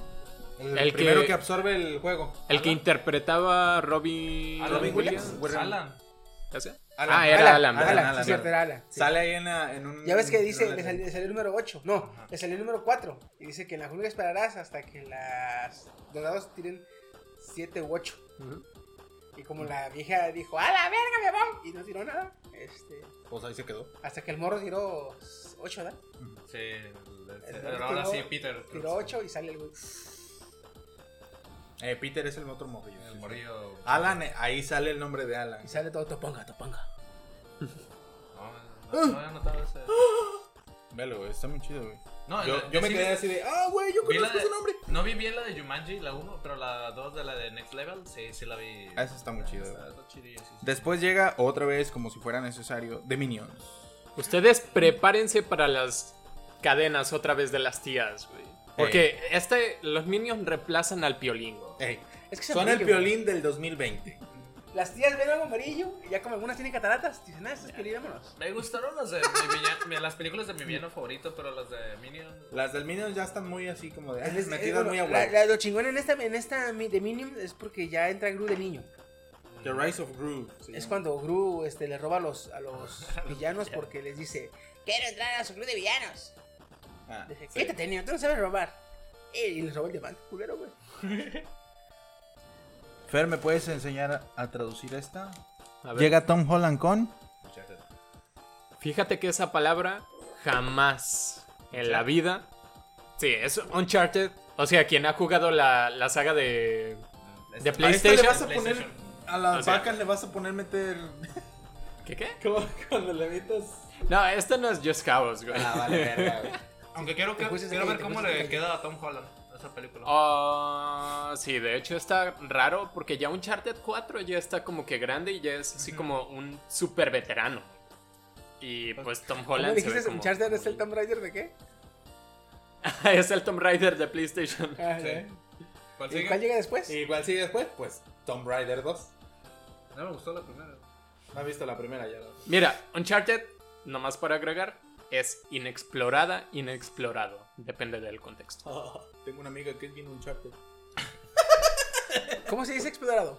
Speaker 7: El,
Speaker 4: El
Speaker 7: primero
Speaker 4: que-
Speaker 7: que... absorbe el juego.
Speaker 4: el que interpretaba a Robbie
Speaker 5: Alan
Speaker 7: Robin
Speaker 5: Williams.
Speaker 7: Williams.
Speaker 5: Alan.
Speaker 4: ¿Ya sé?
Speaker 7: Alan.
Speaker 4: Ah, era Alan,
Speaker 2: Alan,
Speaker 4: ¿verdad?
Speaker 2: Alan, sí, cierto, era Alan, sí.
Speaker 7: Sale ahí en, la- en un.
Speaker 2: Ya ves que dice,
Speaker 7: en
Speaker 2: le
Speaker 7: una-
Speaker 2: salió, le salió el número 8. No, le salió el número 4. Y dice que en la jungla esperarás hasta que las, los dados tiren 7 u 8. Y como la vieja dijo, ¡a la verga me voy! Y no tiró nada. Este,
Speaker 7: Pues ahí se quedó.
Speaker 2: hasta que el morro tiró 8, ¿verdad?
Speaker 5: Sí, el- el-
Speaker 2: El
Speaker 5: el-
Speaker 2: morro
Speaker 5: ahora
Speaker 2: tiró-
Speaker 5: sí, Peter.
Speaker 2: Tiró 8 y sale el güey.
Speaker 7: Eh, Peter es el otro morrillo. El
Speaker 5: morrillo.
Speaker 7: Alan, eh, ahí sale el nombre de Alan.
Speaker 2: Y sale todo Topanga, Topanga.
Speaker 5: No, no había notado ese.
Speaker 7: Velo, güey, está muy chido, güey.
Speaker 5: No,
Speaker 7: yo,
Speaker 5: la-
Speaker 7: yo me
Speaker 5: sí-
Speaker 7: quedé así de, ah, güey, yo
Speaker 5: Vi la
Speaker 7: conozco
Speaker 5: de-
Speaker 7: su nombre.
Speaker 5: No vi bien la de Jumanji, la 1, pero la 2 de la de Next Level, sí, sí la vi.
Speaker 7: Ah, Eso está muy chido.
Speaker 5: Está,
Speaker 7: güey.
Speaker 5: está chidillo, sí, sí.
Speaker 7: Después llega otra vez, como si fuera necesario, de Minions.
Speaker 4: Ustedes prepárense para las cadenas otra vez de las tías, güey. Porque este, los minions reemplazan al piolín.
Speaker 2: Es que es
Speaker 7: Son el
Speaker 2: amarillo,
Speaker 7: piolín del 2020.
Speaker 2: Las tías ven algo amarillo y ya como algunas tienen cataratas, dicen, ah, esto es piolín, vámonos.
Speaker 5: Me gustaron las de mi villano- mi- las películas de mi villano favorito, pero las de Minion.
Speaker 7: Las del Minions ya están muy así como de, ah,
Speaker 2: Es- es-
Speaker 7: metidas
Speaker 2: bueno,
Speaker 7: muy a
Speaker 2: la-
Speaker 7: huevo.
Speaker 2: la- Lo chingón en esta, en esta mi- de Minions es porque ya entra Gru de niño.
Speaker 7: The Rise of Gru. se
Speaker 2: Es
Speaker 7: llama.
Speaker 2: cuando Gru este, le roba a los, a los villanos porque les dice: Quiero entrar a su club de villanos.
Speaker 7: Ah,
Speaker 2: Dice,
Speaker 7: sí.
Speaker 2: ¿Qué te tenía? Tú no sabes robar. Eh, Y les robó el diamante, culero, güey.
Speaker 7: Fer, ¿me puedes enseñar a, a traducir esta?
Speaker 4: A ver.
Speaker 7: Llega Tom Holland con.
Speaker 4: Fíjate que esa palabra jamás en la vida. Sí, es Uncharted. O sea, quien ha jugado la, la saga de, de
Speaker 7: A esta le
Speaker 4: PlayStation.
Speaker 7: vas a poner. A las
Speaker 4: O sea-
Speaker 7: vacas le vas a poner meter.
Speaker 4: ¿Qué qué?
Speaker 7: Como cuando le metas.
Speaker 4: No, esta no es Just Cause, güey.
Speaker 7: Ah, vale, verga, güey.
Speaker 5: Aunque quiero, que-
Speaker 2: Te fuiste
Speaker 5: quiero
Speaker 2: de-
Speaker 5: ver
Speaker 2: te
Speaker 5: cómo
Speaker 2: fuiste
Speaker 5: le
Speaker 2: de-
Speaker 5: queda a Tom Holland esa película.
Speaker 4: Ah, sí, de hecho está raro porque ya Uncharted 4 ya está como que grande y ya es así como un super veterano. Y pues Tom
Speaker 2: ¿Cómo
Speaker 4: Holland se ve
Speaker 2: dijiste
Speaker 4: como...
Speaker 2: Uncharted es el Tomb Raider de qué?
Speaker 4: es el Tomb Raider de PlayStation.
Speaker 2: Ah,
Speaker 7: Sí.
Speaker 5: ¿Cuál
Speaker 2: ¿Y
Speaker 5: sigue?
Speaker 2: cuál llega después?
Speaker 7: ¿Y cuál sigue después? Pues Tomb Raider 2.
Speaker 5: No me gustó la primera.
Speaker 7: No has visto la primera ya.
Speaker 4: Mira, Uncharted, nomás para agregar, es inexplorada, inexplorado. Depende del contexto.
Speaker 7: tengo una amiga que es bien un charte.
Speaker 2: ¿Cómo se dice explorado?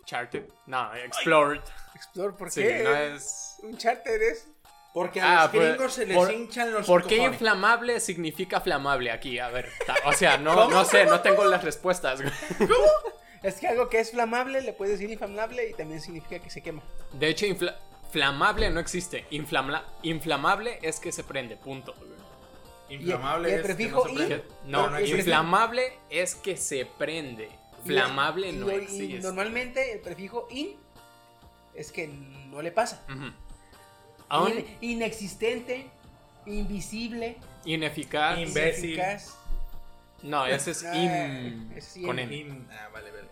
Speaker 4: Uncharted, no, explored.
Speaker 2: Explore, ¿por
Speaker 4: Sí,
Speaker 2: qué?
Speaker 4: no es...
Speaker 2: Uncharted es.
Speaker 7: Porque
Speaker 4: Ah,
Speaker 7: a los
Speaker 4: pues,
Speaker 7: gringos se les
Speaker 4: por-
Speaker 7: hinchan los
Speaker 4: ¿Por qué
Speaker 7: cojones.
Speaker 4: inflamable significa flamable aquí? A ver, ta- o sea, no,
Speaker 7: ¿Cómo?
Speaker 4: no sé, no tengo las respuestas. güey.
Speaker 2: Es que algo que es flamable le puedes decir inflamable y también significa que se quema.
Speaker 4: De hecho, infla- flamable no existe. Inflamla- inflamable es que se prende, punto.
Speaker 7: Inflamable
Speaker 2: Y- y el
Speaker 7: es que
Speaker 2: prefijo
Speaker 7: no se
Speaker 2: y-
Speaker 7: prende.
Speaker 4: No,
Speaker 7: Pero
Speaker 2: Ah,
Speaker 7: no existe.
Speaker 4: inflamable es que se prende. Flamable
Speaker 2: Y-
Speaker 4: no
Speaker 2: y- y
Speaker 4: existe.
Speaker 2: Normalmente el prefijo in es que no le pasa.
Speaker 4: Ujú. Aún
Speaker 2: In- inexistente, invisible,
Speaker 4: ineficaz.
Speaker 7: Inve- Imbécil.
Speaker 2: ineficaz.
Speaker 4: no, ese es
Speaker 2: Ah,
Speaker 4: in.
Speaker 2: ese sí,
Speaker 4: con
Speaker 2: in.
Speaker 4: N.
Speaker 7: In- Ah, vale, vale.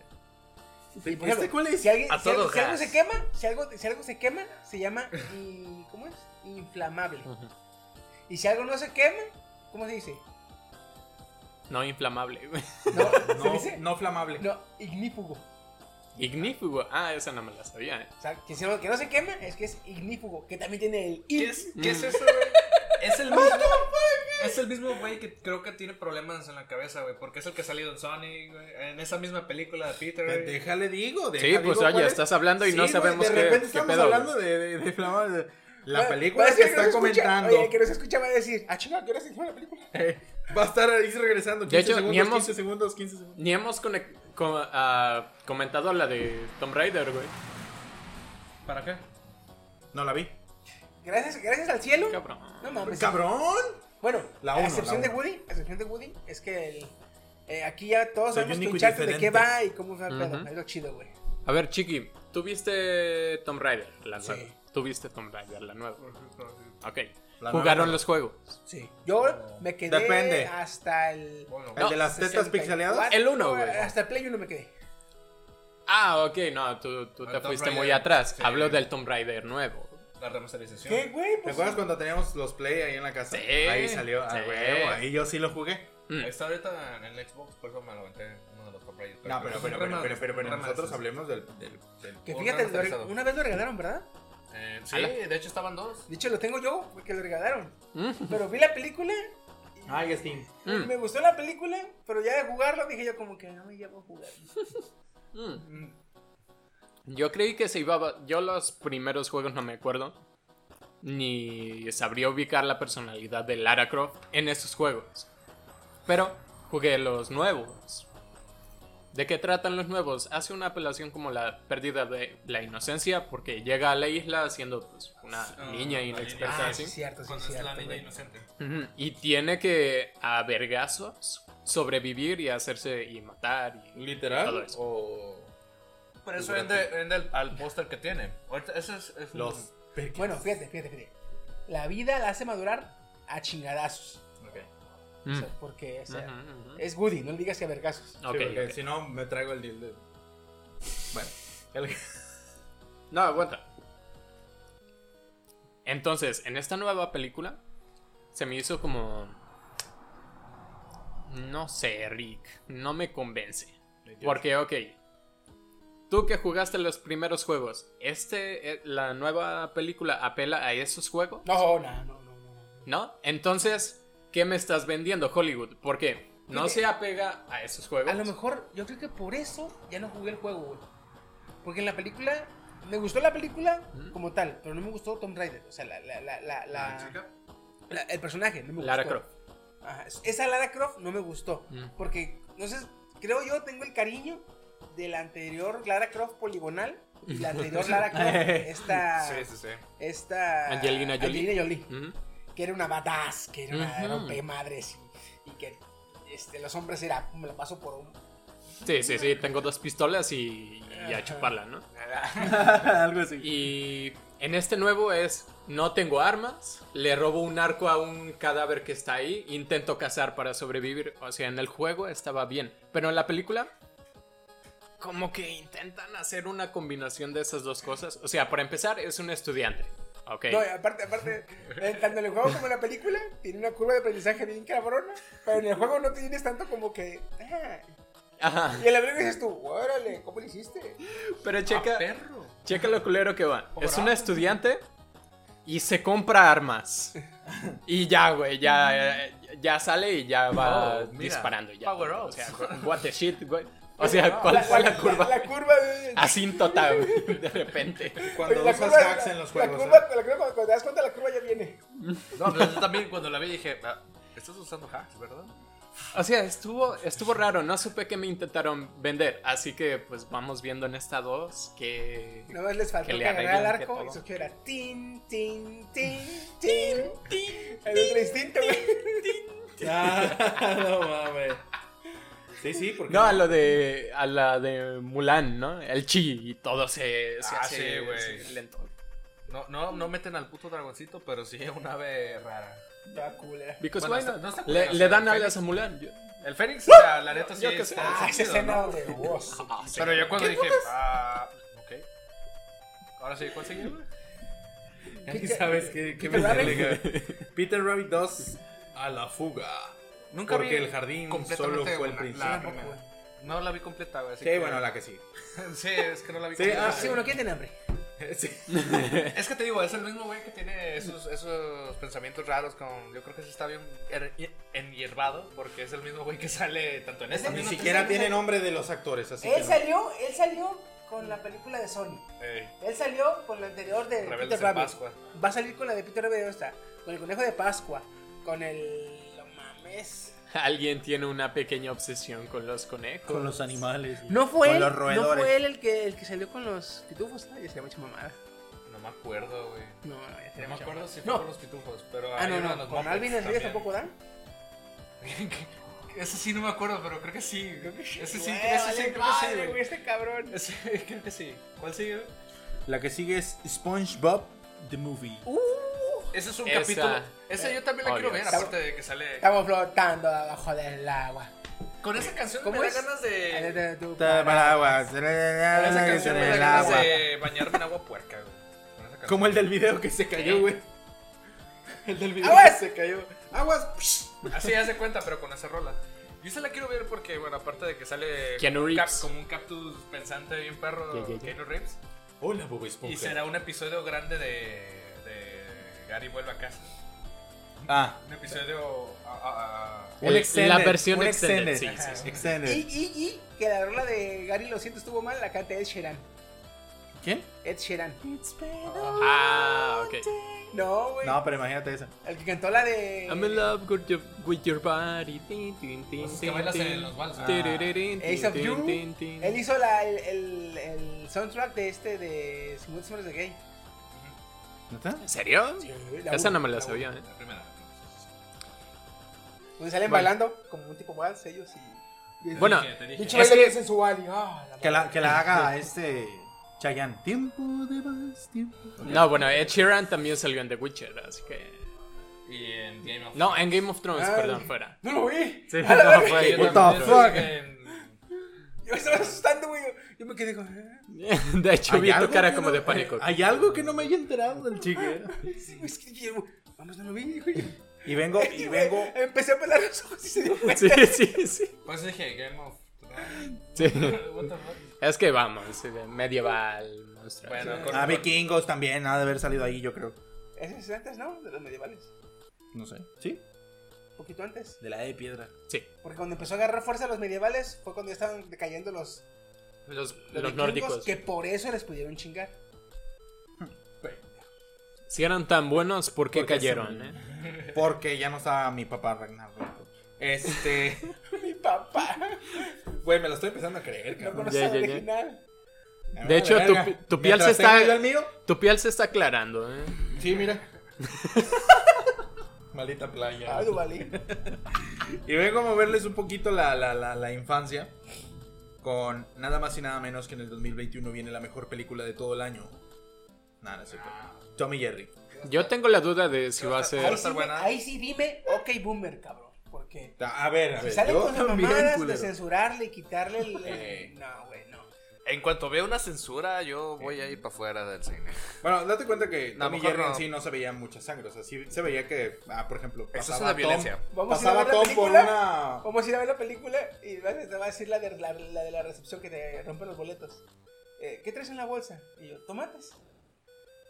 Speaker 2: Sí, por
Speaker 7: ¿Este
Speaker 2: ejemplo,
Speaker 7: cuál es?
Speaker 2: Si, alguien-
Speaker 4: A
Speaker 2: si algo-
Speaker 4: todo
Speaker 2: si algo
Speaker 4: gas.
Speaker 2: se quema, si algo, si algo se quema, se llama i- ¿cómo es? Inflamable.
Speaker 4: Ujú.
Speaker 2: Y si algo no se quema, ¿cómo se dice?
Speaker 4: No inflamable. güey.
Speaker 2: No, se dice
Speaker 7: No, no flamable.
Speaker 2: no, ignífugo.
Speaker 4: Ignífugo. Ah, esa no me la sabía. eh.
Speaker 2: O sea, que si algo que no se quema es que es ignífugo, que también tiene el
Speaker 5: ¿Qué
Speaker 2: in.
Speaker 5: es, qué es
Speaker 4: Mm.
Speaker 5: eso, güey? Es el mismo. Es el mismo güey que creo que tiene problemas en la cabeza, güey. Porque es el que ha salido en Sonic, güey. En esa misma película de Peter, güey.
Speaker 7: Déjale digo,
Speaker 4: Sí,
Speaker 7: déjale
Speaker 4: pues
Speaker 7: digo cuál
Speaker 4: oye,
Speaker 7: es.
Speaker 4: estás hablando y no
Speaker 7: Sí, güey,
Speaker 4: sabemos
Speaker 7: de
Speaker 4: qué,
Speaker 7: repente
Speaker 4: qué
Speaker 7: estamos
Speaker 4: pedo.
Speaker 7: hablando
Speaker 4: güey.
Speaker 7: de, de, de flamable. La
Speaker 2: Bueno,
Speaker 7: película
Speaker 2: Ah, parece
Speaker 7: que,
Speaker 2: no
Speaker 7: está
Speaker 2: se escucha.
Speaker 7: comentando
Speaker 2: Oye, el que no se escucha va a decir, ah, chinga, ¿qué hora se llama la película?
Speaker 7: eh, va a estar ahí regresando. 15
Speaker 4: hecho, ni
Speaker 7: segundos,
Speaker 4: hemos-
Speaker 7: 15 segundos, 15 segundos.
Speaker 4: Ni hemos conec- co- ah, comentado la de Tomb Raider, güey.
Speaker 5: ¿Para qué?
Speaker 7: No la vi.
Speaker 2: Gracias, gracias al cielo.
Speaker 4: Cabrón.
Speaker 2: No mames.
Speaker 7: ¡Cabrón!
Speaker 2: Bueno,
Speaker 7: La
Speaker 2: la
Speaker 7: uno,
Speaker 2: excepción
Speaker 7: la
Speaker 2: de
Speaker 7: uno.
Speaker 2: Woody, a excepción de Woody, es que el- eh, aquí ya todos
Speaker 7: Soy
Speaker 2: sabemos que
Speaker 7: único y
Speaker 2: Uncharted de qué
Speaker 7: diferente.
Speaker 2: va y cómo va el pedo.
Speaker 4: Ujú.
Speaker 2: Es lo chido, güey.
Speaker 4: A ver, Chiqui, ¿tú viste Tomb Raider, la
Speaker 2: Sí.
Speaker 4: nueva? ¿Tú viste Tomb Raider, la nueva? Ok.
Speaker 7: La nueva,
Speaker 4: ¿Jugaron
Speaker 7: la-
Speaker 4: los juegos?
Speaker 2: Sí. Yo me quedé
Speaker 7: Depende.
Speaker 2: hasta el.
Speaker 7: ¿El de las tetas
Speaker 2: 64,
Speaker 7: pixeleadas?
Speaker 4: El uno, güey.
Speaker 2: Hasta el Play 1 me quedé.
Speaker 4: Ah, ok, no, tú, tú
Speaker 5: El
Speaker 4: te
Speaker 5: Tomb
Speaker 4: fuiste muy
Speaker 5: Raider,
Speaker 4: atrás.
Speaker 5: sí.
Speaker 4: Hablo del Tomb Raider nuevo.
Speaker 5: La remasterización.
Speaker 2: ¿Qué, güey?
Speaker 7: ¿Te
Speaker 2: Pues,
Speaker 7: acuerdas cuando teníamos los Play ahí en la
Speaker 4: Sí.
Speaker 7: casa? Ahí salió. ah,
Speaker 4: Sí.
Speaker 7: huevo, ahí yo sí lo jugué.
Speaker 4: Mm.
Speaker 5: Está ahorita en el Xbox, por eso me lo aventé uno de los Tomb Raider.
Speaker 7: No, pero, pero, pero, pero, pero,
Speaker 5: Remas-
Speaker 7: nosotros hablemos del. del, del-
Speaker 2: que
Speaker 5: un
Speaker 2: fíjate,
Speaker 5: remasterizado.
Speaker 2: lo- una vez lo regalaron, ¿verdad?
Speaker 5: Eh, sí, de hecho estaban dos.
Speaker 2: De hecho, lo tengo yo, porque lo regalaron.
Speaker 4: Mm.
Speaker 2: Pero vi la película. y-
Speaker 7: Ay, Steam.
Speaker 4: Mm.
Speaker 2: Me gustó la película, pero ya de jugarlo dije yo como que no me llevo a jugar.
Speaker 4: Mm. Yo creí que se iba. a- Yo los primeros juegos no me acuerdo. Ni sabría ubicar la personalidad de Lara Croft en esos juegos. Pero jugué los nuevos. ¿De qué tratan los nuevos? Hace una apelación como la pérdida de la inocencia porque llega a la isla siendo pues, una niña inexperta.
Speaker 7: Ah,
Speaker 4: así.
Speaker 7: sí, cierto, sí, Cuando es cierto, la niña güey. inocente.
Speaker 4: Ujú, Y tiene que a vergazos sobrevivir y hacerse y matar. Y
Speaker 7: ¿Literal
Speaker 4: todo eso.
Speaker 7: Por eso vende, vende al, al póster que tiene. Ahorita, Eso es, es un-
Speaker 4: Los
Speaker 2: Bueno, fíjate, fíjate, fíjate. La vida la hace madurar a chingadazos. O sea, porque, o sea,
Speaker 6: Ujú, ujú.
Speaker 2: es Woody, no le digas que a vergazos.
Speaker 6: Sí, porque Si no, me traigo el deal de. Bueno. el-
Speaker 4: No, aguanta. Entonces, en esta nueva película, se me hizo como. No sé, Rick. No me convence. Porque, ok. Tú que jugaste los primeros juegos, este, eh, la nueva película apela a esos juegos.
Speaker 2: No, no, no.
Speaker 4: ¿No? Entonces, ¿qué me estás vendiendo, Hollywood? Porque no
Speaker 2: Fíjate.
Speaker 4: se apega a esos juegos.
Speaker 2: A lo mejor, yo creo que por eso ya no jugué el juego, güey. Porque en la película, me gustó la película como tal, pero no me gustó Tom Raider. O sea, la. la, la, la, la- la- el personaje, no me gustó.
Speaker 4: Lara Croft.
Speaker 2: Ajá, esa Lara Croft no me gustó.
Speaker 4: Mm.
Speaker 2: Porque, no sé, creo yo tengo el cariño de la anterior Lara Croft poligonal y la anterior Lara Croft, esta.
Speaker 7: Sí, sí, sí.
Speaker 2: Esta.
Speaker 4: Angelina Jolie.
Speaker 2: Angelina Jolie.
Speaker 4: Ujú.
Speaker 2: Que era una badass, que era una
Speaker 4: Ujú.
Speaker 2: rompe madres y, y que este, los hombres era, me lo paso por un.
Speaker 4: Sí, sí, sí, tengo dos pistolas y, y a chuparla, ¿no?
Speaker 6: Algo así.
Speaker 4: Y en este nuevo es, no tengo armas, le robo un arco a un cadáver que está ahí, intento cazar para sobrevivir. O sea, en el juego estaba bien, pero en la película como que intentan hacer una combinación de esas dos cosas. O sea, para empezar es un estudiante, ¿ok?
Speaker 2: No, y aparte, aparte, eh, tanto en el juego como en la película, tiene una curva de aprendizaje bien cabrona, pero en el juego no tienes tanto como que. ah.
Speaker 4: Ajá.
Speaker 2: Y en la película dices tú, órale, ¿cómo lo hiciste?
Speaker 4: Pero checa,
Speaker 2: perro.
Speaker 4: checa lo culero que va. Es un estudiante y se compra armas. Y ya, güey, ya, eh, ya sale y ya va
Speaker 7: Oh, mira.
Speaker 4: disparando. Ya,
Speaker 7: Power
Speaker 4: o
Speaker 7: up.
Speaker 4: sea, what the shit, güey. O sea, ¿cuál fue la curva?
Speaker 2: La, curva de.
Speaker 4: Asíntota, güey, de repente.
Speaker 6: Ah, Cuando
Speaker 2: la
Speaker 6: usas
Speaker 2: curva-
Speaker 6: hacks en los juegos.
Speaker 2: La
Speaker 6: ¿eh?
Speaker 2: curva, la curva, cuando te das cuenta, la curva ya viene.
Speaker 7: No, pero yo también cuando la vi dije, "Ah, estás usando hacks, ¿verdad?
Speaker 4: O sea, estuvo, estuvo raro, no supe qué me intentaron vender. Así que, pues, vamos viendo en esta dos que...
Speaker 2: Una vez les faltó
Speaker 4: que
Speaker 2: que,
Speaker 4: le
Speaker 2: agarrar el
Speaker 4: arreglen, que
Speaker 2: arco y
Speaker 4: todo.
Speaker 2: su que era tin, tin, tin, tin, tin. El otro instinto, güey.
Speaker 6: Ah, no mames. Sí, sí, porque.
Speaker 4: No, a lo de. a la de Mulan, ¿no? El chi y todo se. se
Speaker 7: Ah,
Speaker 4: hace
Speaker 7: sí, güey.
Speaker 4: se- lento.
Speaker 7: No, no, no meten al puto dragoncito, pero sí es un ave rara.
Speaker 2: Está culera.
Speaker 4: Because
Speaker 7: Bueno,
Speaker 4: why
Speaker 7: está-
Speaker 4: not?
Speaker 7: no está
Speaker 4: le,
Speaker 7: culero,
Speaker 4: le
Speaker 7: o sea,
Speaker 4: dan
Speaker 7: el
Speaker 4: alas
Speaker 7: Fénix-
Speaker 4: a Mulan. Yo-
Speaker 7: El Fénix, o sea, la neta sí
Speaker 4: Yo qué sé.
Speaker 7: está
Speaker 2: Ah, esa
Speaker 7: chido,
Speaker 2: escena
Speaker 7: ¿no?
Speaker 2: de vos.
Speaker 4: Ah, sí.
Speaker 7: Pero yo cuando
Speaker 4: ¿Qué
Speaker 7: dije,
Speaker 4: putas?
Speaker 7: ah, ok. Ahora sí, ¿cuál seguía, güey?
Speaker 6: Ahí sabes qué, qué
Speaker 7: Peter Rabbit.
Speaker 6: mensaje. Peter Rabbit 2 a la fuga.
Speaker 7: Nunca
Speaker 6: Porque
Speaker 7: vi
Speaker 6: el jardín solo
Speaker 7: completamente
Speaker 6: fue el
Speaker 7: una- la
Speaker 6: principio.
Speaker 7: primera. No la vi completa, güey. así
Speaker 6: Sí, bueno, la que sí.
Speaker 7: sí, es que no la vi
Speaker 6: Sí,
Speaker 7: completa.
Speaker 6: ah, sí, bueno,
Speaker 2: ¿quién tiene hambre?
Speaker 6: Sí.
Speaker 7: es que te digo, es el mismo güey que tiene esos, esos pensamientos raros con... Yo creo que sí está bien er- enhierbado porque es el mismo güey que sale tanto en esta
Speaker 6: Ni
Speaker 7: misma
Speaker 6: siquiera
Speaker 7: película-
Speaker 6: tiene nombre de los actores, así que.
Speaker 2: Él
Speaker 6: no.
Speaker 2: salió, él salió con la película de Sony.
Speaker 7: Ey,
Speaker 2: Él salió con la anterior de
Speaker 7: Rebeldes
Speaker 2: Eh, Peter
Speaker 7: en
Speaker 2: Rabbit.
Speaker 7: Pascua.
Speaker 2: Va a salir con la de Peter Rabbit esta, con el conejo de Pascua, con el lo mames.
Speaker 4: Alguien tiene una pequeña obsesión con los conejos.
Speaker 11: Con los animales.
Speaker 2: No fue
Speaker 11: Con
Speaker 2: él,
Speaker 11: los
Speaker 2: no
Speaker 11: roedores.
Speaker 2: fue él el que el que salió con los pitufos, ¿no? Ya se llama mamada.
Speaker 7: No me acuerdo, güey.
Speaker 2: No, no, ya
Speaker 7: No
Speaker 2: tenemos
Speaker 7: me
Speaker 2: chamba.
Speaker 7: acuerdo si fue
Speaker 2: No.
Speaker 7: con los pitufos, pero...
Speaker 2: Ah,
Speaker 7: hay
Speaker 2: no,
Speaker 7: uno de
Speaker 2: no,
Speaker 7: los
Speaker 2: con
Speaker 7: Muppets
Speaker 2: Alvin el Río
Speaker 7: también.
Speaker 2: tampoco dan.
Speaker 7: Ese sí no me acuerdo, pero creo que sí. Ese sí,
Speaker 2: Güey,
Speaker 7: ese
Speaker 2: vale
Speaker 7: sí, creo que
Speaker 2: madre,
Speaker 7: sí,
Speaker 2: güey,
Speaker 7: güey.
Speaker 2: este cabrón.
Speaker 7: Ese- Creo que sí. ¿Cuál sigue?
Speaker 6: La que sigue es SpongeBob The Movie.
Speaker 7: Ese es un
Speaker 6: Esa.
Speaker 7: capítulo. Esa
Speaker 2: Eh,
Speaker 7: yo también la
Speaker 6: Oh,
Speaker 7: quiero
Speaker 6: Dios.
Speaker 7: ver, aparte de que sale.
Speaker 2: Estamos flotando abajo del agua.
Speaker 7: Con esa canción
Speaker 2: ¿Cómo
Speaker 7: me da
Speaker 2: es?
Speaker 7: ganas de.
Speaker 2: Con
Speaker 6: Paraguas.
Speaker 7: esa
Speaker 6: que se
Speaker 7: canción me
Speaker 6: ve
Speaker 7: da
Speaker 6: el
Speaker 7: ganas
Speaker 6: agua.
Speaker 7: de bañarme en agua puerca, güey. Con esa canción.
Speaker 6: Como el del video que se cayó, güey. El del video
Speaker 7: ¡Aguas!
Speaker 6: que se cayó. ¡Aguas!
Speaker 7: Así ya se Ah, cuenta, pero con esa rola. Yo se la quiero ver porque, bueno, aparte de que sale
Speaker 4: Keanu
Speaker 7: como un
Speaker 4: Reeves.
Speaker 7: cap- como un cactus pensante bien perro,
Speaker 4: Ya, ya, ya.
Speaker 7: Keanu Reeves.
Speaker 6: Hola, Bob Esponja.
Speaker 7: Y será un episodio grande de, de Gary vuelve a casa.
Speaker 6: Ah.
Speaker 7: Un episodio. ah, ah, ah.
Speaker 6: Un extended,
Speaker 4: la versión
Speaker 6: un
Speaker 4: extended,
Speaker 6: extended.
Speaker 4: sí, sí, sí.
Speaker 6: Extended.
Speaker 2: Y, y, y que la rola de Gary lo siento estuvo mal, la canta Ed Sheeran.
Speaker 7: ¿Quién?
Speaker 2: Ed Sheeran.
Speaker 4: Ah, ok.
Speaker 2: No, güey.
Speaker 7: No, pero imagínate esa.
Speaker 2: El que cantó la de.
Speaker 4: I'm in love with your, with your body. Tin, tin, tin,
Speaker 2: Esos
Speaker 5: que bailas
Speaker 4: tin,
Speaker 5: en los vals.
Speaker 4: tin, tin, tin,
Speaker 2: Ace of
Speaker 4: tin,
Speaker 2: You.
Speaker 4: tin, tin.
Speaker 2: Él hizo la, el, el, el soundtrack de este de 50 Sombras de Gay.
Speaker 4: ¿En serio?
Speaker 2: Sí, la
Speaker 4: Esa
Speaker 2: uno,
Speaker 4: no me la
Speaker 2: la
Speaker 4: sabía. ¿eh?
Speaker 2: Donde salen
Speaker 4: Bueno.
Speaker 2: bailando como un tipo vals ellos y. y-
Speaker 4: Bueno,
Speaker 2: y-
Speaker 4: te dije.
Speaker 2: pinche
Speaker 4: es
Speaker 2: baile
Speaker 4: que-
Speaker 2: bien sensual y. ah, la
Speaker 7: Que la,
Speaker 2: madre.
Speaker 7: que la haga este. Chayanne. Tiempo de más, tiempo.
Speaker 4: No, bueno, Ed Sheeran también salió en The Witcher, así que.
Speaker 5: Y en Game of
Speaker 4: No, en Game of Thrones,
Speaker 2: Ah,
Speaker 4: perdón, fuera.
Speaker 2: No lo vi.
Speaker 4: Sí,
Speaker 2: A
Speaker 4: no,
Speaker 2: la verga.
Speaker 4: fue ahí.
Speaker 5: Yo también
Speaker 7: the
Speaker 5: creo
Speaker 7: fuck?
Speaker 5: que en-
Speaker 2: Yo me estaba asustando, güey. Yo me quedé con. ¿eh?
Speaker 4: De hecho,
Speaker 7: ¿Hay
Speaker 4: vi tu
Speaker 7: algo
Speaker 4: cara
Speaker 7: que
Speaker 4: como
Speaker 7: no-
Speaker 4: de pánico.
Speaker 7: Hay algo que no me haya enterado del chique.
Speaker 2: Sí, güey, es que yo- Vamos, no lo vi, güey.
Speaker 7: Y vengo, y vengo.
Speaker 2: Empecé a pelar los ojos y se dio cuenta.
Speaker 4: Sí, sí, sí.
Speaker 5: Por eso dije Game of
Speaker 4: Sí.
Speaker 5: What the fuck?
Speaker 4: Es que vamos, medieval, monstruo.
Speaker 5: Bueno, con-
Speaker 7: Ah, vikingos también, ha de haber salido ahí, yo creo.
Speaker 2: Ese es antes, ¿no? De los medievales.
Speaker 7: No sé. ¿Sí?
Speaker 2: Un poquito antes.
Speaker 7: De la E de piedra.
Speaker 4: Sí,
Speaker 2: Porque cuando empezó a agarrar fuerza los medievales fue cuando ya estaban cayendo los,
Speaker 4: los,
Speaker 2: los,
Speaker 4: los
Speaker 2: vikingos,
Speaker 4: nórdicos.
Speaker 2: Que por eso les pudieron chingar.
Speaker 4: Si eran tan buenos, ¿por qué
Speaker 7: Porque
Speaker 4: cayeron?
Speaker 7: se-
Speaker 4: eh?
Speaker 7: Porque ya no estaba mi papá Ragnarok. Este.
Speaker 2: Mi papá.
Speaker 7: Güey, me lo estoy empezando a creer,
Speaker 2: No
Speaker 7: cabrón.
Speaker 2: conoces
Speaker 4: Ya,
Speaker 2: al
Speaker 4: ya, ya.
Speaker 2: original.
Speaker 7: Me
Speaker 4: De
Speaker 7: vale
Speaker 4: hecho, tu,
Speaker 7: verga.
Speaker 4: pi- tu piel se
Speaker 7: Mientras tenga yo
Speaker 4: está.
Speaker 7: el mío?
Speaker 4: Tu piel se está aclarando, ¿eh?
Speaker 7: Sí, mira. Maldita playa.
Speaker 2: Ay, Duvalín.
Speaker 7: Y vengo a moverles un poquito la, la, la, la infancia. Con nada más y nada menos que en el 2021 viene la mejor película de todo el año. Nada, no es cierto. Tommy Jerry.
Speaker 4: Yo tengo la duda de si va a
Speaker 2: Ahí
Speaker 4: ser.
Speaker 2: sí, me- ahí sí dime, ok, boomer, cabrón. Porque
Speaker 7: A ver, a
Speaker 2: si
Speaker 7: ver.
Speaker 2: sale
Speaker 7: yo
Speaker 2: con pues, sus
Speaker 7: también,
Speaker 2: mamadas de
Speaker 7: culero.
Speaker 2: censurarle y quitarle el.
Speaker 7: Eh.
Speaker 2: No, güey, no.
Speaker 6: En cuanto vea una censura, yo voy a ir para afuera del cine.
Speaker 7: Bueno, date cuenta que
Speaker 6: No,
Speaker 7: Tommy
Speaker 6: mejor
Speaker 7: Jerry en
Speaker 6: no.
Speaker 7: sí no se veía mucha sangre. O sea, sí se veía que, ah, por ejemplo,
Speaker 6: Exceso
Speaker 7: pasaba
Speaker 6: de
Speaker 7: Tom-
Speaker 6: violencia.
Speaker 2: Vamos a ir a
Speaker 7: pasaba
Speaker 2: ver la
Speaker 7: Tom por
Speaker 2: película.
Speaker 7: una.
Speaker 2: Vamos a ir a ver la película y vas a- te va a decir la de la, la de la recepción que te rompen los boletos. Eh, ¿Qué traes en la bolsa? Y yo, tomates.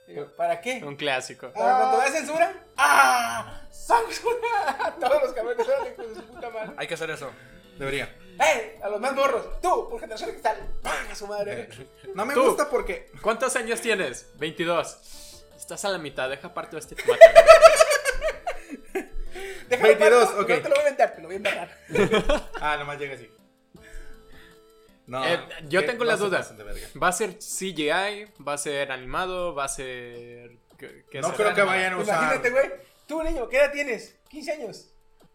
Speaker 2: Y yo, ¿Para qué?
Speaker 4: Un clásico.
Speaker 2: Para cuando veas censura. ¡Ah! ¡Censura! Todos los cabrones eran hijos de su puta madre.
Speaker 6: Hay que hacer eso.
Speaker 7: Debería.
Speaker 2: ¡Eh! A los más morros. Tú, por generación de cristal. ¡Pam! A su
Speaker 7: Eh.
Speaker 2: madre.
Speaker 7: No me
Speaker 4: Tú.
Speaker 7: gusta porque.
Speaker 4: ¿Cuántos años tienes? 22. Estás a la mitad, deja parte de este tomate.
Speaker 2: Déjame
Speaker 7: 22,
Speaker 2: parto,
Speaker 7: ok.
Speaker 2: No te lo voy a inventar, te lo voy a inventar.
Speaker 7: Ah, nomás llega así. No.
Speaker 4: Eh, yo
Speaker 7: que
Speaker 4: tengo
Speaker 7: no
Speaker 4: la
Speaker 7: se
Speaker 4: duda.
Speaker 7: pasen de verga.
Speaker 4: ¿Va a ser CGI? ¿Va a ser animado? ¿Va a ser.? ¿Qué, qué
Speaker 7: No
Speaker 4: será?
Speaker 7: creo que vayan a usar.
Speaker 2: Imagínate, güey. Tú, niño, ¿qué edad tienes? 15 años.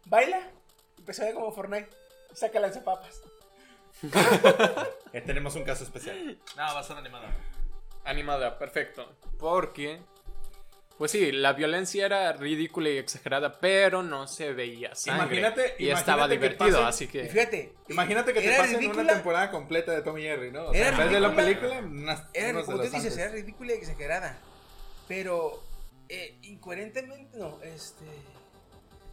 Speaker 2: ¿Baila? Empezó a ver como Fortnite. Saca lanzapapas.
Speaker 7: Eh, tenemos un caso especial.
Speaker 5: No, va a ser animada.
Speaker 4: Animada, perfecto. Porque. Pues sí, la violencia era ridícula y exagerada, pero no se veía sangre.
Speaker 7: Imagínate-
Speaker 4: y
Speaker 7: imagínate
Speaker 4: estaba
Speaker 7: que
Speaker 4: divertido,
Speaker 7: pasen-
Speaker 4: así
Speaker 2: Y
Speaker 4: que.
Speaker 2: fíjate.
Speaker 7: Imagínate que te
Speaker 2: Era
Speaker 7: pasen una
Speaker 2: ridícula.
Speaker 7: temporada completa de Tommy Jerry, ¿no? O sea,
Speaker 2: Era
Speaker 7: en vez de la
Speaker 2: ridícula.
Speaker 7: película, unas.
Speaker 2: Era,
Speaker 7: unos de
Speaker 2: como tú
Speaker 7: los
Speaker 2: dices,
Speaker 7: antes.
Speaker 2: era ridícula y exagerada. Pero eh, incoherentemente, no, este.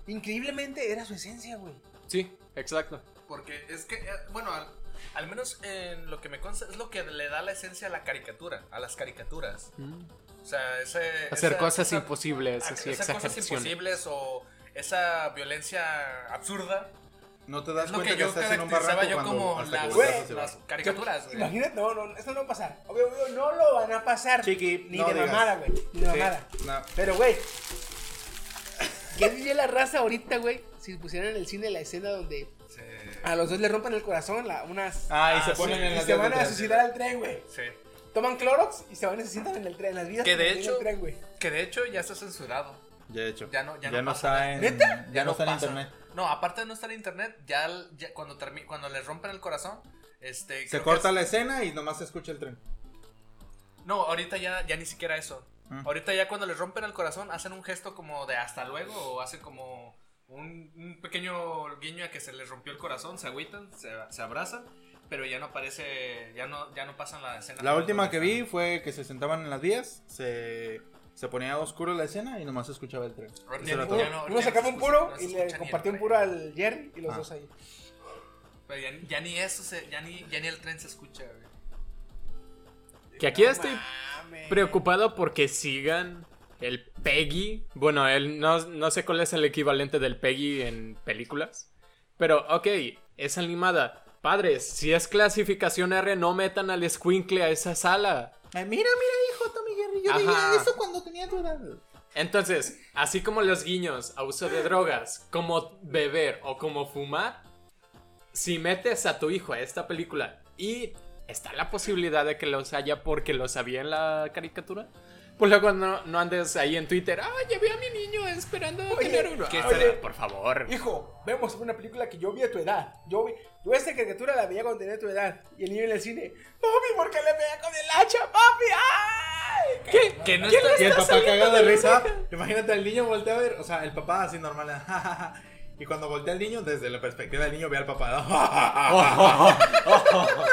Speaker 2: Increíblemente era su esencia, güey.
Speaker 4: Sí, exacto.
Speaker 5: Porque es que, eh, bueno, al, al menos en lo que me consta, es lo que le da la esencia a la caricatura, a las caricaturas. O sea, ese.
Speaker 4: Mm. Hacer
Speaker 5: esa-
Speaker 4: cosas
Speaker 5: esa-
Speaker 4: imposibles,
Speaker 5: a-
Speaker 4: así,
Speaker 5: hacer cosas
Speaker 4: exageraciones.
Speaker 5: imposibles o esa violencia absurda.
Speaker 7: No te das
Speaker 5: Es lo
Speaker 7: cuenta
Speaker 5: que
Speaker 7: que,
Speaker 5: yo
Speaker 7: estás en un
Speaker 5: caracterizaba
Speaker 7: barranco
Speaker 5: yo
Speaker 7: cuando
Speaker 5: como
Speaker 7: hasta que
Speaker 5: las,
Speaker 7: volteas hacia
Speaker 5: las
Speaker 7: abajo.
Speaker 5: caricaturas, güey.
Speaker 2: Imagínate, no, no, eso no va a pasar. Obvio, obvio, no lo van a pasar.
Speaker 7: Chiqui,
Speaker 2: ni
Speaker 7: no
Speaker 2: de
Speaker 7: digas.
Speaker 2: mamada, güey. Ni de
Speaker 7: Sí,
Speaker 2: mamada.
Speaker 7: no.
Speaker 2: Pero, güey. ¿Qué diría la raza ahorita, güey? Si pusieran en el cine la escena donde
Speaker 5: Sí,
Speaker 2: a los dos le rompen el corazón, la, unas.
Speaker 7: Ah, y
Speaker 5: Ah,
Speaker 7: se
Speaker 5: sí,
Speaker 7: ponen en
Speaker 2: y
Speaker 7: las
Speaker 2: se
Speaker 7: vías
Speaker 2: van
Speaker 7: del
Speaker 2: a
Speaker 7: tren.
Speaker 2: suicidar al tren, güey.
Speaker 5: sí.
Speaker 2: Toman Clorox y se van y se sientan en el tren, en las vías
Speaker 5: Que de
Speaker 2: del
Speaker 5: hecho-
Speaker 2: tren, güey.
Speaker 5: Que de hecho ya está censurado.
Speaker 7: Ya he hecho.
Speaker 5: Ya no- ya no pasa
Speaker 7: está en.
Speaker 2: ¿Neta?
Speaker 7: Ya, no está en
Speaker 5: pasa.
Speaker 7: internet.
Speaker 5: No, aparte de no estar en internet, ya, l- ya cuando termi- cuando les rompen el corazón, este
Speaker 7: Se
Speaker 5: creo que
Speaker 7: corta
Speaker 5: es-
Speaker 7: la escena y nomás se escucha el tren.
Speaker 5: No, ahorita ya ya ni siquiera eso.
Speaker 7: Ah.
Speaker 5: Ahorita ya cuando les rompen el corazón hacen un gesto como de hasta luego o hacen como un, un pequeño guiño a que se les rompió el corazón, se agüitan, se, se abrazan, pero ya no aparece, ya no ya no pasan la escena.
Speaker 7: La última que vi fue que se sentaban en las vías, se, se ponía oscuro la escena y nomás se escuchaba el tren.
Speaker 5: Ahorita
Speaker 7: Eso era
Speaker 5: ya
Speaker 7: todo.
Speaker 5: no- ahorita
Speaker 2: Uno
Speaker 5: ya no
Speaker 2: sacaba
Speaker 5: se
Speaker 2: un
Speaker 5: escucha-
Speaker 2: puro
Speaker 5: no se
Speaker 2: y
Speaker 5: escucha ni
Speaker 2: le
Speaker 5: el
Speaker 2: compartió un
Speaker 5: tren.
Speaker 2: puro al Jerry y los
Speaker 7: Ah.
Speaker 2: dos ahí.
Speaker 5: Pero ya, ya ni eso se, ya ni ya ni el tren se escucha. güey.
Speaker 4: Que aquí estoy
Speaker 2: Mames.
Speaker 4: preocupado porque sigan el Peggy. Bueno, él no, no sé cuál es el equivalente del Peggy en películas. Pero, ok, es animada. Padres, si es clasificación R, no metan al escuincle a esa sala.
Speaker 5: eh,
Speaker 9: Ay, mira, mira, hijo Tommy Jerry. Yo
Speaker 4: Ajá.
Speaker 9: veía eso cuando tenía tu edad.
Speaker 4: Entonces, así como los guiños a uso de drogas, como beber o como fumar, si metes a tu hijo a esta película y está la posibilidad de que los haya porque los había en la caricatura, pues luego no, no andes ahí en Twitter, ah, llevé a mi niño esperando tener uno.
Speaker 2: ¿qué
Speaker 4: Ah,
Speaker 2: será?
Speaker 4: por favor.
Speaker 2: Hijo, vemos una película que yo vi a tu edad. Yo vi, yo esta caricatura la veía cuando tenía tu edad. Y el niño en el cine, papi, ¿por qué le veía con el hacha, papi? ¡Ay!
Speaker 5: ¿Qué? Que no está-
Speaker 2: le
Speaker 5: Y el papá
Speaker 2: saliendo
Speaker 5: cagado de
Speaker 2: la
Speaker 5: risa.
Speaker 2: oreja?
Speaker 7: Imagínate al niño voltea a ver, o sea, el papá así normal. ja, ja, ja. Y cuando voltea al niño, desde la perspectiva del niño ve al papá. ¿no?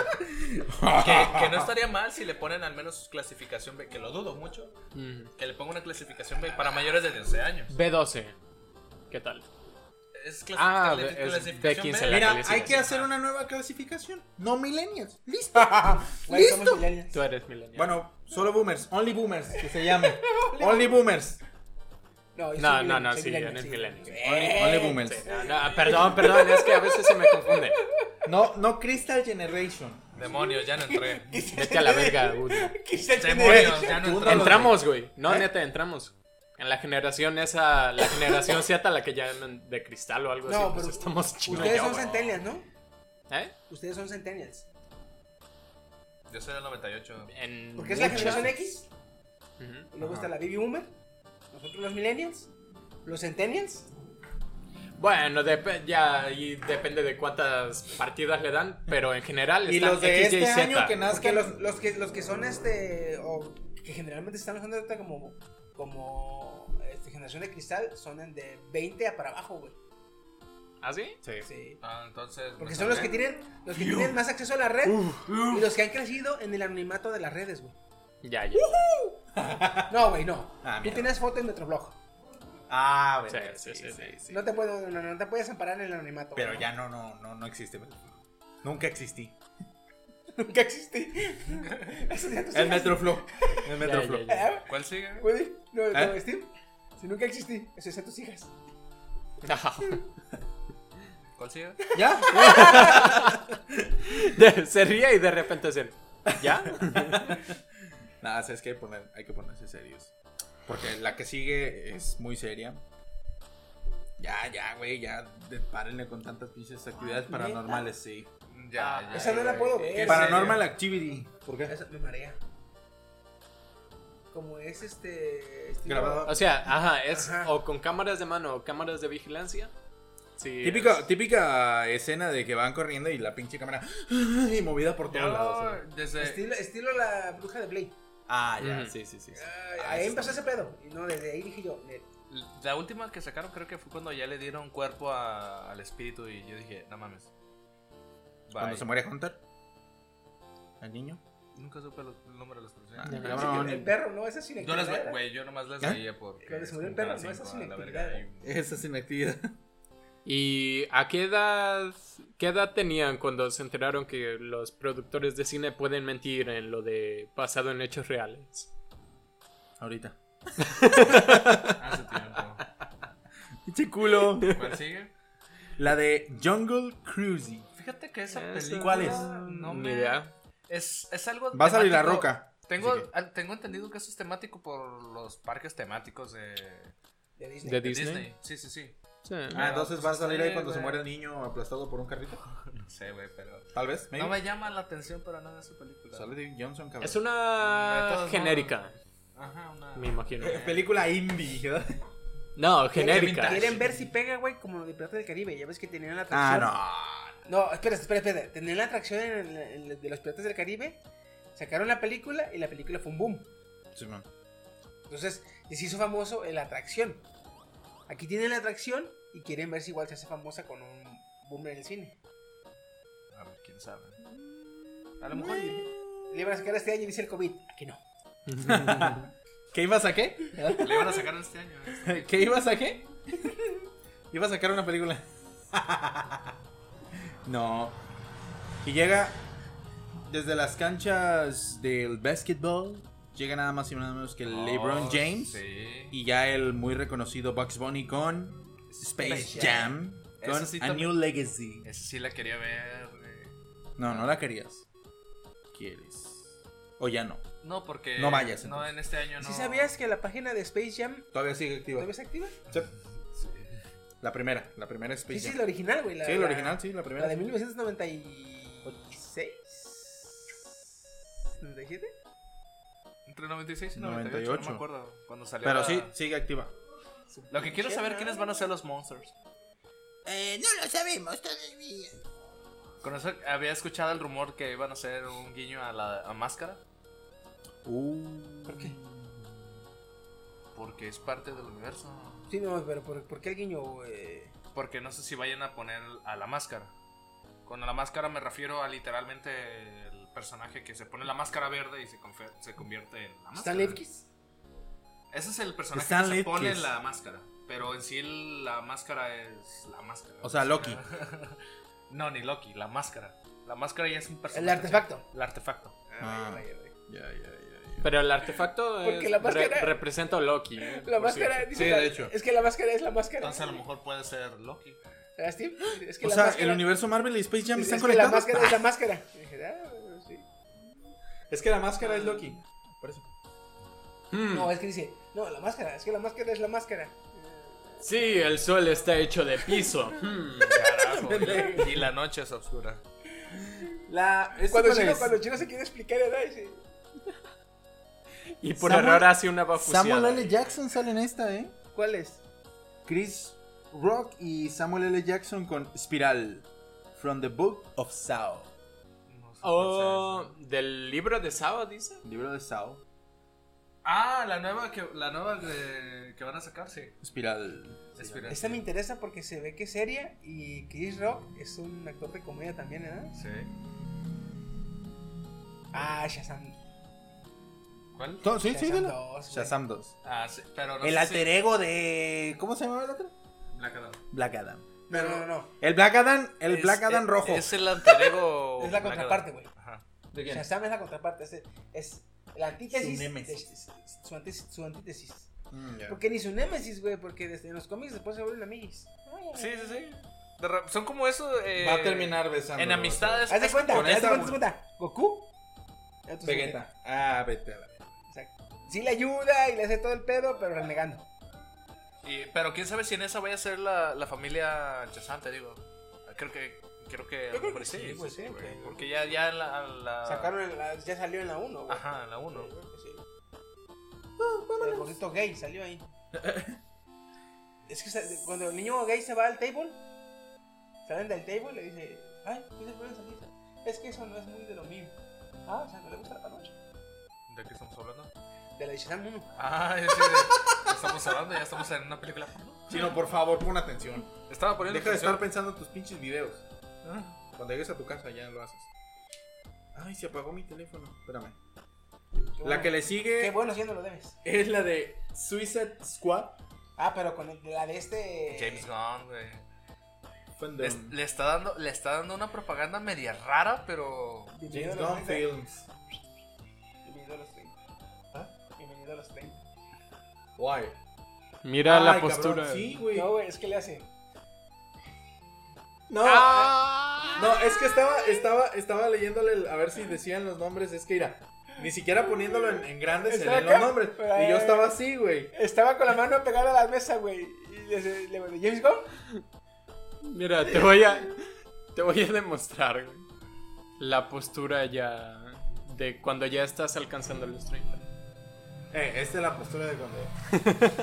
Speaker 5: que, que no estaría mal si le ponen al menos clasificación B, que lo dudo mucho,
Speaker 4: Mm.
Speaker 5: que le ponga una clasificación B para mayores de 11 años.
Speaker 4: B12. ¿Qué tal?
Speaker 5: Es
Speaker 4: Ah,
Speaker 5: clasificación
Speaker 4: B- es
Speaker 5: clasificación
Speaker 4: B15
Speaker 5: B.
Speaker 4: la
Speaker 5: Mira,
Speaker 4: calificación.
Speaker 5: hay que
Speaker 7: hacer una nueva clasificación. No millennials. Listo.
Speaker 2: Güey, somos
Speaker 7: Listo.
Speaker 2: millennials.
Speaker 4: Tú eres millennial.
Speaker 7: Bueno, solo boomers. Only boomers, que se llame. Only boomers.
Speaker 2: No, yo
Speaker 4: No,
Speaker 2: soy
Speaker 4: no,
Speaker 2: millennial,
Speaker 4: no,
Speaker 2: soy
Speaker 4: sí,
Speaker 2: millennial,
Speaker 4: no es
Speaker 2: sí.
Speaker 4: millennial.
Speaker 7: Only boomers.
Speaker 4: Sí, no, no, perdón, perdón, es que a veces se me confunde.
Speaker 7: No, no Crystal Generation.
Speaker 5: Demonios, ya no entré.
Speaker 4: Vete a la verga, Woody.
Speaker 5: Demonios, ya no entré.
Speaker 4: Entramos, güey.
Speaker 2: ¿Eh?
Speaker 4: No, neta, entramos. En la generación esa, la generación Z, la que llaman de cristal o algo así.
Speaker 2: No,
Speaker 4: pues
Speaker 2: pero
Speaker 4: estamos chinos
Speaker 2: Ustedes
Speaker 4: ya,
Speaker 2: son
Speaker 4: güey.
Speaker 2: centennials, ¿no?
Speaker 4: ¿Eh?
Speaker 2: Ustedes son centennials.
Speaker 5: Yo soy del 98.
Speaker 4: En
Speaker 2: Porque es la
Speaker 4: muchas-
Speaker 2: generación X.
Speaker 4: Ujú.
Speaker 2: Y luego está la baby boomer. Nosotros los millennials. Los centennials.
Speaker 4: Bueno, dep- ya y depende de cuántas partidas le dan, pero en general
Speaker 7: Y
Speaker 4: están
Speaker 7: los de
Speaker 4: X, Y,
Speaker 7: este
Speaker 4: Z.
Speaker 7: año que
Speaker 2: Porque
Speaker 7: nazcan.
Speaker 2: los, los, que, los que son este. O que generalmente están usando ahorita como. Como. Este, generación de cristal. Son en de 20 a para abajo, güey.
Speaker 4: ¿Ah, sí?
Speaker 2: Sí.
Speaker 5: Ah, entonces.
Speaker 2: Porque
Speaker 5: me
Speaker 2: son los que
Speaker 5: salvé.
Speaker 2: tienen. Los que tienen más acceso a la red. Y los que han crecido en el anonimato de las redes, güey.
Speaker 4: Ya, ya.
Speaker 2: No, güey, no.
Speaker 7: Ah,
Speaker 2: Tú
Speaker 7: mira.
Speaker 2: tienes foto en Metroblog.
Speaker 7: Ah,
Speaker 4: Sí,
Speaker 7: ver,
Speaker 4: sí, sí, sí.
Speaker 2: No te puedo, no, no te puedes amparar en el anonimato.
Speaker 7: Pero
Speaker 2: güey.
Speaker 7: ya no, no, no, no existe. Nunca existí.
Speaker 2: Nunca existí. Eso ya tú
Speaker 7: El
Speaker 2: sabes.
Speaker 7: Metroflow. El
Speaker 4: Ya, ya,
Speaker 7: Metroflow.
Speaker 4: ya.
Speaker 2: ¿Eh?
Speaker 5: ¿Cuál sigue? güey?
Speaker 2: Güey, no, no,
Speaker 7: ¿Eh?
Speaker 2: Steve. Si nunca existí, eso es a tus hijas.
Speaker 5: ¿Cuál sigue?
Speaker 7: ¿Ya?
Speaker 4: De- se ríe y de repente se... ¿Ya?
Speaker 7: Nada, es que hay, que poner, hay que ponerse serios. Porque la que sigue es muy seria. Ya, ya, güey, ya de- párenle con tantas pinches actividades
Speaker 2: Ah, ¿Neta? Ah,
Speaker 7: paranormales, sí.
Speaker 5: Ya, ya.
Speaker 2: Esa no
Speaker 5: ya,
Speaker 2: la puedo
Speaker 5: ya.
Speaker 2: ver.
Speaker 5: ¿Qué
Speaker 7: Paranormal
Speaker 5: serio?
Speaker 7: Activity. ¿Por qué?
Speaker 2: Eso me marea. Como es este. estilo-
Speaker 7: Grabado.
Speaker 4: O sea, ajá, es
Speaker 2: Ajá.
Speaker 4: o con cámaras de mano o cámaras de vigilancia. Sí,
Speaker 7: Típica,
Speaker 4: es-
Speaker 7: típica escena de que van corriendo y la pinche cámara y movida por todos lados. ¿eh?
Speaker 5: Yo, desde.
Speaker 2: Estilo, estilo la bruja de Blade.
Speaker 7: Ah, ya,
Speaker 4: Ujú.
Speaker 7: sí, sí, sí. sí.
Speaker 2: Ay,
Speaker 7: Ah,
Speaker 2: ahí
Speaker 7: sí.
Speaker 2: empezó ese pedo. Y no, desde ahí dije yo. net.
Speaker 5: La última que sacaron creo que fue cuando ya le dieron cuerpo a- al espíritu y yo dije, no mames.
Speaker 7: Cuando
Speaker 5: Bye.
Speaker 7: se muere Hunter. El niño.
Speaker 5: Nunca supe lo- el nombre de las
Speaker 7: Ah,
Speaker 5: personas.
Speaker 7: cabrón.
Speaker 2: El perro, no, esa es sin
Speaker 5: Yo las ve- güey, yo nomás las
Speaker 7: ¿Eh?
Speaker 5: veía porque.
Speaker 2: Cuando se murió el
Speaker 5: como que
Speaker 2: perro,
Speaker 5: a las
Speaker 2: no, esa es
Speaker 5: cinco, a la
Speaker 2: inactividad,
Speaker 5: verga, y-
Speaker 7: Esa es inactividad.
Speaker 4: ¿Y a qué edad, qué edad tenían cuando se enteraron que los productores de cine pueden mentir en lo de pasado en hechos reales?
Speaker 7: Ahorita.
Speaker 5: Hace tiempo.
Speaker 7: Pinche culo.
Speaker 5: ¿Cuál sigue?
Speaker 7: La de Jungle Cruising.
Speaker 5: Fíjate que esa
Speaker 4: Esa,
Speaker 5: película.
Speaker 7: ¿cuál es?
Speaker 5: No
Speaker 4: Ni
Speaker 5: me.
Speaker 4: idea.
Speaker 5: Es, es algo.
Speaker 7: Va a salir la
Speaker 5: temático.
Speaker 7: roca.
Speaker 5: Tengo,
Speaker 7: Así que-
Speaker 5: al- tengo entendido que eso es temático por los parques temáticos de,
Speaker 2: De Disney.
Speaker 4: ¿De
Speaker 5: de
Speaker 4: Disney?
Speaker 5: Disney. Sí, sí, sí.
Speaker 4: Sí.
Speaker 7: Ah, entonces va a salir ahí cuando se
Speaker 5: güey.
Speaker 7: muere el niño aplastado por un carrito.
Speaker 5: No sé, güey, pero.
Speaker 7: Tal vez, maybe.
Speaker 5: No me llama la atención para nada esa película.
Speaker 7: Sale Dwayne Johnson, cabrón.
Speaker 4: Es una
Speaker 5: De todos modos.
Speaker 4: genérica,
Speaker 5: Ajá, una.
Speaker 4: me imagino.
Speaker 7: película indie, ¿verdad?
Speaker 4: No,
Speaker 2: Quieren-
Speaker 4: genérica.
Speaker 2: Quieren ver si pega, güey, como lo de Pirata del Caribe. Ya ves que tenían la atracción.
Speaker 7: Ah,
Speaker 2: No, espera, espera, espera. Tenían la atracción en- en- de los Piratas del Caribe. Sacaron la película y la película fue un boom.
Speaker 7: no. Sí, man.
Speaker 2: Entonces, les hizo famoso en la atracción. Aquí tienen la atracción y quieren ver si igual se hace famosa con un boom en el cine.
Speaker 5: A ver, quién sabe. A lo mejor.
Speaker 2: Le iban a sacar este año y dice el COVID. Aquí no.
Speaker 7: ¿Qué ibas a qué?
Speaker 5: Le iban a sacar este año.
Speaker 7: ¿Qué ibas a qué? Iba a sacar una película. no. Y llega desde las canchas del basketball. Llega nada más y nada menos que LeBron
Speaker 5: Oh,
Speaker 7: James.
Speaker 5: Sí.
Speaker 7: Y ya el muy reconocido Bugs Bunny con Space
Speaker 5: Space
Speaker 7: Jam.
Speaker 5: Jam.
Speaker 7: Con
Speaker 5: Eso sí
Speaker 7: A
Speaker 5: también.
Speaker 7: New Legacy.
Speaker 5: Esa sí la quería ver. güey.
Speaker 7: No, no la querías. ¿Quieres? ¿O ya no?
Speaker 5: No, porque.
Speaker 7: No vayas.
Speaker 5: No, en este año no.
Speaker 2: ¿Sí sabías que la página de Space Jam
Speaker 7: Todavía sigue activa.
Speaker 2: todavía se activa?
Speaker 7: Sí. La primera, la primera Space
Speaker 2: Sí, sí,
Speaker 7: Jam.
Speaker 2: la original, güey. la-
Speaker 7: Sí, la
Speaker 2: la-
Speaker 7: original, sí, la primera.
Speaker 2: La de 1996. ¿97?
Speaker 5: Entre 96 y 98,
Speaker 7: 98.
Speaker 5: no me acuerdo cuando salió.
Speaker 7: Pero
Speaker 5: la-
Speaker 7: sí, sigue activa.
Speaker 5: Lo que quiero saber quiénes van a ser los monsters.
Speaker 10: Eh, no lo sabemos todavía.
Speaker 5: Con eso había escuchado el rumor que iban a hacer un guiño a la a máscara.
Speaker 7: Uh.
Speaker 2: ¿Por qué?
Speaker 5: Porque es parte del universo.
Speaker 2: Sí, no, pero ¿por, por qué el guiño? eh?
Speaker 5: Porque no sé si vayan a poner a la máscara. Con la máscara me refiero a literalmente el personaje que se pone la máscara verde y se, confe- se convierte en la
Speaker 7: Ah,
Speaker 5: máscara.
Speaker 2: ¿Stan Lipkis?
Speaker 5: Ese es el personaje
Speaker 7: Stan
Speaker 5: que se pone
Speaker 7: Lipkiss.
Speaker 5: en la máscara. Pero en sí la máscara es la máscara.
Speaker 7: O sea, Loki.
Speaker 5: no, ni Loki, la máscara. La máscara ya es un personaje.
Speaker 2: El artefacto.
Speaker 5: El artefacto.
Speaker 7: Ah.
Speaker 4: Pero el artefacto es-
Speaker 2: Porque la máscara-
Speaker 4: re- representa a Loki. eh,
Speaker 2: La
Speaker 4: por
Speaker 2: máscara.
Speaker 4: cierto.
Speaker 2: dice la- Es que la máscara es la máscara.
Speaker 5: Entonces a lo mejor puede ser Loki.
Speaker 2: ¿Verdad, Steve? Es que
Speaker 7: o
Speaker 2: la
Speaker 7: sea,
Speaker 2: máscara-
Speaker 7: el universo Marvel y Space Jam
Speaker 2: es-
Speaker 7: están
Speaker 2: es que
Speaker 7: conectados.
Speaker 2: La máscara es la máscara. Y dije, ah, bueno, sí.
Speaker 7: Es que la máscara es Loki. Por eso. Mm.
Speaker 4: Hmm.
Speaker 2: No, es que dice, no, la máscara, es que la máscara es la máscara.
Speaker 4: Sí, el sol está hecho de piso. Hmm, carajo.
Speaker 5: Y la noche es oscura.
Speaker 7: La. este
Speaker 2: Cuando Chino, cuando Chino se quiere explicar, ¿verdad? Dice,
Speaker 4: Y por
Speaker 7: Samuel-
Speaker 4: error hace una eh. bafuseada.
Speaker 7: Samuel L. Jackson sale en esta, ¿eh?
Speaker 2: ¿cuál es?
Speaker 7: Chris Rock y Samuel L. Jackson con Spiral. From the Book of Sao.
Speaker 4: Oh, del libro de Sao, dice.
Speaker 7: Libro de Sao.
Speaker 5: Ah, la nueva que, la nueva de- que van a sacar, sí.
Speaker 7: Spiral.
Speaker 5: Espera.
Speaker 2: Esta me interesa porque se ve que es seria y Chris Rock es un actor de comedia también, ¿verdad?
Speaker 5: Sí.
Speaker 2: Ah, Shazam.
Speaker 5: ¿Cuál?
Speaker 7: No, sí, sí,
Speaker 2: Shazam
Speaker 7: dilo.
Speaker 2: 2, güey.
Speaker 7: Shazam 2.
Speaker 5: Ah, sí, pero no
Speaker 7: El
Speaker 5: sé
Speaker 7: alter ego de. ¿Cómo se llamaba el otro?
Speaker 5: si- Black Adam.
Speaker 7: Black Adam.
Speaker 2: No, no, no, no.
Speaker 7: El Black Adam, el Black Adam
Speaker 5: e-
Speaker 6: es-
Speaker 7: rojo.
Speaker 6: Es el alter ego.
Speaker 2: Es la
Speaker 6: Black Adam.
Speaker 2: contraparte, güey.
Speaker 5: Ajá.
Speaker 7: ¿De quién?
Speaker 2: Shazam es la contraparte. Es, es la antítesis.
Speaker 7: Su
Speaker 2: de-
Speaker 7: némesis.
Speaker 2: su, antes- su antítesis.
Speaker 7: Mm, ya.
Speaker 2: Porque ni su némesis, güey, porque desde en los cómics después se vuelven amigos.
Speaker 6: Sí, sí, sí. De re- Son como eso. eh,
Speaker 7: Va a terminar besando.
Speaker 6: En amistades.
Speaker 2: Haz de
Speaker 6: es
Speaker 5: pues,
Speaker 2: cuenta,
Speaker 6: con
Speaker 2: haz de
Speaker 6: esta,
Speaker 2: cuenta, haz de cuenta. Goku. Ya tú
Speaker 7: Vegeta. Ah, vete a la.
Speaker 2: sabes. Exacto. Sí le ayuda y le hace todo el pedo, pero renegando.
Speaker 5: Y- pero quién sabe si en esa vaya a ser la, la familia Shazam, te digo. Creo que. Creo que. a lo
Speaker 2: creo
Speaker 5: mejor
Speaker 2: que sí, güey, sí,
Speaker 5: güey.
Speaker 2: güey.
Speaker 5: Porque ya, ya la, la-
Speaker 2: Sacaron, en la- ya salió en la 1, güey.
Speaker 5: Ajá, la 1.
Speaker 2: Creo que sí.
Speaker 7: Uh,
Speaker 2: El gordito gay salió ahí. es que sa- cuando el niño gay se va al table, salen del table y le dice, ay, ¿qué se pueden salir? Es que eso no es muy de lo mío. Ah, o sea, no le gusta la panocha.
Speaker 5: ¿De qué estamos hablando?
Speaker 2: De la de Shazam 1.
Speaker 5: Ah, sí, de- estamos hablando, ya estamos en una película.
Speaker 7: Chino, por favor, pon atención. Ah.
Speaker 5: Estaba poniendo.
Speaker 7: Deja de
Speaker 5: atención.
Speaker 7: estar pensando en tus pinches videos. Cuando llegues a tu casa ya lo haces. Ay, se apagó mi teléfono. Espérame.
Speaker 2: Qué
Speaker 7: La
Speaker 2: bueno.
Speaker 7: que le
Speaker 2: Qué
Speaker 7: sigue
Speaker 2: bueno siendo lo debes.
Speaker 7: es la de Suicide Squad.
Speaker 2: Ah, pero con el- la de este.
Speaker 5: James Gunn, güey.
Speaker 7: Fandom.
Speaker 5: Le, le está dando, le está dando una propaganda media rara, pero.
Speaker 2: Bienvenido
Speaker 7: James
Speaker 2: a los
Speaker 7: Gunn
Speaker 2: 30.
Speaker 7: Films.
Speaker 2: Bienvenido a los 30. Bienvenido a los 30.
Speaker 7: Why?
Speaker 4: Mira la
Speaker 7: Ay, cabrón,
Speaker 4: postura.
Speaker 7: Sí, güey.
Speaker 2: No, güey, es que le hace.
Speaker 7: No, eh, no, es que estaba, estaba, estaba leyéndole el- a ver si decían los nombres. Es que mira, ni siquiera poniéndolo en, en grande se
Speaker 2: Estaba
Speaker 7: leen los
Speaker 2: acá.
Speaker 7: nombres.
Speaker 2: Ay.
Speaker 7: Y yo estaba así, güey.
Speaker 2: Estaba con la mano pegada a la mesa, güey. Y le hace- le dice, James Gunn.
Speaker 4: Mira, te voy a. Te voy a demostrar güey, la postura ya. De cuando ya estás alcanzando los 30.
Speaker 7: Eh, esta es la postura de cuando.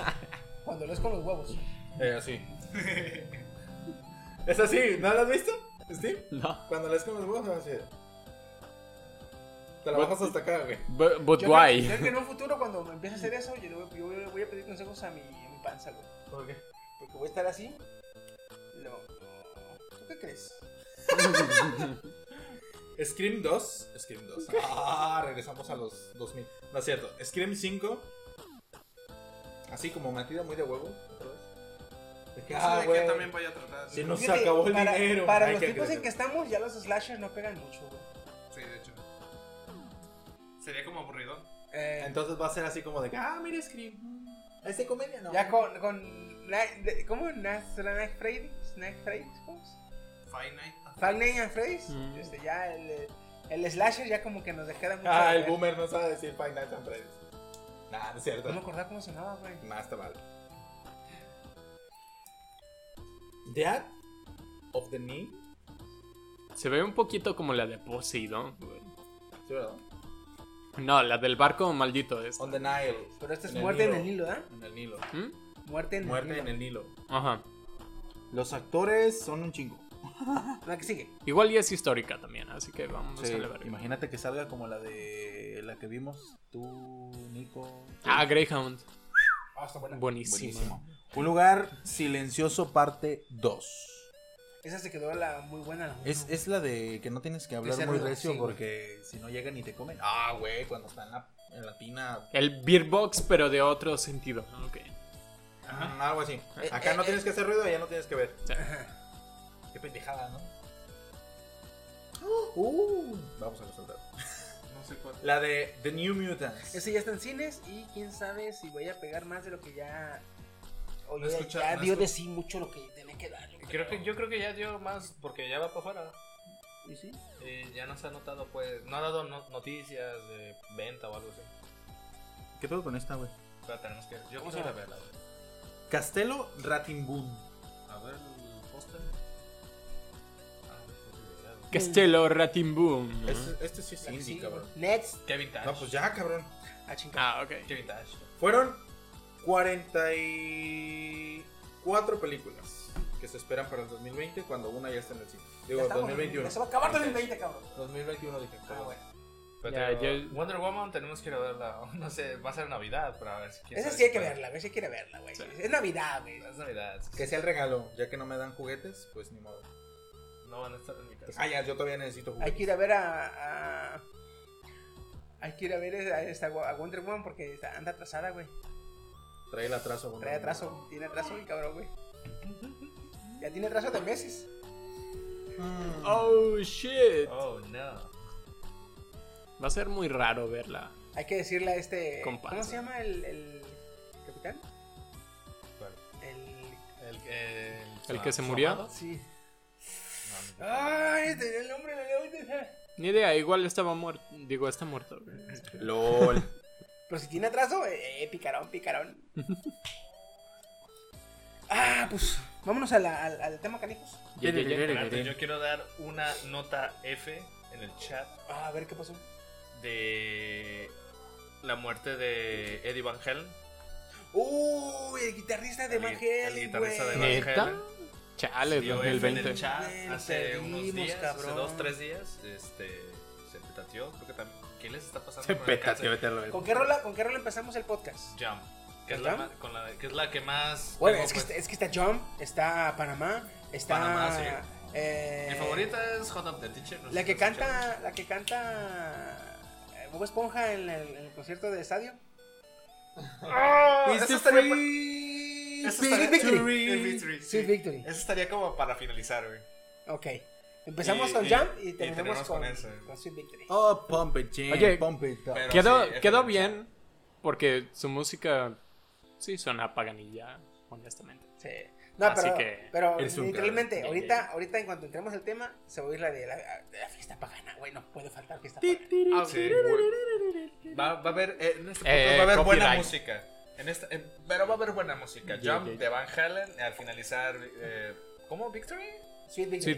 Speaker 2: Cuando lo es con los huevos.
Speaker 7: Eh, así. es así, ¿no la has visto? Steve?
Speaker 4: No.
Speaker 7: Cuando lees con los huevos, no, así. Te la
Speaker 4: But-
Speaker 7: bajas hasta acá, güey.
Speaker 4: Bu- But,
Speaker 2: Yo
Speaker 4: why?
Speaker 2: creo- yo creo que en un futuro, cuando me empiece a hacer eso, yo, le voy, yo le voy a pedir consejos a mi, a mi panza, güey.
Speaker 7: ¿Por qué?
Speaker 2: Porque voy a estar así. No. ¿Tú qué crees?
Speaker 7: Scream 2. Scream 2. Ah, regresamos a los 2000. No es cierto. Scream 5. Así como metida muy de huevo. otra vez. De que, ah,
Speaker 5: Eso de que
Speaker 7: güey,
Speaker 5: también vaya a tratar.
Speaker 7: Se nos
Speaker 2: Fíjate,
Speaker 7: acabó el
Speaker 2: para,
Speaker 7: dinero.
Speaker 2: Para
Speaker 7: Ay,
Speaker 2: los
Speaker 7: qué
Speaker 2: tiempos en
Speaker 7: creativo.
Speaker 2: que estamos, ya los slashers no pegan mucho, güey.
Speaker 5: Sí, de hecho. Sería como aburrido.
Speaker 2: Eh,
Speaker 7: Entonces va a ser así como de que, ah, mira
Speaker 2: Mm,
Speaker 7: Scream. ¿Es de comedia? No.
Speaker 2: ya con. con Na- de- ¿Cómo? Nas- Night Freddy's. Night Freddy's. ¿Cómo es?
Speaker 5: Five Nights.
Speaker 2: Five Nights at Freddy's.
Speaker 4: Mm.
Speaker 2: Este, ya el, eh, El slasher ya como que nos queda mucho.
Speaker 9: Ah,
Speaker 2: de
Speaker 9: el
Speaker 2: ver.
Speaker 9: boomer no sabe decir Five Nights at Freddy's. Nah, no es cierto.
Speaker 2: No me acordaba cómo se llamaba, güey.
Speaker 9: Más te vale. Death of the Knee.
Speaker 4: Se ve un poquito como la de Poseidon.
Speaker 9: Sí, ¿verdad?
Speaker 4: No, la del barco maldito es.
Speaker 9: On the Nile.
Speaker 2: Pero esta es
Speaker 9: En el
Speaker 2: muerte en
Speaker 9: Nilo.
Speaker 2: el Nilo, ¿eh?
Speaker 9: En el Nilo.
Speaker 2: Muerte en
Speaker 9: Muerte
Speaker 2: el Nilo.
Speaker 9: en el Nilo.
Speaker 4: ¿Mm? Ajá.
Speaker 7: Los actores son un chingo.
Speaker 2: La que sigue.
Speaker 4: Igual y es histórica también, así que vamos
Speaker 7: Sí,
Speaker 4: a la verga.
Speaker 7: imagínate que salga como la de la que vimos tú, Nico.
Speaker 4: Ah, Greyhound.
Speaker 2: Ah, está buena.
Speaker 4: Buenísimo.
Speaker 7: Un lugar silencioso parte 2.
Speaker 2: Esa se quedó la muy buena. La
Speaker 7: Es, es la de que no tienes que hablar
Speaker 2: ser
Speaker 7: muy
Speaker 2: rudo,
Speaker 7: recio
Speaker 2: sí, güey.
Speaker 7: porque si no llegan y te comen. Ah, güey, cuando está en la, en la tina.
Speaker 4: El beer box, pero de otro sentido. Ok.
Speaker 7: Mm, algo así. Acá no tienes que hacer ruido, allá no tienes que ver.
Speaker 9: Qué pendejada, ¿no?
Speaker 7: Uh, vamos a resaltar.
Speaker 9: No sé cuál.
Speaker 7: La de The New Mutants.
Speaker 2: Ese ya está en cines y quién sabe si voy a pegar más de lo que ya. O
Speaker 6: No
Speaker 2: yo ya-
Speaker 6: escucha-
Speaker 2: ya
Speaker 6: no
Speaker 2: dio de
Speaker 6: escucha-
Speaker 2: sí mucho lo que tenía que dar. yo
Speaker 6: Creo que, yo creo que ya dio más porque ya va para afuera.
Speaker 2: ¿Y sí?
Speaker 6: Eh, ya no se ha notado, pues. No ha dado no- noticias de venta o algo así.
Speaker 7: ¿Qué pedo con esta, güey?
Speaker 6: Pero tenemos que. Yo
Speaker 7: ¿Cómo
Speaker 6: quisiera
Speaker 7: se
Speaker 6: verla, güey.
Speaker 7: Castelo Ratimbun.
Speaker 6: A ver el póster. Ah, pues,
Speaker 4: Castello Ratimboom.
Speaker 7: Este, este sí es indie, cabrón.
Speaker 2: Next.
Speaker 6: Kevin Tash.
Speaker 7: No, pues ya, cabrón.
Speaker 2: Ah, chingada.
Speaker 4: Ah, ok.
Speaker 6: Kevin Tash.
Speaker 7: Fueron 44 películas que se esperan para el 2020 cuando una ya está en el cine. Digo,
Speaker 2: Ya estamos,
Speaker 7: 2021.
Speaker 2: ya se va a acabar 2020, cabrón.
Speaker 7: 2021 dije. Ah, bueno.
Speaker 6: Pero
Speaker 4: Ya,
Speaker 6: te-
Speaker 4: yo-
Speaker 6: Wonder Woman tenemos que ir a verla. No sé, va a ser Navidad, pero a ver si
Speaker 2: Esa sí hay que verla, güey. Sí hay que ir a verla, güey. Es Navidad, güey.
Speaker 6: Es Navidad.
Speaker 7: Que sea el regalo, ya que no me dan juguetes, pues ni modo.
Speaker 6: No van a estar en mi casa.
Speaker 7: Ah, ya, yo todavía necesito
Speaker 2: Pues Hay
Speaker 7: juguetes.
Speaker 2: que ir a ver a. a- Hay que ir a ver a, esta- a Wonder Woman porque está- anda atrasada, güey.
Speaker 7: Trae el atraso. bueno.
Speaker 2: Trae atraso, tiene atraso el cabrón, güey. Ya tiene atraso de meses.
Speaker 4: Oh shit.
Speaker 6: Oh no.
Speaker 4: Va a ser muy raro verla.
Speaker 2: Hay que decirle a este.
Speaker 4: Con
Speaker 2: ¿Cómo
Speaker 4: panza.
Speaker 2: se llama el, el capitán? El.
Speaker 6: El, el,
Speaker 4: ¿El que se murió?
Speaker 2: Sí. Ay, tenía el nombre de
Speaker 4: Ni idea, igual estaba muerto. Digo, está muerto.
Speaker 7: LOL.
Speaker 2: Pero si tiene atraso, eh, eh, picarón, picarón. ah, pues vámonos a la- al, al tema canijos.
Speaker 4: Ya, ya, ya.
Speaker 6: Espérate, Yo quiero dar una nota F en el chat
Speaker 2: Ah, a ver qué pasó.
Speaker 6: de la muerte de Eddie Van Halen.
Speaker 2: Uy, el guitarrista de Van
Speaker 6: El
Speaker 2: Halen,
Speaker 6: guitarrista de
Speaker 2: güey.
Speaker 6: Van
Speaker 4: ¿Neta?
Speaker 6: Halen.
Speaker 4: Chale,
Speaker 6: Dio F en
Speaker 4: 2020.
Speaker 6: el chat
Speaker 2: Güey, lo
Speaker 6: hace unos
Speaker 2: perdimos,
Speaker 6: días,
Speaker 2: cabrón.
Speaker 6: hace dos, tres días, este, se petateó. Creo que también. ¿Qué les está pasando?
Speaker 7: Se
Speaker 6: con el
Speaker 7: petateó,
Speaker 6: cáncer?
Speaker 7: vete a la verga.
Speaker 2: ¿Con qué rola, con qué rola empezamos el podcast?
Speaker 6: Jump. Que es,
Speaker 2: ¿El
Speaker 6: la,
Speaker 2: Jump?
Speaker 6: ma- con la, que es la que más.
Speaker 2: Bueno,
Speaker 6: tengo,
Speaker 2: es que,
Speaker 6: pues.
Speaker 2: está, es que está Jump, está Panamá, está.
Speaker 6: Panamá, sí.
Speaker 2: eh,
Speaker 6: Mi favorita es Hot Up the Teacher. no sé
Speaker 2: La
Speaker 6: si
Speaker 2: que
Speaker 6: lo
Speaker 2: canta, la que canta eh, Bob Esponja en el, en el concierto de Estadio.
Speaker 7: It's
Speaker 6: eso
Speaker 7: the
Speaker 6: estaría
Speaker 7: free
Speaker 6: Eso estaría-
Speaker 7: victory.
Speaker 6: Eh, Victory,
Speaker 2: Sweet Victory.
Speaker 6: Eso estaría como para finalizar, güey.
Speaker 2: Ok. Empezamos
Speaker 6: Y-
Speaker 2: con
Speaker 6: y-
Speaker 2: Jump y
Speaker 6: y
Speaker 2: terminamos
Speaker 6: terminamos
Speaker 2: con,
Speaker 6: con ese.
Speaker 2: con Sweet Victory.
Speaker 7: Oh, pump it, Jim,
Speaker 4: Oye,
Speaker 7: pump it up.
Speaker 6: Pero
Speaker 4: Quedó,
Speaker 6: sí, F
Speaker 4: quedó
Speaker 6: en el chat.
Speaker 4: bien, porque su música sí suena paganilla, honestamente.
Speaker 2: Sí. No,
Speaker 4: Así
Speaker 2: pero,
Speaker 4: que
Speaker 2: pero
Speaker 7: eres un
Speaker 2: literalmente,
Speaker 4: cabrón.
Speaker 2: ahorita, ahorita en cuanto entremos al tema, se va a oír la de la, de la fiesta pagana, güey, no puede faltar fiesta pagana.
Speaker 4: Ah,
Speaker 6: Sí, güey. Va, va a haber. eh, en este podcast
Speaker 4: Eh,
Speaker 6: va a haber buena
Speaker 4: copyright.
Speaker 6: música. En esta- en- pero va a haber buena música.
Speaker 4: Ya,
Speaker 6: Jump
Speaker 4: ya, ya.
Speaker 6: de Van Halen. Al finalizar. eh, ¿Cómo? ¿Victory?
Speaker 2: Sweet Victory.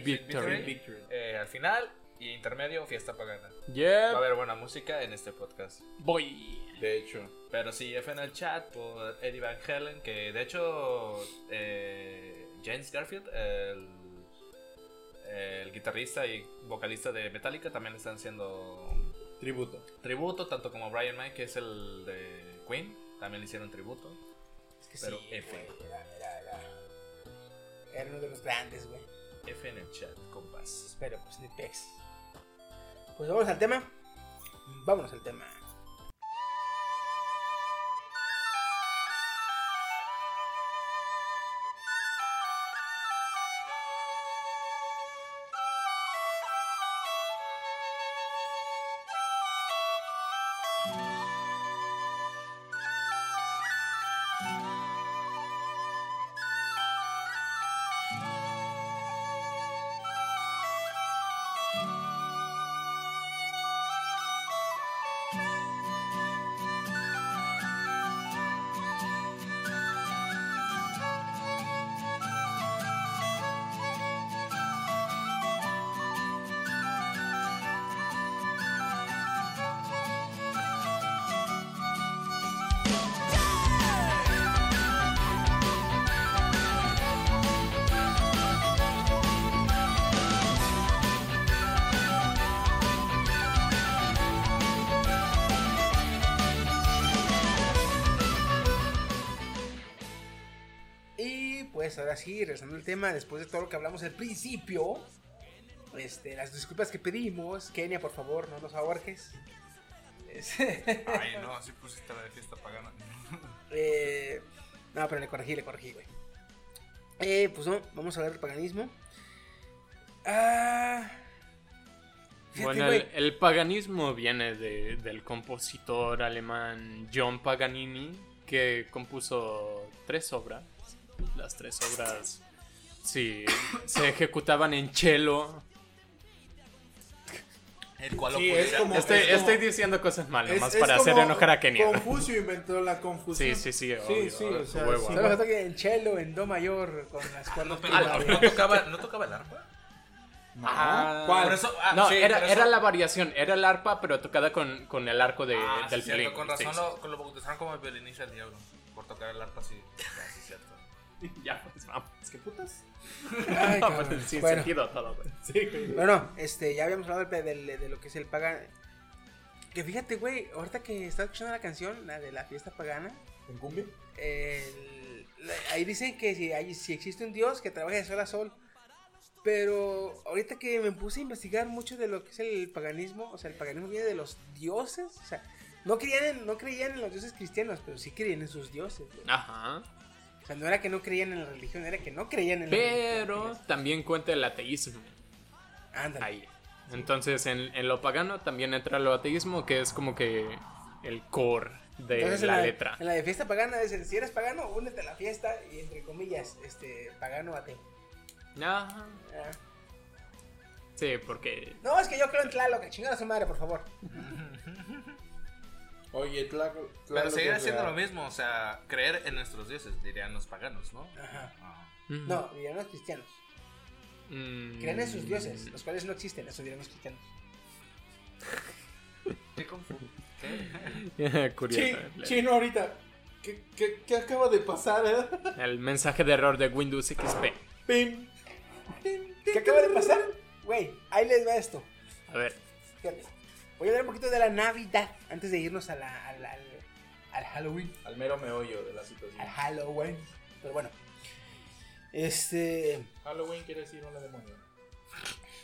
Speaker 4: Sweet Victory.
Speaker 6: Eh, al final. Y intermedio, fiesta pagana. Va a
Speaker 4: Yeah,
Speaker 6: haber buena música en este podcast.
Speaker 4: voy.
Speaker 7: De hecho,
Speaker 6: Pero sí, F en el chat por Eddie Van Halen, que de hecho eh, James Garfield, el, el guitarrista y vocalista de Metallica, también le están haciendo
Speaker 7: tributo.
Speaker 6: tributo, tanto como Brian May, que es el de Queen, también le hicieron tributo.
Speaker 2: Es que
Speaker 6: Pero
Speaker 2: sí,
Speaker 6: F,
Speaker 2: güey, era, era, era, era uno de los grandes, güey.
Speaker 6: F en el chat, compas.
Speaker 2: Pero pues ni pex. Pues vamos al tema. Vámonos al tema. señores, pues, ahora sí, regresando al tema, después de todo lo que hablamos al principio, este, las disculpas que pedimos, Kenia, por favor, no nos ahorques. Es-
Speaker 5: Ay, no, así pusiste la de fiesta pagana.
Speaker 2: Eh, no, pero le corregí, le corregí, güey. Eh, pues no, vamos a hablar del paganismo. Ah. fíjate,
Speaker 4: Bueno,
Speaker 2: güey,
Speaker 4: el, el paganismo viene de- del compositor alemán John Paganini, que compuso tres obras. Las tres obras sí, se ejecutaban en cello.
Speaker 5: El cual
Speaker 4: Sí, es como- Estoy- es como- estoy diciendo cosas mal, nomás para hacer
Speaker 7: como
Speaker 4: enojar a Kenia.
Speaker 7: Confucio inventó la confusión.
Speaker 4: Sí, sí, sí,
Speaker 7: Sí,
Speaker 4: obvio,
Speaker 7: sí,
Speaker 4: obvio,
Speaker 7: o sea,
Speaker 4: huevo.
Speaker 7: sí.
Speaker 2: Solo se toca en cello, en do mayor, con
Speaker 5: Ah,
Speaker 2: las cuerdas. primarias.
Speaker 6: ¿No tocaba, ¿No tocaba el arpa?
Speaker 4: Ah,
Speaker 6: ¿Cuál? Por eso- ah,
Speaker 4: no,
Speaker 6: sí,
Speaker 4: era,
Speaker 6: por eso-
Speaker 4: era la variación, era el arpa, pero tocada con, con el arco de,
Speaker 7: Eh,
Speaker 6: Ah,
Speaker 4: del
Speaker 6: sí, cierto,
Speaker 4: violín.
Speaker 6: Con
Speaker 4: Sí,
Speaker 6: razón
Speaker 4: sí.
Speaker 6: lo, con lo bautizaron como el violinista del diablo. Por tocar el arpa así. Ah, sí, cierto.
Speaker 4: Ya, pues vamos. ¿Qué putas?
Speaker 2: Ay,
Speaker 4: No,
Speaker 2: cabrón.
Speaker 4: pues, sin
Speaker 2: Bueno.
Speaker 4: sentido todo, güey.
Speaker 2: Bueno, no, este, ya habíamos hablado del- del- de, lo que es el pagano. Que fíjate, güey, ahorita que estás escuchando la canción, la de la fiesta pagana.
Speaker 9: ¿En cumbia?
Speaker 2: el- la- ahí dicen que si, hay, si existe un dios que trabaja de sol a sol. Pero ahorita que me puse a investigar mucho de lo que es el paganismo, o sea, el paganismo viene de los dioses. O sea, no creían en, no creían en los dioses cristianos, pero sí creían en sus dioses. güey.
Speaker 4: Ajá.
Speaker 2: O sea, no era que no creían en la religión, era que no creían en la religión.
Speaker 4: Pero también cuenta el ateísmo.
Speaker 2: Ándale.
Speaker 4: Ahí. Entonces, en, en lo pagano también entra lo ateísmo, que es como que el core de
Speaker 2: Entonces,
Speaker 4: Eh, la
Speaker 2: en
Speaker 4: letra.
Speaker 2: En la de fiesta pagana dicen, si eres pagano, únete a la fiesta y entre comillas, este, pagano ateo.
Speaker 4: Ajá.
Speaker 2: Ah.
Speaker 4: Sí, porque.
Speaker 2: No, es que yo creo en Tlaloc, chingada su madre, por favor.
Speaker 7: Oye, claro.
Speaker 6: Pero seguir haciendo lo mismo, o sea, creer en nuestros dioses, dirían los paganos, ¿no?
Speaker 2: Ajá.
Speaker 6: Ah.
Speaker 4: Mm.
Speaker 2: No, dirán los cristianos. Creen en sus dioses, los cuales no existen, eso dirán los cristianos.
Speaker 6: ¿Qué confundo?
Speaker 4: Curioso.
Speaker 7: Chi-
Speaker 4: el-
Speaker 7: chino ahorita. ¿Qué, qué, qué acaba de pasar, eh?
Speaker 4: El mensaje de error de Windows XP.
Speaker 7: Pim.
Speaker 2: ¿Qué acaba de pasar? Güey, ahí les va esto.
Speaker 4: A ver.
Speaker 2: Fíjate. Voy a hablar un poquito de la Navidad antes de irnos a la, al- al- al Halloween.
Speaker 9: Al mero meollo de la situación.
Speaker 2: Al Halloween. Pero bueno. Este.
Speaker 9: Halloween quiere decir hola demonio.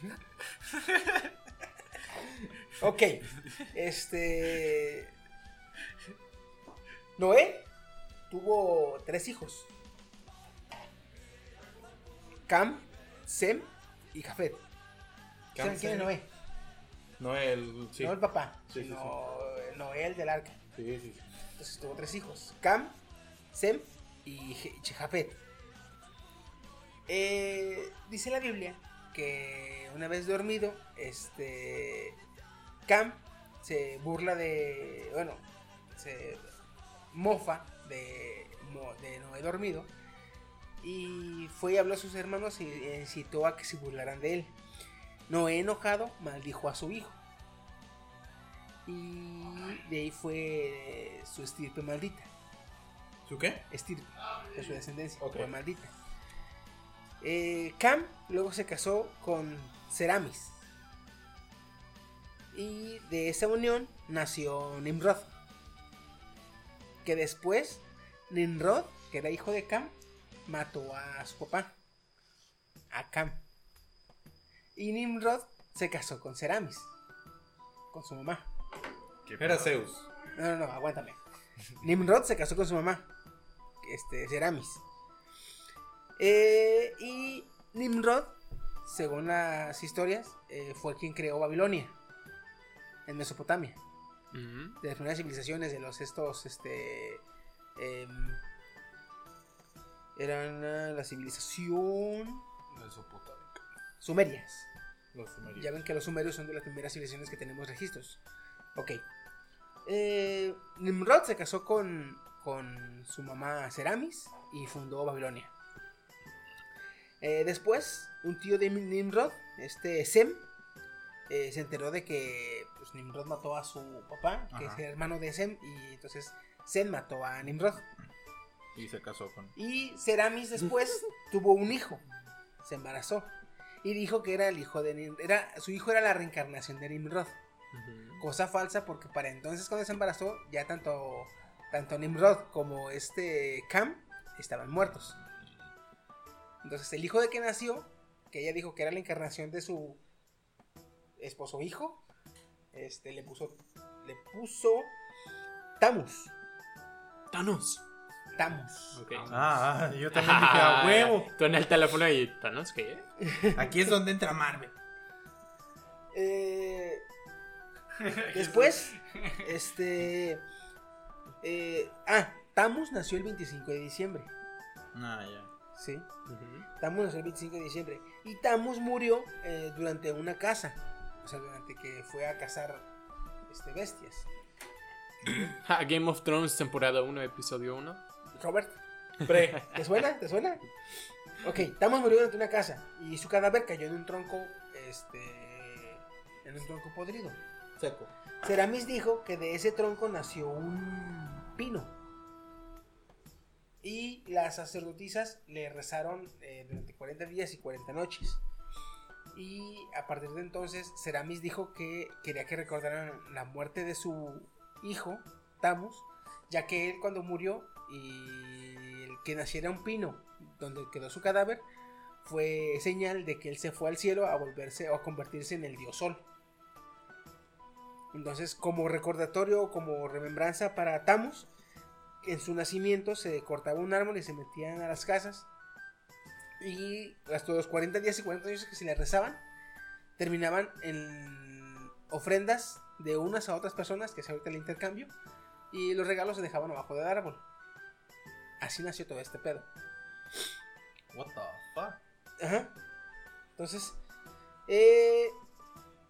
Speaker 2: Ok. Este. Noé tuvo tres hijos: Cam, Sem y Jafet.
Speaker 9: Cam,
Speaker 2: ¿Saben quién
Speaker 9: Sem.
Speaker 2: es Noé?
Speaker 9: No el. Sí.
Speaker 2: No el papá,
Speaker 9: Sí, sí, sí.
Speaker 2: sino Noé el del arca.
Speaker 9: Sí, sí, sí.
Speaker 2: Entonces tuvo tres hijos: Cam, Sem y Je- Jafet. Eh, dice la Biblia que una vez dormido, este. Cam se burla de. Bueno, se mofa de, Mo- de Noé dormido. Y fue y habló a sus hermanos y eh, incitó a que se burlaran de él. Noé enojado maldijo a su hijo. Y de ahí fue su estirpe maldita.
Speaker 9: ¿Su qué?
Speaker 2: Estirpe, de su descendencia,
Speaker 9: Ok.
Speaker 2: fue maldita. Eh, Cam luego se casó con Ceramis. Y de esa unión nació Nimrod. Que después Nimrod, que era hijo de Cam, mató a su papá. A Cam. Y Nimrod se casó con Ceramis. Con su mamá.
Speaker 7: Era Zeus.
Speaker 2: No, no, no, aguántame. Nimrod se casó con su mamá. Este, Ceramis. Eh, y Nimrod, según las historias, eh, fue quien creó Babilonia. En Mesopotamia.
Speaker 4: Ujú.
Speaker 2: De las primeras civilizaciones de los estos, este... em, eran eh, la civilización...
Speaker 5: Mesopotámica.
Speaker 2: Sumerias.
Speaker 9: Los sumerios.
Speaker 2: Ya ven que los sumerios son de las primeras civilizaciones que tenemos registros. Ok. Eh, Nimrod se casó con, con su mamá Ceramis y fundó Babilonia. Eh, después, un tío de Nimrod, este Sem, eh, se enteró de que pues, Nimrod mató a su papá, que
Speaker 7: Ajá.
Speaker 2: es hermano de Sem, y entonces Sem mató a Nimrod.
Speaker 7: Y se casó con.
Speaker 2: Y Ceramis después tuvo un hijo. Se embarazó. Y dijo que era el hijo de Nim- era Su hijo era la reencarnación de Nimrod. Cosa falsa porque para entonces cuando se embarazó, ya tanto, tanto Nimrod como este Cam estaban muertos. Entonces, el hijo de que nació, que ella dijo que era la encarnación de su esposo hijo, este, le puso, le puso Tamus.
Speaker 4: Thanos.
Speaker 2: Tamus.
Speaker 7: Ah, ah, yo también dije, "A huevo".
Speaker 4: Tú en el teléfono y Thanos, ¿qué?
Speaker 7: Aquí es donde entra Marvel.
Speaker 2: Eh, después, este. eh, ah, Tamus nació el 25 de diciembre.
Speaker 7: Ah, ya.
Speaker 2: Sí. Tamus nació el 25 de diciembre. Y Tamus murió eh, durante una caza. O sea, durante que fue a cazar este, bestias.
Speaker 4: Ah, Game of Thrones, temporada 1, episodio 1.
Speaker 2: Robert. ¿Te suena? ¿Te suena? Ok, Tamus murió durante una casa y su cadáver cayó en un tronco, este, en un tronco podrido.
Speaker 9: Seco.
Speaker 2: Ceramis dijo que de ese tronco nació un pino. Y las sacerdotisas le rezaron eh, durante 40 días y 40 noches. Y a partir de entonces, Ceramis dijo que quería que recordaran la muerte de su hijo, Tamus, ya que él cuando murió y el que naciera un pino donde quedó su cadáver fue señal de que él se fue al cielo a volverse o a convertirse en el dios sol. Entonces, como recordatorio o como remembranza para Tamus, en su nacimiento se cortaba un árbol y se metían a las casas. Y hasta los 40 días y 40 años que se le rezaban, terminaban en ofrendas de unas a otras personas, que es ahorita el intercambio, y los regalos se dejaban abajo del árbol. Así nació todo este pedo.
Speaker 7: What the fuck?
Speaker 2: Ajá. Entonces, eh,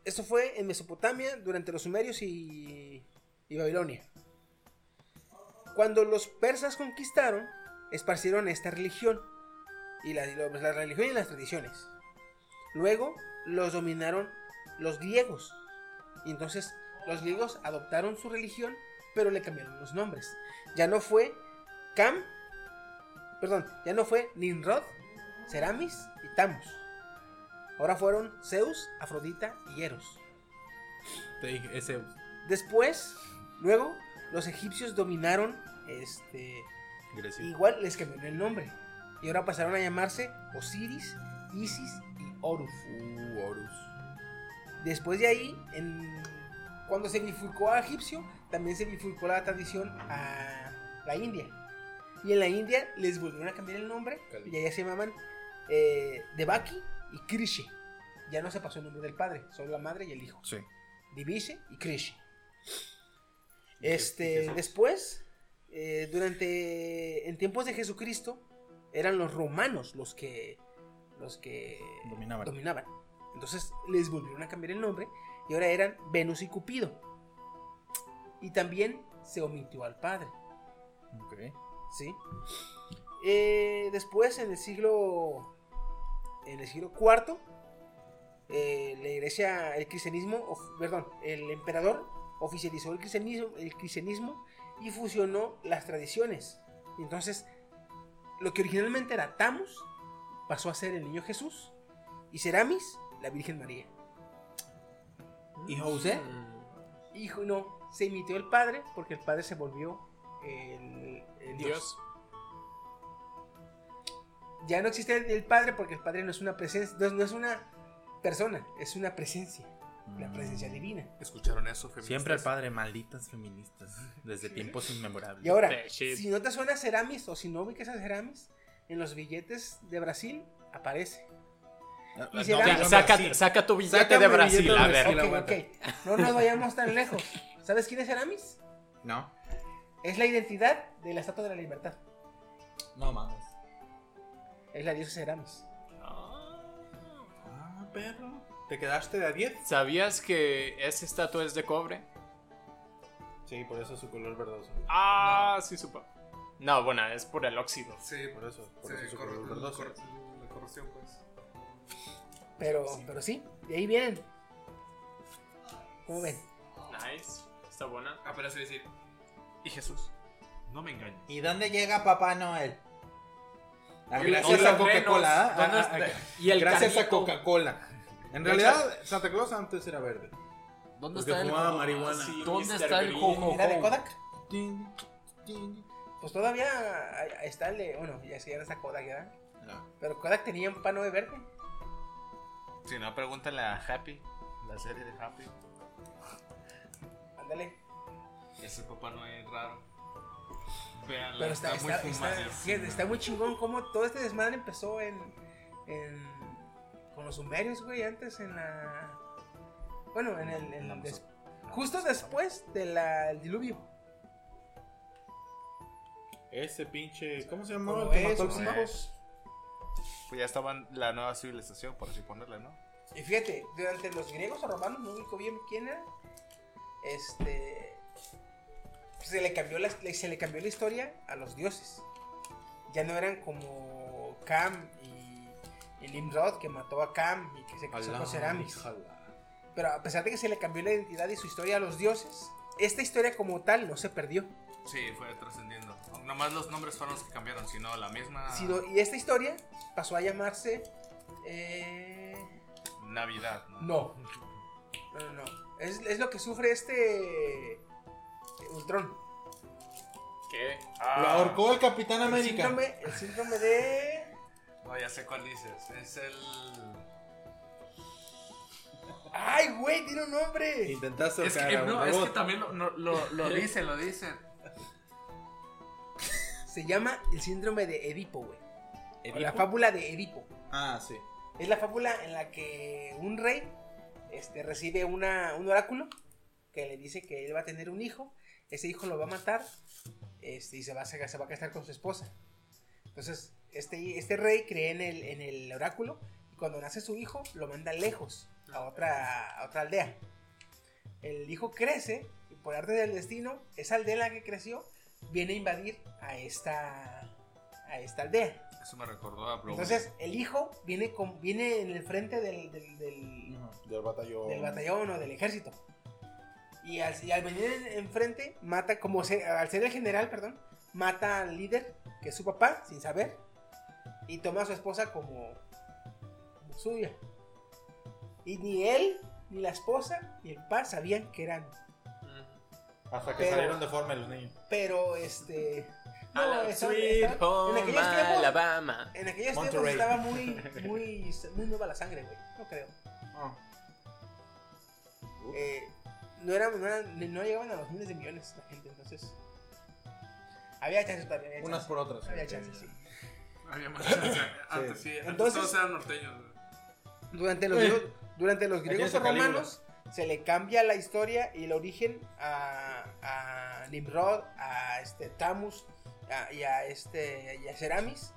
Speaker 2: esto fue en Mesopotamia durante los sumerios y, y Babilonia. Cuando los persas conquistaron, esparcieron esta religión y la, lo- pues, la religión y las tradiciones. Luego los dominaron los griegos. Y entonces los griegos adoptaron su religión, pero le cambiaron los nombres. Ya no fue Cam, perdón, ya no fue Nimrod, Ceramis y Tamus. Ahora fueron Zeus, Afrodita y Eros.
Speaker 7: Te dije, es Zeus.
Speaker 2: Después, luego, los egipcios dominaron este,
Speaker 7: Grecia.
Speaker 2: Igual les cambiaron el nombre. Y ahora pasaron a llamarse Osiris, Isis y Horus.
Speaker 7: Uh, Horus.
Speaker 2: Después de ahí, en- cuando se bifurcó a egipcio, también se bifurcó la tradición a la India. Y en la India les volvieron a cambiar el nombre y allá se llamaban eh, Devaki y Krishi. Ya no se pasó el nombre del padre, solo la madre y el hijo.
Speaker 7: Sí.
Speaker 2: Divishe y Krishi. Este, después, eh, durante, en tiempos de Jesucristo, eran los romanos los que, los que
Speaker 7: Dominaban.
Speaker 2: dominaban. Entonces les volvieron a cambiar el nombre y ahora eran Venus y Cupido. Y también se omitió al padre,
Speaker 7: Ok.
Speaker 2: ¿sí? Eh, después, en el siglo, en el siglo IV, eh, la iglesia, el cristianismo, of- perdón, el emperador oficializó el cristianismo, el cristianismo y fusionó las tradiciones. Y entonces, lo que originalmente era Tamus pasó a ser el niño Jesús y Ceramis, la Virgen María.
Speaker 7: ¿Y José?
Speaker 2: Hijo, no, se imitó el padre porque el padre se volvió el, el Dios. Ya no existe el- el padre porque el padre no es una presencia, no, es- no es una persona, es una presencia, la presencia divina.
Speaker 5: ¿Escucharon eso, feministas?
Speaker 7: Siempre el padre, malditas feministas. Desde tiempos inmemorables.
Speaker 2: Y ahora,
Speaker 7: Sí.
Speaker 2: si no te suena Ceramis o si no ubicas a Ceramis, en los billetes de Brasil aparece. Y
Speaker 4: no,
Speaker 7: Ah,
Speaker 2: Ceramis-
Speaker 4: ya, saca-
Speaker 2: Ok,
Speaker 4: saca tu billete
Speaker 7: Sácame
Speaker 4: de
Speaker 7: mi
Speaker 4: Brasil,
Speaker 7: billete de
Speaker 4: a ver.
Speaker 7: Brasil,
Speaker 2: ok.
Speaker 7: aguanta.
Speaker 2: No nos vayamos tan lejos. ¿Sabes quién es Ceramis?
Speaker 7: No.
Speaker 2: Es la identidad de la Estatua de la Libertad.
Speaker 7: No mames.
Speaker 2: Es la diosa Ceramis.
Speaker 7: Ah, perro. ¿Te quedaste de a 10?
Speaker 4: ¿Sabías que esa estatua es de cobre?
Speaker 7: Sí, por eso su color verdoso.
Speaker 4: Ah, sí, supo. No, bueno, es por el óxido.
Speaker 5: Sí,
Speaker 7: por eso. Por
Speaker 5: Sí,
Speaker 7: eso su
Speaker 5: corre-
Speaker 7: color verdoso.
Speaker 5: corre- la corrupción, pues.
Speaker 2: Pero, pero sí, de ahí vienen. ¿Cómo ven?
Speaker 4: Nice. Está buena.
Speaker 5: Ah, pero así decir. Y Jesús. No me engañes.
Speaker 9: ¿Y dónde llega Papá Noel? Ah,
Speaker 5: Y
Speaker 9: Gracias
Speaker 5: los
Speaker 9: a
Speaker 5: renos,
Speaker 7: ¿eh?
Speaker 9: Coca-Cola. ¿ah?
Speaker 5: ¿dónde
Speaker 9: Ah,
Speaker 5: está?
Speaker 9: ah,
Speaker 4: Y el
Speaker 9: Gracias a
Speaker 4: carrito.
Speaker 9: Coca-Cola.
Speaker 7: En realidad, Santa Claus antes era verde.
Speaker 12: ¿Dónde
Speaker 7: Porque
Speaker 12: está el
Speaker 7: fumaba
Speaker 12: jo-
Speaker 7: marihuana.
Speaker 12: sí, ¿Dónde Mr. está el Green? jojo?
Speaker 2: ¿Era de Kodak? Pues todavía está el de. Bueno, ya se ya no está Kodak, ¿verdad? Pero Kodak tenía un pano de verde.
Speaker 6: Si no, pregúntale a Happy, la serie de Happy.
Speaker 2: Ándale.
Speaker 6: Ese papá no es raro.
Speaker 7: Ah,
Speaker 6: Véanla,
Speaker 2: Pero está,
Speaker 6: muy
Speaker 2: está, está,
Speaker 6: fumada.
Speaker 2: fíjate, está muy chingón cómo todo este desmadre empezó en, en- con los sumerios, güey, antes en la... Bueno, en el... en des- justo después del diluvio.
Speaker 7: Ese pinche. ¿Cómo se
Speaker 2: Como
Speaker 7: llamaba? el que mató
Speaker 2: eso,
Speaker 7: a los
Speaker 2: sí.
Speaker 7: magos?
Speaker 6: Pues ya estaban la nueva civilización, por así ponerle, ¿no?
Speaker 2: Y fíjate, durante los griegos o romanos, no ubico bien quién era, este, se le cambió la, se le cambió la historia a los dioses. Ya no eran como Cam y, y Nimrod que mató a Cam y que se casó
Speaker 7: Alá,
Speaker 2: con Ceramis. Pero a pesar de que se le cambió la identidad y su historia a los dioses, esta historia como tal no se perdió.
Speaker 6: Sí, fue trascendiendo. Nomás los nombres fueron los que cambiaron, sino la
Speaker 4: Ah.
Speaker 6: misma
Speaker 2: Sino- y esta historia pasó a llamarse... eh,
Speaker 6: Navidad, ¿no?
Speaker 2: No. No, no, no. Es, es lo que sufre este. eh, Ultron.
Speaker 6: ¿Qué?
Speaker 4: Ah.
Speaker 6: Ah.
Speaker 7: Lo ahorcó el Capitán
Speaker 2: El
Speaker 7: América.
Speaker 2: síndrome, el síndrome de.
Speaker 6: No, ya sé cuál dices. Es el.
Speaker 2: ¡Ay, güey! Tiene un nombre.
Speaker 7: Intentaste
Speaker 6: Es que,
Speaker 7: ahorcar a un
Speaker 6: no, es que
Speaker 7: robot.
Speaker 6: también lo, no, lo, lo dice, lo dice.
Speaker 2: Se llama el síndrome de Edipo, güey. O La
Speaker 7: ¿Edipo?
Speaker 2: fábula de Edipo.
Speaker 7: Ah, sí.
Speaker 2: Es la fábula en la que un rey este, recibe una, un oráculo que le dice que él va a tener un hijo, ese hijo lo va a matar este, y se va, a, se va a casar con su esposa. Entonces, este, este rey cree en el, en el oráculo y cuando nace su hijo lo manda lejos, a otra, a otra aldea. El hijo crece y por arte del destino, esa aldea en la que creció viene a invadir a esta, a esta aldea.
Speaker 6: Eso me recordó a Bro.
Speaker 2: Entonces, el hijo viene, con, viene en el frente del, del, del-
Speaker 7: Del batallón.
Speaker 2: del batallón o del ejército. Y al, y al venir en- enfrente, mata, como se- al ser el general, perdón, mata al líder, que es su papá, sin saber, y toma a su esposa como, como suya. Y ni él, ni la esposa, ni el papá sabían que eran.
Speaker 7: Hasta que
Speaker 2: Pero-
Speaker 7: salieron deformes los niños.
Speaker 2: Pero este.
Speaker 4: A la
Speaker 2: estaba-
Speaker 4: Sweet
Speaker 2: estaba-
Speaker 4: Home Alabama.
Speaker 2: En aquellos
Speaker 4: Monterrey.
Speaker 2: tiempos estaba muy, muy, muy nueva la sangre, güey. No creo.
Speaker 7: Ah,
Speaker 2: Eh, no, era, no, era- no llegaban a los miles de millones la gente, entonces. Había chances todavía. había
Speaker 7: Unas
Speaker 2: chances.
Speaker 7: por otras.
Speaker 2: Había
Speaker 7: Sí.
Speaker 2: chances, sí.
Speaker 6: Había más chance. Antes sí, antes
Speaker 2: Entonces-
Speaker 6: todos eran norteños. güey.
Speaker 2: Durante los,
Speaker 6: Eh.
Speaker 2: grie- durante los
Speaker 6: Aquí este
Speaker 2: griegos
Speaker 6: está
Speaker 2: o romanos se le cambia la historia y el origen a, a Nimrod, a este Tamus a- y a este y a Ceramis.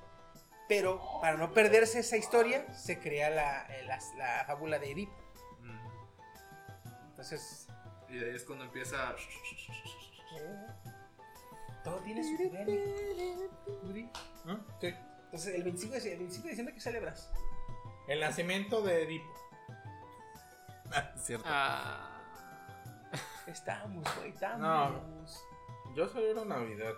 Speaker 2: Pero para no perderse esa historia se crea la, eh, la, la fábula de Edipo.
Speaker 6: Mm.
Speaker 2: Entonces
Speaker 6: Y de ahí es cuando empieza.
Speaker 2: todo tiene su nivel. Uri.
Speaker 7: ¿Mm?
Speaker 2: Entonces el 25 de, el 25 de diciembre que celebras.
Speaker 7: El nacimiento de Edipo. Ah, Cierto.
Speaker 6: Ah.
Speaker 2: Estamos, güey, estamos.
Speaker 7: No. Yo celebro Navidad.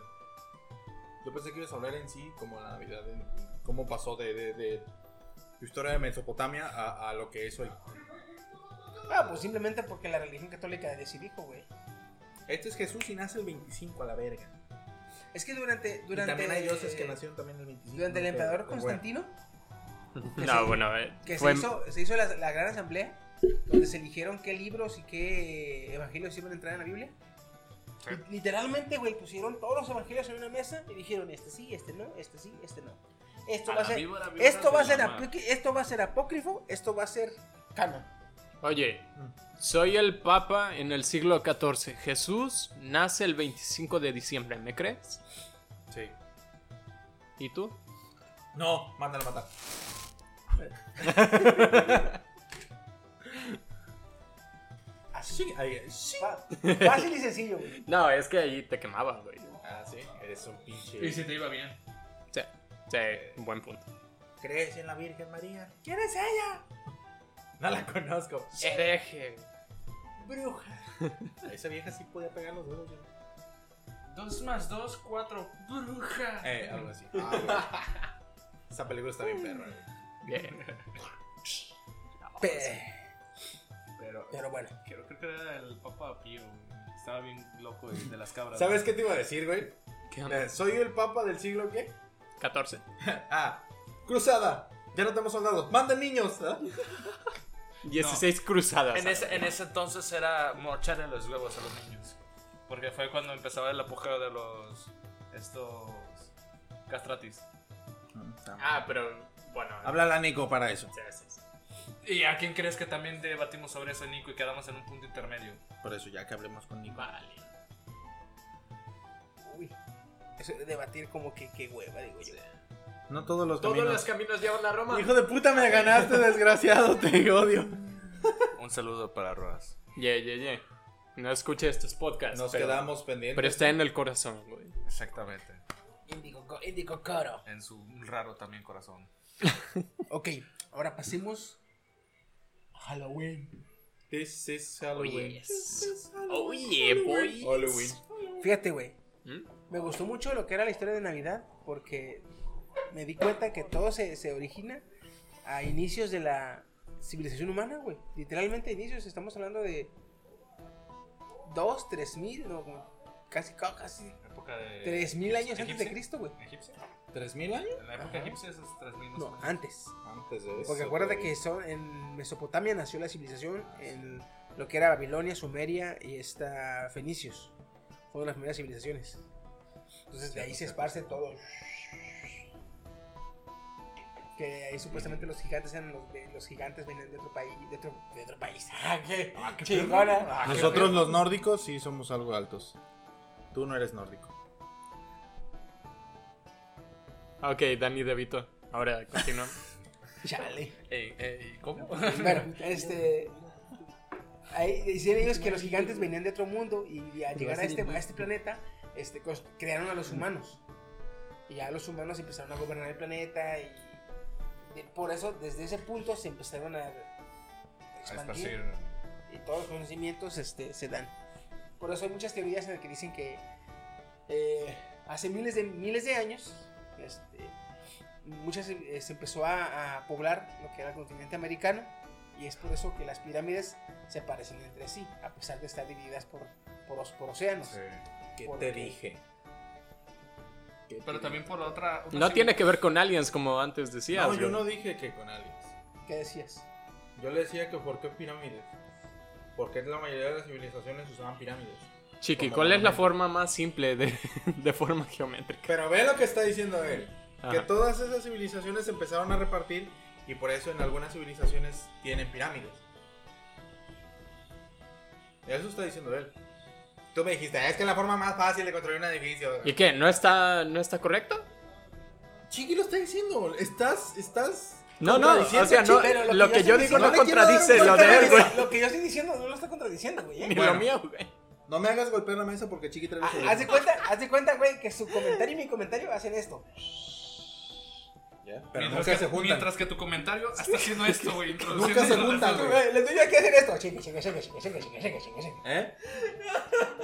Speaker 7: Yo pensé que ibas a hablar en sí como la Navidad, en- cómo pasó de, de, de tu historia de Mesopotamia a, a lo que es hoy.
Speaker 2: Ah, pues simplemente porque la religión católica decidió, güey.
Speaker 7: Este es Jesús y nace el 25 a la verga.
Speaker 2: Es que durante.
Speaker 7: Y
Speaker 2: durante
Speaker 7: también hay dioses que nacieron también el 25.
Speaker 2: Durante el
Speaker 7: no,
Speaker 2: emperador
Speaker 7: pero- pero bueno.
Speaker 2: Constantino,
Speaker 4: No, bueno, eh,
Speaker 2: que
Speaker 4: fue-
Speaker 2: se hizo, se hizo la, la gran asamblea, donde se eligieron qué libros y qué evangelios iban a entrar en la Biblia. Y Literalmente, güey, pusieron todos los evangelios en una mesa y dijeron: Este sí, este no, este sí, este no. Esto
Speaker 4: A
Speaker 2: va a
Speaker 4: la
Speaker 2: ser.
Speaker 4: víbora, víbora
Speaker 2: Esto va a
Speaker 4: de
Speaker 2: ser,
Speaker 4: la mar.
Speaker 2: apócri- esto va a ser apócrifo, esto va a ser canon.
Speaker 4: Oye, soy el Papa en el siglo XIV. Jesús nace el 25 de diciembre, ¿me crees?
Speaker 7: Sí.
Speaker 4: ¿Y tú?
Speaker 7: No, mándalo a matar. Así, ahí, Ah, sí.
Speaker 2: Fácil y sencillo, güey.
Speaker 4: No, es que ahí te quemaba, güey.
Speaker 7: Ah, sí, eres un pinche.
Speaker 4: Y si te iba bien. Sí, sí, buen punto.
Speaker 7: ¿Crees en la Virgen María?
Speaker 2: ¿Quién es ella?
Speaker 7: No la conozco. Eh,
Speaker 4: Hereje.
Speaker 2: Bruja.
Speaker 7: Esa vieja sí podía pegar los dedos. yo.
Speaker 6: Dos más dos, cuatro. Bruja.
Speaker 7: Eh, algo así. Ah, güey. Esa película está bien perra. güey.
Speaker 2: Pe-
Speaker 6: Pero,
Speaker 2: Pero bueno.
Speaker 6: Creo, creo que era el Papa Pío. güey. Estaba bien loco y de las cabras.
Speaker 7: ¿Sabes qué te iba a decir, güey? Eh, Soy el papa del siglo qué?
Speaker 4: 14.
Speaker 7: ah,
Speaker 9: Cruzada. Ya no tenemos soldados. Manden niños. ¿ah?
Speaker 4: 16 cruzadas.
Speaker 6: En ese, en ese entonces era mocharle los huevos a los niños. Porque fue cuando empezaba el apogeo de los. estos. castratis.
Speaker 4: Ah, pero bueno.
Speaker 7: Háblale a Nico para eso.
Speaker 4: Sí, sí, sí.
Speaker 6: ¿Y a quién crees que también debatimos sobre eso, Nico, y quedamos en un punto intermedio?
Speaker 7: Por eso, ya que hablemos con Nico.
Speaker 6: Vale.
Speaker 2: Uy. Eso de debatir como que qué hueva, digo yo.
Speaker 7: No todos los
Speaker 13: Todos
Speaker 7: caminos.
Speaker 13: los caminos llevan a Roma.
Speaker 7: Hijo de puta, me ganaste, desgraciado. Te odio.
Speaker 6: Un saludo para Roas.
Speaker 4: Yeah, yeah, yeah. No escuche estos podcasts.
Speaker 7: Nos
Speaker 4: pero-
Speaker 7: quedamos pendientes.
Speaker 4: Pero está en el corazón, güey.
Speaker 6: Exactamente.
Speaker 2: Indigo, co- indigo coro.
Speaker 6: En su raro también corazón.
Speaker 2: Ok, ahora pasemos a Halloween.
Speaker 7: This is
Speaker 2: Halloween.
Speaker 4: Oh, yeah, boy.
Speaker 7: Halloween.
Speaker 2: Fíjate, güey.
Speaker 4: ¿Mm?
Speaker 2: Me gustó mucho lo que era la historia de Navidad porque me di cuenta que todo se, se origina a inicios de la civilización humana, güey. Literalmente inicios, estamos hablando de dos, tres mil, no, como casi, ca- casi
Speaker 6: Época de.
Speaker 2: tres mil años antes de
Speaker 6: egipcia.
Speaker 2: Cristo, güey.
Speaker 6: ¿Egipcia?
Speaker 7: ¿Tres mil años?
Speaker 6: En la época
Speaker 2: Ajá.
Speaker 6: egipcia es 3000 más o
Speaker 2: No, Pues
Speaker 6: menos.
Speaker 2: antes.
Speaker 7: Antes de eso.
Speaker 2: Porque acuérdate
Speaker 7: güey.
Speaker 2: que son, en Mesopotamia nació la civilización, en lo que era Babilonia, Sumeria y esta Fenicios. Fueron las primeras civilizaciones. Entonces de ahí se esparce todo. Que de ahí supuestamente los gigantes eran los, de- los gigantes venían de otro país, de otro, de otro país. Ah, qué chingona. Ah, qué
Speaker 7: Nosotros
Speaker 2: pedo.
Speaker 7: los nórdicos sí somos algo altos. Tú no eres nórdico.
Speaker 4: Ok, Dani DeVito. Ahora continuamos.
Speaker 2: Chale.
Speaker 4: Eh,
Speaker 6: Ey, ey, ¿Cómo?
Speaker 2: Bueno, este. Ahí decían ellos que los gigantes venían de otro mundo y al llegar a este, a este planeta este, cos- crearon a los humanos. Y ya los humanos empezaron a gobernar el planeta y de- por eso desde ese punto se empezaron a expandir
Speaker 6: esparcir.
Speaker 2: y todos los conocimientos este, se dan. Por eso hay muchas teorías en las que dicen que eh, hace miles de, miles de años este, muchas, eh, se empezó a, a poblar lo que era el continente americano y es por eso que las pirámides se parecen entre sí, a pesar de estar divididas por, por, os- por océanos.
Speaker 6: eh,
Speaker 7: ¿Qué
Speaker 2: ¿Por
Speaker 7: te
Speaker 2: qué?
Speaker 7: dije? ¿Qué
Speaker 6: Pero
Speaker 7: te
Speaker 6: también por otra.
Speaker 4: No tiene que ver con aliens como antes
Speaker 7: dije?
Speaker 4: decías.
Speaker 7: No, yo
Speaker 4: güey.
Speaker 7: no dije que con aliens.
Speaker 2: ¿Qué decías?
Speaker 7: Yo le decía que por qué pirámides. Porque la mayoría de las civilizaciones usaban pirámides.
Speaker 4: Chiqui,
Speaker 7: Como
Speaker 4: ¿cuál es la
Speaker 7: monumento.
Speaker 4: forma más simple de, de forma geométrica?
Speaker 7: Pero ve lo que está diciendo él. Que
Speaker 4: Ajá.
Speaker 7: todas esas civilizaciones se empezaron a repartir y por eso en algunas civilizaciones tienen pirámides. Eso está diciendo él. Tú me dijiste, es que la forma más fácil de construir un edificio.
Speaker 4: ¿Y qué? ¿No está, no está correcto?
Speaker 9: Chiqui lo está diciendo. Estás, estás.
Speaker 4: No, no,
Speaker 9: contradiciendo
Speaker 4: o sea,
Speaker 9: a
Speaker 4: no,
Speaker 9: Chiqui.
Speaker 4: lo que, yo digo no
Speaker 9: le quiero dar un
Speaker 4: contradice lo
Speaker 9: golpe
Speaker 4: de él, güey.
Speaker 2: Lo que yo estoy diciendo no lo está contradiciendo, güey. ¿eh? Ah,
Speaker 4: Ni lo
Speaker 9: Bueno.
Speaker 4: mío, güey.
Speaker 9: No me hagas golpear la mesa porque Chiqui trae
Speaker 7: Ah,
Speaker 9: el celular.
Speaker 2: Haz de cuenta, haz de cuenta, güey, que su comentario y mi comentario hacen esto.
Speaker 7: Ya, Pero
Speaker 6: Mientras
Speaker 7: nunca
Speaker 6: que,
Speaker 7: se juntan.
Speaker 6: mientras que tu comentario está haciendo esto, güey.
Speaker 7: Nunca se juntan, güey.
Speaker 2: Güey, Les doy aquí a hacer esto. Cheque, cheque, cheque, cheque, cheque, cheque, cheque, cheque, cheque.
Speaker 7: ¿Eh?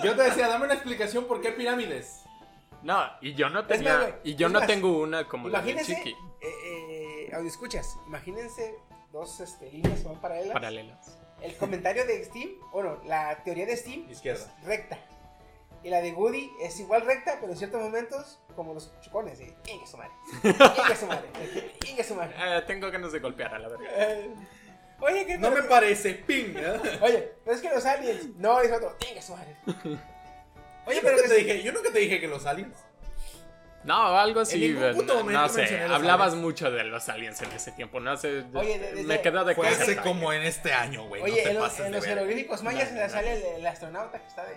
Speaker 9: Yo te decía, dame una explicación por qué pirámides.
Speaker 4: No, y yo no
Speaker 2: Es
Speaker 4: tenía-
Speaker 2: más, güey,
Speaker 4: y yo
Speaker 2: es
Speaker 4: no
Speaker 2: más,
Speaker 4: tengo una como la de
Speaker 2: Imagínense,
Speaker 4: Chiqui.
Speaker 2: eh, eh, escuchas, imagínense dos este, líneas que van paralelas.
Speaker 4: Paralelas.
Speaker 2: El comentario de Steam, bueno, la teoría de Steam
Speaker 7: Izquierda.
Speaker 2: es recta. Y la de Woody es igual recta, pero en ciertos momentos, como los chocones, de inga su madre, inga su madre, inga su madre.
Speaker 4: Eh, tengo ganas de golpear a la verga.
Speaker 2: Eh, Oye, que
Speaker 9: No me parece, ping.
Speaker 7: ¿eh?
Speaker 2: Oye, pero es que los aliens, no, es otro, inga su madre. Oye, pero
Speaker 7: Yo nunca
Speaker 2: que
Speaker 7: te dije, yo nunca te dije que los aliens.
Speaker 4: No, algo así.
Speaker 7: ningún
Speaker 4: pero
Speaker 7: puto
Speaker 4: no-
Speaker 7: momento
Speaker 4: no sé,
Speaker 7: mencioné los
Speaker 4: hablabas
Speaker 7: aliens.
Speaker 4: mucho de los aliens en ese tiempo. No sé,
Speaker 2: Oye, de- de-
Speaker 4: me queda de
Speaker 7: Fue hace
Speaker 4: concepto.
Speaker 7: como en este año, güey.
Speaker 2: Oye,
Speaker 7: no te
Speaker 2: en, los,
Speaker 7: pases
Speaker 2: en
Speaker 7: de
Speaker 2: los
Speaker 7: verga.
Speaker 2: jeroglíficos mayas
Speaker 7: No,
Speaker 2: en la
Speaker 7: no.
Speaker 2: sale el, el astronauta que está de.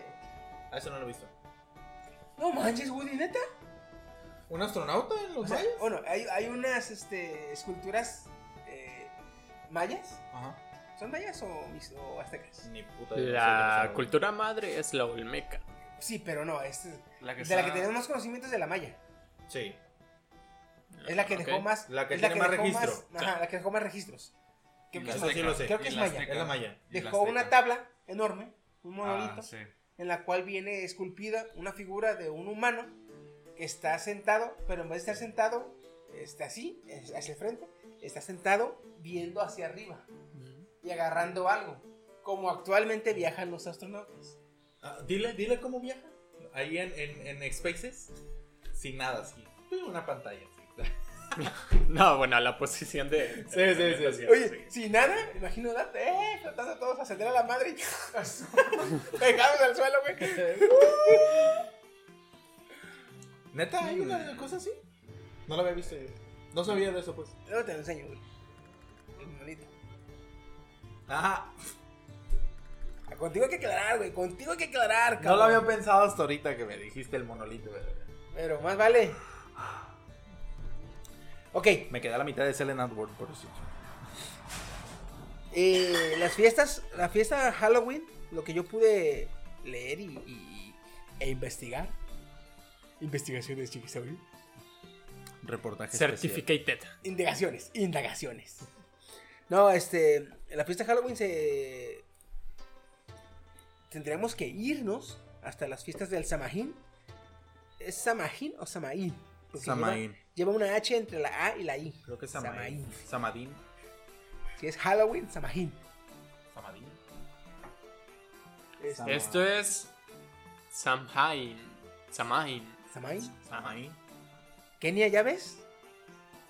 Speaker 7: Ah, Eso no lo he visto.
Speaker 2: No manches, Woody, neta.
Speaker 7: ¿Un astronauta en
Speaker 2: O
Speaker 7: los
Speaker 2: sea,
Speaker 7: mayas?
Speaker 2: bueno, hay, hay unas este, esculturas eh, mayas.
Speaker 7: Ajá.
Speaker 2: ¿Son mayas o, mis- o aztecas?
Speaker 7: Ni puta idea, no sé
Speaker 4: La
Speaker 7: qué es algo.
Speaker 4: cultura madre es la olmeca.
Speaker 2: Sí, pero no, es de
Speaker 6: La
Speaker 2: la que
Speaker 6: que está-
Speaker 2: tenemos más conocimientos de la maya.
Speaker 7: Sí.
Speaker 2: Es la que
Speaker 4: Ok.
Speaker 2: dejó más.
Speaker 7: La que
Speaker 2: es
Speaker 7: tiene más
Speaker 2: dejó
Speaker 7: registro.
Speaker 2: ajá, la que dejó más registros. Creo que es
Speaker 7: Eso sí
Speaker 2: maya.
Speaker 7: lo sé.
Speaker 2: Creo que
Speaker 6: Y
Speaker 2: es
Speaker 6: la
Speaker 2: maya.
Speaker 6: azteca.
Speaker 7: Es la maya.
Speaker 6: Y la
Speaker 2: Dejó una
Speaker 6: azteca.
Speaker 2: tabla enorme, un monolito,
Speaker 6: Ah, sí.
Speaker 2: en la cual viene esculpida una figura de un humano que está sentado, pero en vez de estar sentado, está así, es- hacia el frente, está sentado viendo hacia arriba y agarrando algo, como actualmente viajan los astronautas.
Speaker 7: Ah, dile, dile cómo viaja. Ahí en, en, en Spaces. Sin nada, así. Una Pues, pantalla. así.
Speaker 4: No, bueno, la posición de.
Speaker 2: Sí,
Speaker 4: de
Speaker 2: sí, sí.
Speaker 4: natación, sí.
Speaker 2: Oye, si nada, imagino date, eh, flotas a todos, ascender a la madre y pegados al suelo, güey.
Speaker 9: ¿Neta? ¿Hay una cosa así? No la había visto yo. No sabía de eso, pues.
Speaker 2: Luego te lo enseño, güey. Bonito.
Speaker 9: Ajá.
Speaker 2: Contigo hay que aclarar, güey. Contigo hay que aclarar, cabrón.
Speaker 7: No lo había pensado hasta ahorita que me dijiste el monolito.
Speaker 2: Pero más vale. Ok.
Speaker 7: Me quedé a la mitad de Selena World, por eso.
Speaker 2: Eh, las fiestas, la fiesta Halloween, lo que yo pude leer y, y- e investigar. Investigaciones, chiquis, ¿sabes?
Speaker 7: Reportaje
Speaker 4: Certificated.
Speaker 2: Indagaciones, indagaciones. No, este, en la fiesta de Halloween se... Tendremos que irnos hasta las fiestas del Samajín. ¿Es Samajín o Samaín? Porque lleva-
Speaker 7: Samaín.
Speaker 2: Lleva, una H entre la A y la I.
Speaker 7: Creo que es Samaín. Samadín.
Speaker 2: Si es Halloween, Samajín.
Speaker 7: Samadín.
Speaker 2: Este-
Speaker 4: Esto es. Samhain. Samhain.
Speaker 2: ¿Samaín?
Speaker 4: Samhain.
Speaker 2: Kenia, ¿ya ves?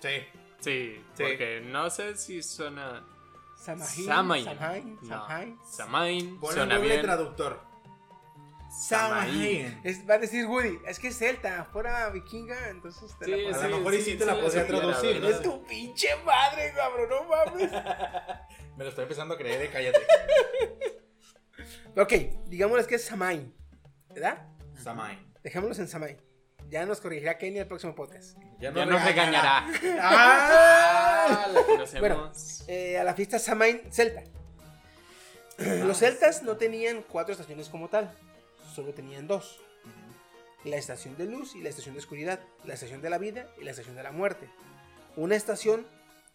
Speaker 4: Sí. Sí, porque no sé si suena.
Speaker 2: Samajín,
Speaker 4: Samaín.
Speaker 2: Samhain,
Speaker 4: No,
Speaker 2: Samhain.
Speaker 4: Samaín
Speaker 7: Ponlo
Speaker 4: suena
Speaker 7: en Google
Speaker 4: bien.
Speaker 7: traductor.
Speaker 2: Samajín. Es- va a decir Woody, es que es celta, fuera vikinga, entonces te
Speaker 7: Sí,
Speaker 2: la
Speaker 7: sí, A lo mejor y sí sí, te la sí, podría sí, la traducir, verdad.
Speaker 2: Es tu pinche madre, cabrón, no mames.
Speaker 7: Me lo estoy empezando a creer, eh, cállate.
Speaker 2: ok, digámosles que es Samain, ¿verdad?
Speaker 7: Samaín.
Speaker 2: Dejémoslos en Samain. Ya nos corregirá Kenny el próximo podcast.
Speaker 7: Ya
Speaker 4: Ya nos regañará.
Speaker 2: ¡Ah!
Speaker 4: Ah, la conocemos.
Speaker 2: Bueno, eh, a la fiesta Samain celta. Los celtas no tenían cuatro estaciones como tal, solo tenían dos. La estación de luz y la estación de oscuridad, la estación de la vida y la estación de la muerte. Una estación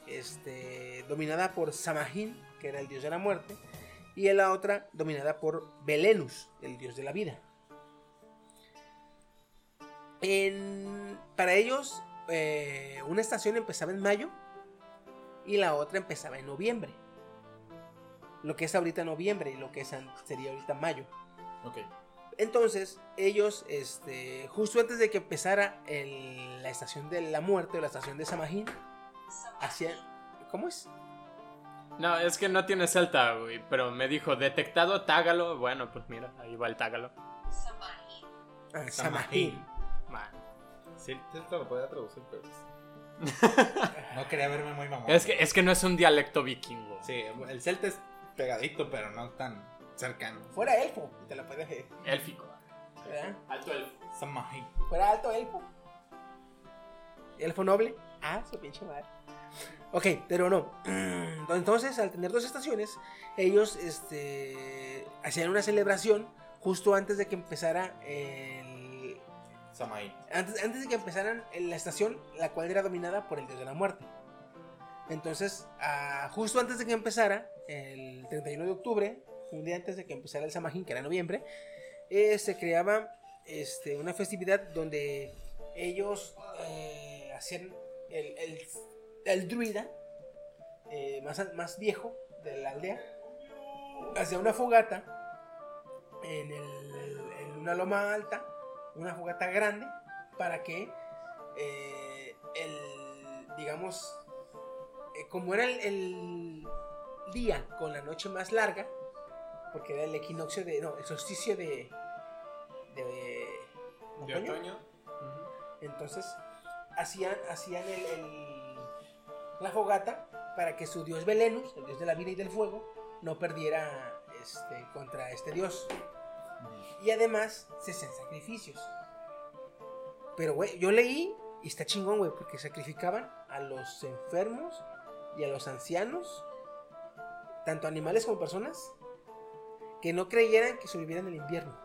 Speaker 2: este, dominada por Samajín, que era el dios de la muerte, y en la otra dominada por Belenus, el dios de la vida. En- para ellos, eh, una estación empezaba en mayo y la otra empezaba en noviembre. Lo que es ahorita noviembre y lo que es an- sería ahorita mayo.
Speaker 7: Ok.
Speaker 2: Entonces, ellos, este, justo antes de que empezara el- la estación de la muerte o la estación de Samajín, hacían. ¿Cómo es?
Speaker 4: No, es que no tiene celta, güey. Pero me dijo, detectado tágalo. Bueno, pues mira, ahí va el tágalo.
Speaker 2: Ah, Samajín.
Speaker 7: Sí, esto lo podía traducir, pero. no quería verme muy mamón.
Speaker 4: Es que, es que no es un dialecto vikingo.
Speaker 7: Sí, el celta es pegadito, pero no tan cercano.
Speaker 2: Fuera elfo, y te la puedes leer,
Speaker 4: Élfico.
Speaker 2: ¿verdad?
Speaker 4: Alto elfo.
Speaker 7: Samaín.
Speaker 2: Fuera alto elfo. Elfo noble. Ah, su pinche madre. Ok, pero no. Entonces, al tener dos estaciones, ellos este, hacían una celebración justo antes de que empezara el.
Speaker 7: Samaín.
Speaker 2: Antes, antes de que empezaran la estación, la cual era dominada por el dios de la muerte. Entonces, ah, justo antes de que empezara, el 31 de octubre, un día antes de que empezara el Samajín, que era noviembre, eh, se creaba este, una festividad donde ellos eh, hacían el, el- el druida eh, más, an- más viejo de la aldea, hacía una fogata en, el- en una loma alta, una fogata grande, para que eh, el, digamos, eh, como era el, el día con la noche más larga, porque era el equinoccio de, no, el solsticio de... de,
Speaker 4: De otoño.
Speaker 2: Entonces hacían, hacían el- el- la fogata para que su dios Belenus, el dios de la vida y del fuego, no perdiera este, contra este dios. Y además se hacían sacrificios. Pero, güey, yo leí y está chingón, güey, porque sacrificaban a los enfermos y a los ancianos, tanto animales como personas, que no creyeran que sobrevivieran el invierno.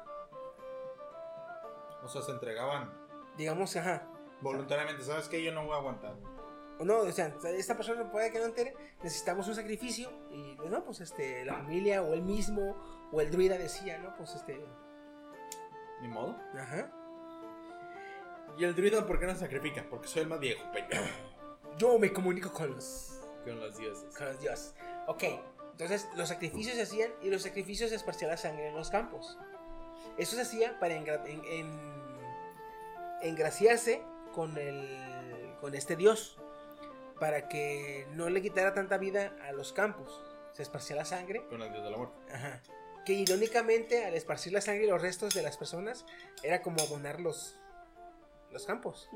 Speaker 7: O sea, se entregaban
Speaker 2: Digamos, ajá.
Speaker 7: voluntariamente. ¿Sabes qué? Yo no voy a aguantar.
Speaker 2: O no, o sea, esta persona puede que no entere, necesitamos un sacrificio. Y pues, no, pues este, la familia o él mismo o el druida decía, ¿no? Pues este.
Speaker 7: Ni modo.
Speaker 2: Ajá.
Speaker 7: ¿Y el druida por qué no sacrifica? Porque soy el más viejo, pendejo.
Speaker 2: Yo me comunico con los.
Speaker 7: Con los dioses.
Speaker 2: Con los dioses. Ok, entonces los sacrificios se hacían y los sacrificios se esparcía la sangre en los campos. Eso se hacía para engra- en- en- engraciarse con, el, con este dios. para que no le quitara tanta vida a los campos. Se esparcía la sangre.
Speaker 5: Con el dios de la muerte.
Speaker 2: Ajá. Que irónicamente, al esparcir la sangre y los restos de las personas, era como abonar los, los campos.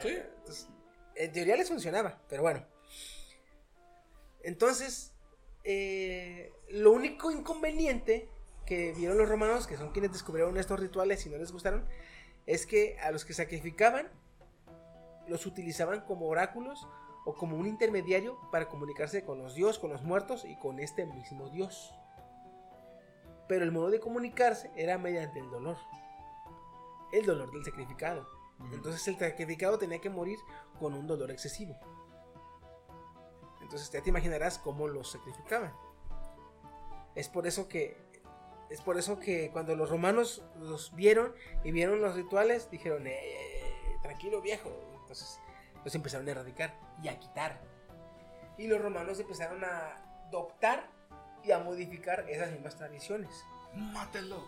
Speaker 5: Sí.
Speaker 2: Entonces, en teoría les funcionaba, pero bueno. Entonces, eh, lo único inconveniente que vieron los romanos, que son quienes descubrieron estos rituales y no les gustaron, es que a los que sacrificaban los utilizaban como oráculos o como un intermediario para comunicarse con los dios, con los muertos y con este mismo dios. Pero el modo de comunicarse era mediante el dolor. El dolor del sacrificado. Entonces el sacrificado tenía que morir con un dolor excesivo. Entonces ya te imaginarás cómo los sacrificaban. Es por eso que es por eso que cuando los romanos los vieron y vieron los rituales dijeron, "Eh, eh, tranquilo viejo." Entonces los empezaron a erradicar y a quitar. Y los romanos empezaron a adoptar y a modificar esas mismas tradiciones.
Speaker 7: Mátelo.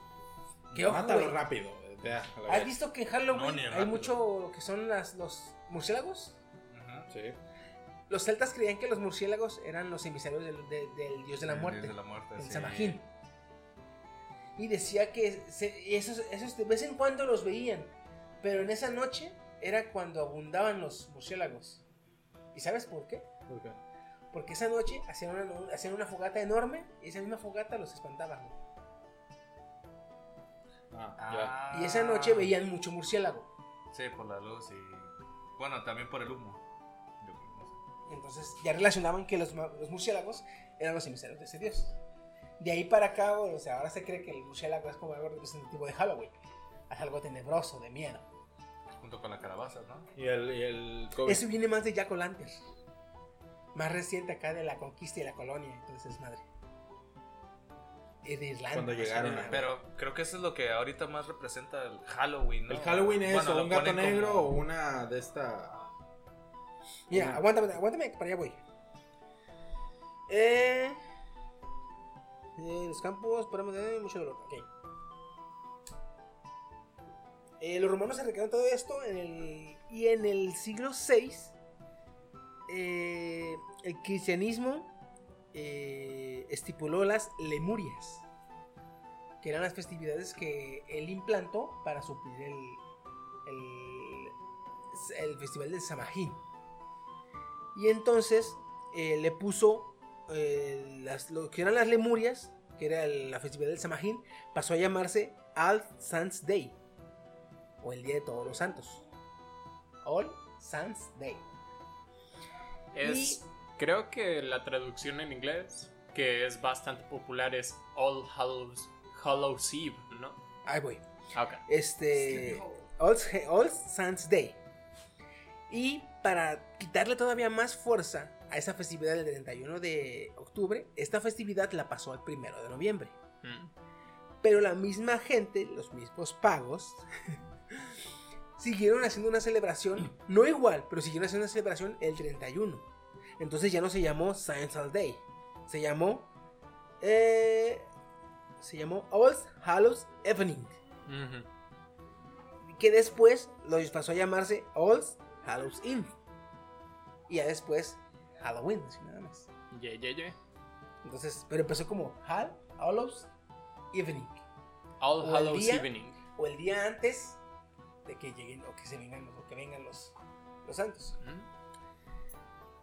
Speaker 2: Qué ojo,
Speaker 7: Mátalo
Speaker 2: güey.
Speaker 7: rápido. eh, Ya, a la
Speaker 2: ¿Has
Speaker 7: vez.
Speaker 2: visto que en
Speaker 7: No,
Speaker 2: Halloween
Speaker 7: ni
Speaker 2: hay
Speaker 7: rápido.
Speaker 2: mucho lo que son las, los murciélagos?
Speaker 7: Sí.
Speaker 2: Los celtas creían que los murciélagos eran los emisarios del, de- del dios de la
Speaker 5: El
Speaker 2: muerte.
Speaker 5: dios de la muerte,
Speaker 2: el
Speaker 5: sí.
Speaker 2: Samajín. Y decía que se- esos, esos de vez en cuando los veían, pero en esa noche era cuando abundaban los murciélagos. ¿Y sabes por qué?
Speaker 7: ¿Por qué?
Speaker 2: Porque esa noche hacían una, hacían una fogata enorme y esa misma fogata los espantaba. güey.
Speaker 5: Ah,
Speaker 2: Y esa noche veían mucho murciélago.
Speaker 5: Sí, por la luz y. Bueno, también por el humo. Yo creo, no sé.
Speaker 2: Entonces ya relacionaban que los, ma- los murciélagos eran los emisarios de ese dios. De ahí para acá, bueno, o sea, ahora se cree que el murciélago es como algo representativo de Halloween. Es algo tenebroso, de miedo.
Speaker 5: Junto con la calabaza, ¿no?
Speaker 7: Y el, y el COVID.
Speaker 2: Eso viene más de Jack O'Lantern. Más reciente acá de la conquista y la colonia, entonces madre. Y de Irlanda.
Speaker 7: Cuando
Speaker 2: más o
Speaker 7: llegaron
Speaker 2: menos.
Speaker 5: Pero creo que eso es lo que ahorita más representa el Halloween, ¿no?
Speaker 7: El Halloween es
Speaker 5: Bueno,
Speaker 7: o
Speaker 5: lo
Speaker 7: un gato
Speaker 5: ponen como-
Speaker 7: negro o una de esta.
Speaker 2: Mira, aguántame, aguántame, para allá voy. Eh, eh, los campos, paramos de mucho dolor. Ok. Eh, los romanos se recrearon todo esto en el- y en el siglo VI eh, el cristianismo eh, estipuló las lemurias, que eran las festividades que él implantó para suplir el, el, el festival del Samajín. Y entonces eh, le puso eh, las, lo que eran las Lemurias, que era el- la festividad del Samajín, pasó a llamarse All Saints Day, o el Día de Todos los Santos. All Saints Day.
Speaker 4: Es, creo que la traducción en inglés, que es bastante popular, es All Hallows, Hallows Eve, ¿no?
Speaker 2: Ahí voy.
Speaker 4: Ah, ok.
Speaker 2: Este. All, All Saints Day. Y para quitarle todavía más fuerza a esa festividad del 31 de octubre, esta festividad la pasó al 1 de noviembre. Pero la misma gente, los mismos pagos, siguieron haciendo una celebración, no igual, pero siguieron haciendo una celebración el 31. Entonces ya no se llamó Science All Day, se llamó. eh, se llamó All Hallows Evening.
Speaker 4: Mm.
Speaker 2: Que después lo pasó a llamarse All Hallows Eve. Y ya después Halloween, así nada más.
Speaker 4: Ye, ye, ye.
Speaker 2: Entonces, pero empezó como Hall, Hallows Evening.
Speaker 4: All
Speaker 2: O el
Speaker 4: Hallows
Speaker 2: día-
Speaker 4: Evening.
Speaker 2: O el día antes de que lleguen o que se vengan los- o que vengan los, los santos.
Speaker 4: Mm.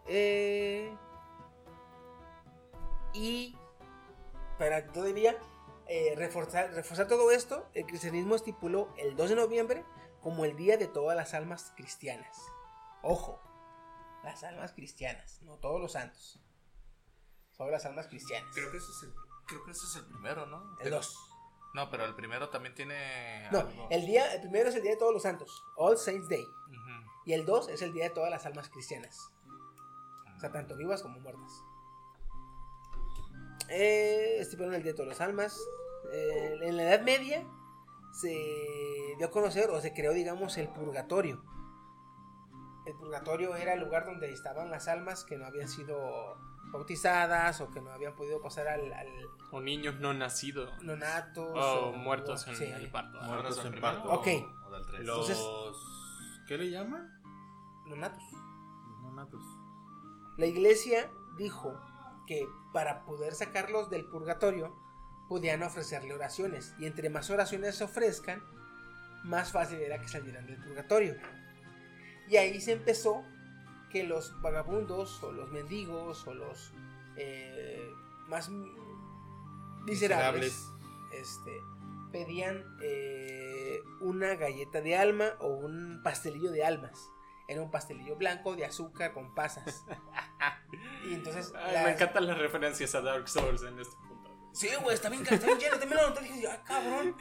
Speaker 2: Eh, y para todavía eh, reforzar, reforzar todo esto, el cristianismo estipuló el 2 de noviembre como el día de todas las almas cristianas. Ojo, las almas cristianas, no todos los santos. Solo las almas cristianas.
Speaker 5: Creo que ese es el, creo que ese es el primero, ¿no?
Speaker 2: El dos.
Speaker 5: No, pero el primero también tiene.
Speaker 2: No,
Speaker 5: algo.
Speaker 2: el día, el primero es el día de todos los santos, All Saints Day.
Speaker 5: Ujú.
Speaker 2: Y el 2 es el día de todas las almas cristianas. O sea, tanto vivas como muertas. Eh, estipularon el día de todas las almas. Eh, en la Edad Media se dio a conocer o se creó, digamos, el purgatorio. El purgatorio era el lugar donde estaban las almas que no habían sido bautizadas o que no habían podido pasar al, al
Speaker 4: O niños no nacidos.
Speaker 2: nonato.
Speaker 4: O Oh, muertos en
Speaker 2: sí.
Speaker 4: el parto.
Speaker 7: Muertos en parto.
Speaker 2: Ok.
Speaker 7: Los.
Speaker 2: Entonces-
Speaker 7: ¿Qué le llaman?
Speaker 2: Nonatos.
Speaker 7: una, pues.
Speaker 2: La iglesia dijo que para poder sacarlos del purgatorio podían ofrecerle oraciones y entre más oraciones se ofrezcan, más fácil era que salieran del purgatorio. Y ahí se empezó que los vagabundos o los mendigos o los eh, más miserables,
Speaker 7: Miserables.
Speaker 2: este, pedían eh, una galleta de alma o un pastelillo de almas. Era un pastelillo blanco de azúcar con pasas. y entonces...
Speaker 4: Ay,
Speaker 2: las-
Speaker 4: Me encantan las referencias a Dark Souls en este punto.
Speaker 2: Sí, güey, está bien, está bien lleno, también lo noté. Dije, ah, cabrón.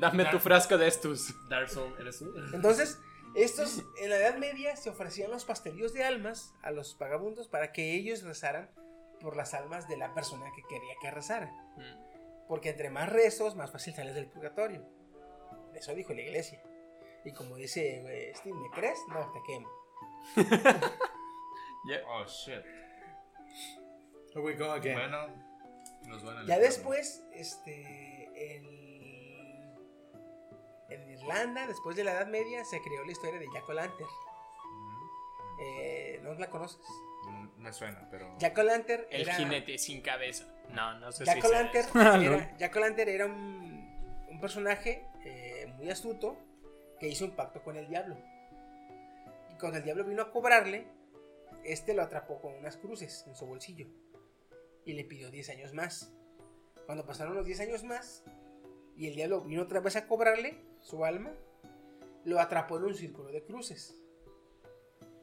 Speaker 4: Dame tu frasco de estos.
Speaker 6: Dark Souls, ¿eres tú?
Speaker 2: Entonces, estos, en la Edad Media, se ofrecían los pastelillos de almas a los vagabundos para que ellos rezaran por las almas de la persona que quería que rezara.
Speaker 4: Mm.
Speaker 2: Porque entre más rezos, más fácil sales del purgatorio. Eso dijo la iglesia. Y como dice eh, Steve, ¿me crees? No, te quemo.
Speaker 6: Oh, shit.
Speaker 2: we go again.
Speaker 6: Bueno, nos van a
Speaker 2: Ya después, este, en, en Irlanda, después de la Edad Media, se creó la historia de Jack O'Lantern.
Speaker 6: Mm.
Speaker 2: Eh, ¿No la conoces?
Speaker 5: Me suena, pero.
Speaker 2: Jack O'Lantern
Speaker 4: El
Speaker 2: era-
Speaker 4: jinete sin cabeza. No, no sé
Speaker 2: Jack
Speaker 4: si. sea
Speaker 2: O'Lantern
Speaker 4: eso. Ah,
Speaker 2: era, Jack O'Lantern era un, un personaje eh, muy astuto que hizo un pacto con el diablo. Y cuando el diablo vino a cobrarle, este lo atrapó con unas cruces en su bolsillo y le pidió 10 años más. Cuando pasaron los 10 años más y el diablo vino otra vez a cobrarle su alma, lo atrapó en un círculo de cruces.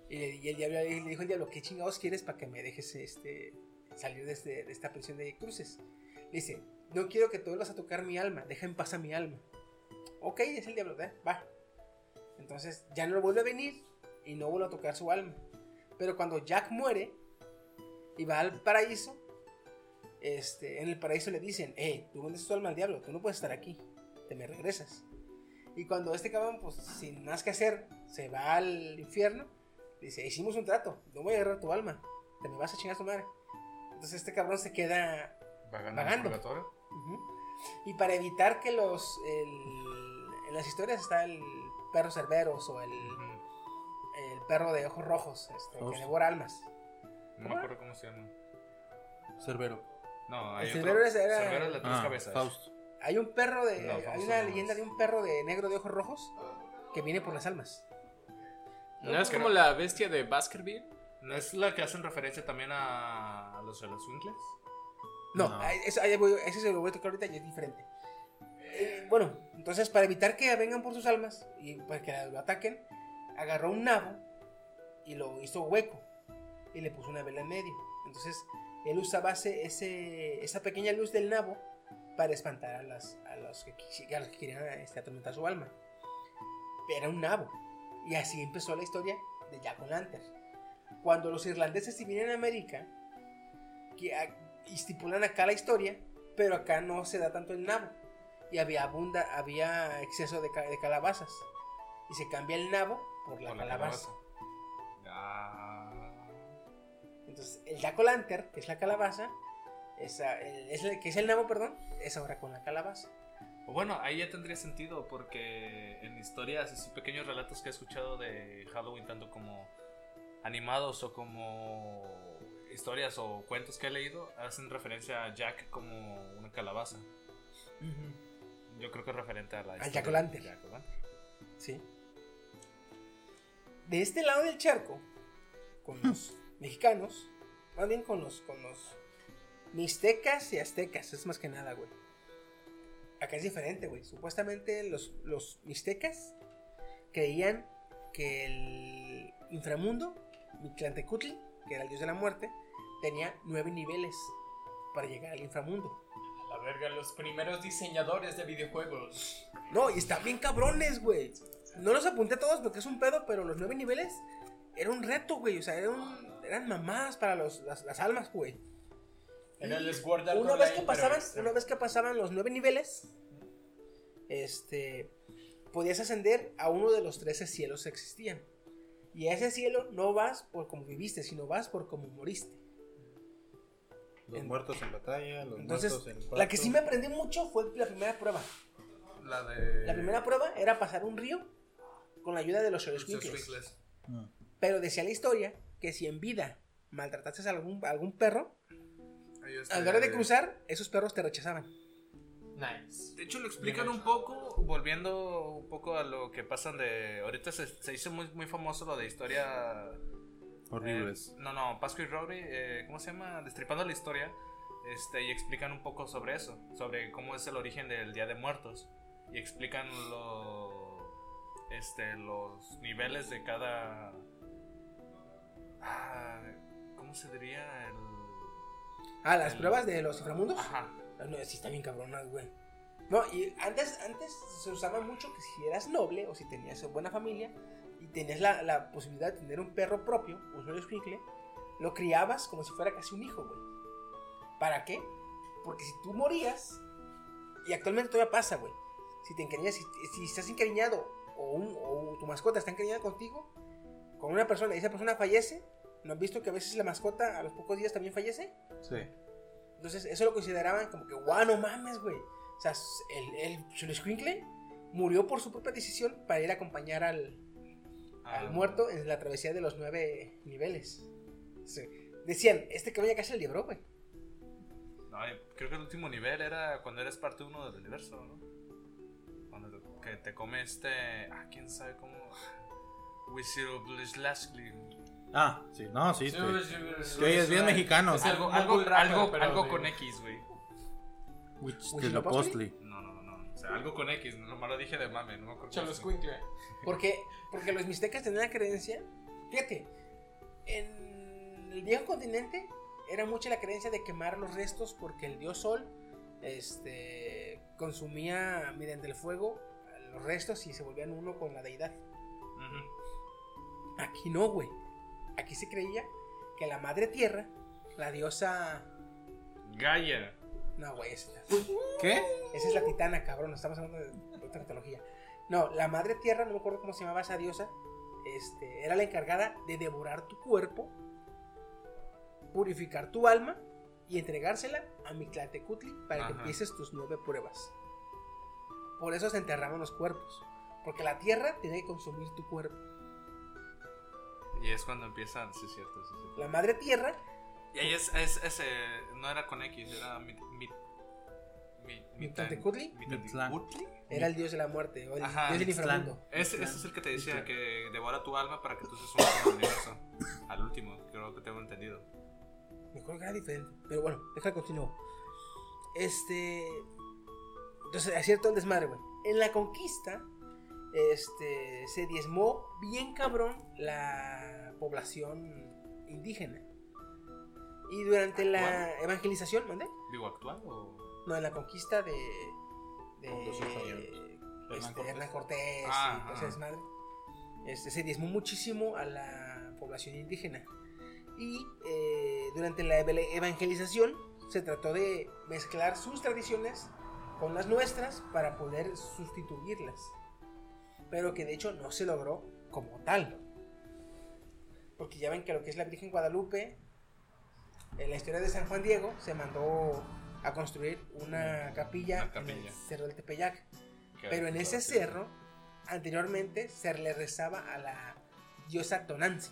Speaker 2: Y, le- y el diablo le le dijo al diablo, ¿qué chingados quieres para que me dejes este, salir de, este- de esta prisión de cruces? Le dice, no quiero que te vuelvas a tocar mi alma, deja en paz a mi alma. Ok, es el diablo, ¿verdad? va. Entonces ya no vuelve a venir y no vuelve a tocar su alma. Pero cuando Jack muere y va al paraíso, este, en el paraíso le dicen, hey, tú vendes tu alma al diablo, tú no puedes estar aquí, te me regresas. Y cuando este cabrón, pues sin más que hacer, se va al infierno, dice, hicimos un trato, no voy a agarrar tu alma, te me vas a chingar a tu madre. Entonces este cabrón se queda
Speaker 5: Vagando. en
Speaker 2: Vagando.
Speaker 5: purgatorio.
Speaker 2: Ujú. Y para evitar que los. el- en las historias está el perro Cerberos o el, el perro de ojos rojos, este, que
Speaker 5: Ojos.
Speaker 2: devora almas.
Speaker 5: No me acuerdo cómo se llama.
Speaker 7: Cerbero.
Speaker 5: No,
Speaker 2: El
Speaker 5: hay otro.
Speaker 2: Cerbero es- era-
Speaker 5: Cerbero es la tres
Speaker 7: Ah,
Speaker 5: cabezas.
Speaker 7: Fausto.
Speaker 2: Hay un perro de.
Speaker 5: No,
Speaker 2: hay
Speaker 5: Fausto
Speaker 2: una
Speaker 5: no es.
Speaker 2: leyenda de un perro de negro de ojos rojos que viene por las almas.
Speaker 4: ¿No es como la bestia de Baskerville?
Speaker 5: ¿No es la que hacen referencia también a, a los de los Winkles?
Speaker 2: No, a- eso, ahí voy- ese se lo voy a tocar ahorita y es diferente. Eh, bueno, entonces para evitar que vengan por sus almas y para que lo ataquen, agarró un nabo y lo hizo hueco y le puso una vela en medio. Entonces él usaba ese, ese- esa pequeña luz del nabo para espantar a, las, a, los, que, quisi- a los que querían este, atormentar su alma. Era un nabo. Y así empezó la historia de Jack O'Lantern. Cuando los irlandeses se vinieron a América, que a- y estipulan acá la historia, pero acá no se da tanto el nabo. Y había abunda, había exceso de, ca- de calabazas. Y se cambia el nabo por la,
Speaker 5: Por la
Speaker 2: calabaza.
Speaker 5: calabaza. Ah.
Speaker 2: Entonces, el Jack O'Lantern, que es la calabaza, esa- el- es el- que es el nabo, perdón, es ahora con la calabaza.
Speaker 6: Bueno, ahí ya tendría sentido porque en historias, así pequeños relatos que he escuchado de Halloween, tanto como animados o como historias o cuentos que he leído, hacen referencia a Jack como una calabaza. Yo creo que es referente a la historia
Speaker 2: Jack
Speaker 6: de
Speaker 2: O'Lantern.
Speaker 6: Jack O'Lantern.
Speaker 2: Sí. De este lado del charco, con los mexicanos, más bien con los, con los mixtecas y aztecas, es más que nada, güey. Acá es diferente, güey. Supuestamente los, los mixtecas creían que el inframundo, Mictlantecutli, que era el dios de la muerte, tenía nueve niveles para llegar al inframundo.
Speaker 4: La verga, los primeros diseñadores de videojuegos.
Speaker 2: No, y están bien cabrones, güey. No los apunté a todos porque es un pedo, pero los nueve niveles era un reto, güey. O sea, era un- eran mamadas para los, las, las almas, güey.
Speaker 4: Era el
Speaker 2: Y
Speaker 4: Sword Art
Speaker 2: una
Speaker 4: Online,
Speaker 2: vez que
Speaker 4: pero este
Speaker 2: pasaban,
Speaker 4: extra.
Speaker 2: una vez que pasaban los nueve niveles, este, podías ascender a uno de los trece cielos que existían. Y a ese cielo no vas por como viviste, sino vas por como moriste.
Speaker 7: Los muertos en batalla, los
Speaker 2: Entonces,
Speaker 7: muertos en
Speaker 2: la que
Speaker 7: pacto.
Speaker 2: sí me aprendí mucho fue la primera prueba.
Speaker 5: La de.
Speaker 2: La primera prueba era pasar un río con la ayuda de los
Speaker 5: Los
Speaker 2: Xoloitzcuintles.
Speaker 5: Winkles.
Speaker 2: Pero decía la historia que si en vida maltratases a algún, a algún perro,
Speaker 5: Ahí está.
Speaker 2: al lugar
Speaker 6: Eh.
Speaker 2: de cruzar, esos perros te rechazaban.
Speaker 5: Nice. De hecho, lo
Speaker 6: explican un poco, volviendo un poco a lo que pasan de... Ahorita se, se hizo muy, muy famoso lo de historia...
Speaker 7: Horribles.
Speaker 6: eh, no, no, Pascu y Rory, eh, ¿cómo se llama? Destripando la historia. Este, y explican un poco sobre eso, sobre cómo es el origen del Día de Muertos. Y explican lo, este, los niveles de cada... ah, ¿Cómo se diría? El,
Speaker 2: Ah, las
Speaker 6: el-
Speaker 2: pruebas de los inframundos.
Speaker 6: Ajá.
Speaker 2: Ah, No, sí, están bien cabronas, güey. No, y antes, antes se usaba mucho que si eras noble o si tenías buena familia y tenías la, la posibilidad de tener un perro propio, un solo escuincle, lo criabas como si fuera casi un hijo, güey. ¿Para qué? Porque si tú morías, y actualmente todavía pasa, güey, si te encariñas, si, si estás encariñado o, un- o tu mascota está encariñada contigo, con una persona y esa persona fallece, ¿no han visto que a veces la mascota a los pocos días también fallece?
Speaker 7: Sí.
Speaker 2: Entonces, eso lo consideraban como que, guau, no mames, güey. O sea, s- el, el Xoloitzcuincle murió por su propia decisión para ir a acompañar al,
Speaker 6: Ah.
Speaker 2: al muerto en la travesía de los nueve niveles. Sí. Decían, este cabrón ya casi el libro, güey.
Speaker 6: No, eh, creo que el último nivel era cuando eres parte uno del universo, ¿no? Cuando te, que te come este. Ah, quién sabe cómo. Wizard Blazlashly.
Speaker 7: Ah, sí, no, sí.
Speaker 6: Sí,
Speaker 7: estoy-
Speaker 6: sí, sí,
Speaker 7: Que es bien
Speaker 6: sí,
Speaker 7: mexicano.
Speaker 6: es algo- algo-
Speaker 7: Google Rapper,
Speaker 6: algo-
Speaker 7: pero
Speaker 6: algo
Speaker 7: de-
Speaker 6: con X, güey.
Speaker 7: Huitzilopochtli.
Speaker 6: No, no, no. O sea, algo con X, no nomás lo dije de mame, no me acuerdo.
Speaker 9: Chaloscuincle.
Speaker 2: Porque, porque los mixtecas tenían la creencia, fíjate, en el viejo continente era mucha la creencia de quemar los restos porque el dios sol este, consumía mediante el fuego los restos y se volvían uno con la deidad. Aquí no, güey. Aquí se creía que la madre tierra, la diosa...
Speaker 6: Gaia.
Speaker 2: No, güey, esa es
Speaker 7: ¿Qué?
Speaker 2: Esa es la titana, cabrón, estamos hablando de otra mitología. No, la madre tierra, no me acuerdo cómo se llamaba esa diosa, este, era la encargada de devorar tu cuerpo, purificar tu alma y entregársela a Mictlatecutli para que
Speaker 6: Ajá.
Speaker 2: empieces tus nueve pruebas. Por eso se enterraban los cuerpos, porque la tierra tenía que consumir tu cuerpo.
Speaker 6: Y es cuando empiezan, sí, es cierto, sí, es cierto.
Speaker 2: La madre tierra,
Speaker 6: Y ahí es, es, ese. No era con X, era. Mit, mit, mit,
Speaker 2: Mictlatecutli,
Speaker 6: Mictlantecutli.
Speaker 2: era el dios de la muerte, o el
Speaker 6: Ajá,
Speaker 2: dios del
Speaker 6: Mictlán.
Speaker 2: inframundo.
Speaker 6: Ese, ese es el que te
Speaker 2: Este
Speaker 6: decía que devora tu alma para que tú seas uno con el universo. Al último, creo que tengo entendido.
Speaker 2: Me acuerdo que era diferente. Pero bueno, deja continuo. Este. Entonces, hacía todo el desmadre, güey. En la conquista, este. Se diezmó bien cabrón la población indígena. Y durante la evangelización, ¿mande?
Speaker 6: Digo, actual o.
Speaker 2: No, en la conquista de.
Speaker 6: Cuando se
Speaker 2: de.
Speaker 6: Hernán
Speaker 2: este,
Speaker 6: Cortés.
Speaker 2: Hernán Cortés.
Speaker 6: Ah,
Speaker 2: y todo ese
Speaker 6: ah.
Speaker 2: desmadre. Este, se diezmó muchísimo a la población indígena. Y eh, durante la evel- evangelización se trató de mezclar sus tradiciones con las nuestras para poder sustituirlas. Pero que de hecho no se logró como tal. Porque ya ven que lo que es la Virgen Guadalupe, en la historia de San Juan Diego, se mandó a construir una capilla, en el
Speaker 6: capilla.
Speaker 2: cerro del Tepeyac.
Speaker 6: Que-
Speaker 2: Pero en ese
Speaker 6: que-
Speaker 2: cerro, anteriormente se le rezaba a la diosa Tonanzi.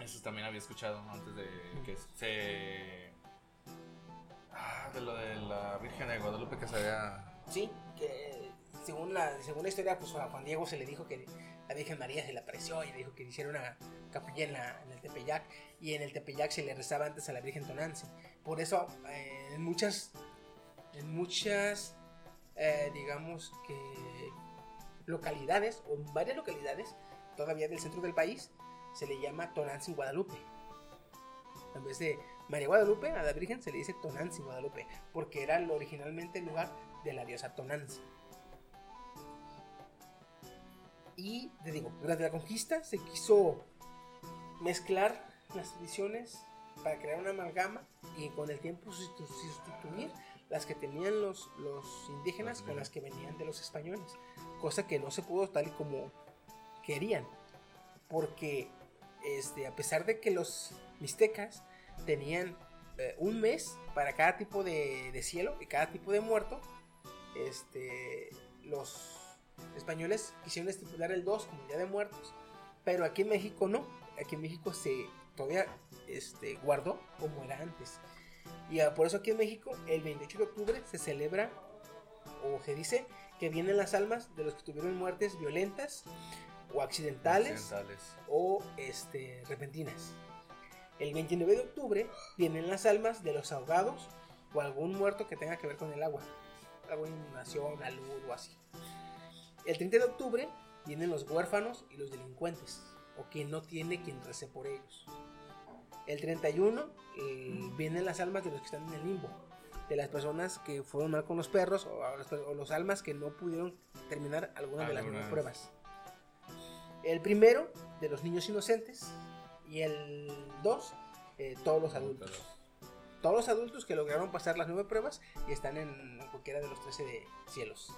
Speaker 6: Eso también había escuchado antes de que se. Ah, de lo de la Virgen de Guadalupe que se había.
Speaker 2: Sí, que según la, según la historia, pues a Juan Diego se le dijo que la Virgen María se le apareció y le dijo que hiciera una capilla en, la- en el Tepeyac. Y en el Tepeyac se le rezaba antes a la Virgen Tonanzi. Por eso, eh, en muchas, en muchas, eh, digamos que localidades, o en varias localidades, todavía del centro del país, se le llama Tonanzi Guadalupe. En vez de María Guadalupe, a la Virgen se le dice Tonanzi Guadalupe, porque era el- originalmente el lugar de la diosa Tonanzi. Y te digo, durante la conquista se quiso mezclar las tradiciones para crear una amalgama y con el tiempo sustitu- sustituir las que tenían los, los indígenas con las que venían de los españoles, cosa que no se pudo tal y como querían, porque este, a pesar de que los mixtecas tenían eh, un mes para cada tipo de, de cielo y cada tipo de muerto, este, los españoles quisieron estipular el 2 como Día de Muertos, pero aquí en México no. aquí en México se todavía este, guardó como era antes. Y ah, por eso aquí en México, el 28 de octubre se celebra, o se dice, que vienen las almas de los que tuvieron muertes violentas o accidentales,
Speaker 6: Occidentales.
Speaker 2: o este, repentinas. El 29 de octubre vienen las almas de los ahogados o algún muerto que tenga que ver con el agua. Alguna inundación, la luz o así. El 30 de octubre vienen los huérfanos y los delincuentes, o quien no tiene quien rece por ellos. El 31 eh, vienen las almas de los que están en el limbo, de las personas que fueron mal con los perros o, a las- o los almas que no pudieron terminar alguna de las nuevas
Speaker 6: Algunas.
Speaker 2: pruebas. El primero de los niños inocentes y el 2 todos los adultos. Todos los adultos que lograron pasar las nueve pruebas y están en cualquiera de los 13 de cielos.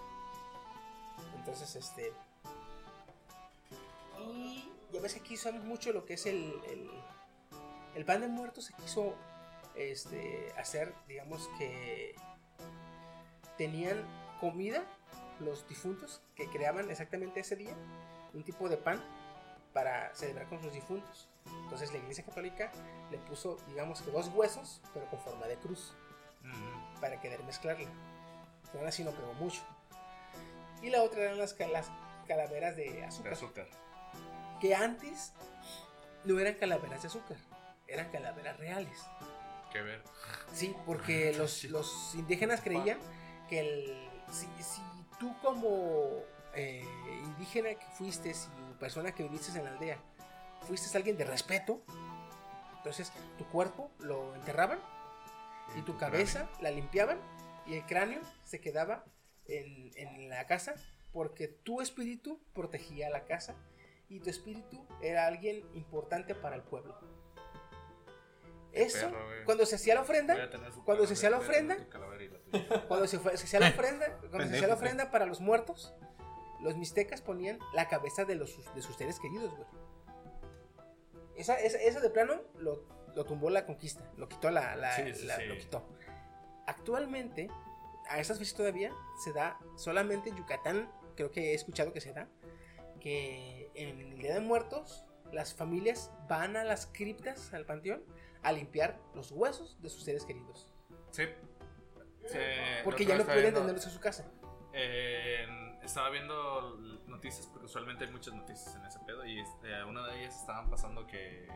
Speaker 2: Entonces, este. Y ya ves que aquí usamos mucho lo que es el. El, el pan de muertos se quiso este, hacer, digamos que. Tenían comida los difuntos que creaban exactamente ese día un tipo de pan para celebrar con sus difuntos. Entonces la iglesia católica le puso, digamos que dos huesos, pero con forma de cruz para querer mezclarla. Pero aún así no pegó mucho. Y la otra eran las, ca- las calaveras de azúcar,
Speaker 6: De azúcar.
Speaker 2: Que antes no eran calaveras de azúcar, eran calaveras reales.
Speaker 6: Que ver.
Speaker 2: Sí, porque
Speaker 6: Ah,
Speaker 2: los, los indígenas creían que el, si, si tú como eh, indígena que fuiste, si persona que viviste en la aldea, fuiste alguien de respeto, entonces tu cuerpo lo enterraban y tu cabeza la limpiaban y el cráneo se quedaba en, en la casa porque tu espíritu protegía la casa y tu espíritu era alguien importante para el pueblo.
Speaker 6: Qué
Speaker 2: Eso,
Speaker 6: perro, güey.
Speaker 2: cuando se hacía la
Speaker 6: Voy a
Speaker 2: ofrenda,
Speaker 6: tener su
Speaker 2: cuando se hacía la
Speaker 6: calavera,
Speaker 2: ofrenda,
Speaker 6: tu calavera y la tuya.
Speaker 2: cuando se, fue- se hacía la ofrenda, cuando se hacía la
Speaker 6: Pendejo,
Speaker 2: ofrenda para los muertos, los mixtecas ponían la cabeza de los de sus seres queridos, güey. Esa, esa- eso de plano lo, lo tumbó la conquista, lo quitó la, la-
Speaker 6: Sí, sí,
Speaker 2: la-
Speaker 6: sí.
Speaker 2: lo quitó. Actualmente, a estas fechas todavía se da solamente en Yucatán, creo que he escuchado que se da, que en el Día de Muertos las familias van a las criptas, al panteón, a limpiar los huesos de sus seres queridos.
Speaker 6: Sí. Sí,
Speaker 2: Porque
Speaker 6: la
Speaker 2: ya no
Speaker 6: otra vez
Speaker 2: pueden
Speaker 6: estaba
Speaker 2: tenerlos en su casa.
Speaker 6: Eh, estaba viendo l- noticias, porque usualmente hay muchas noticias en ese pedo, y este, una de ellas estaban pasando que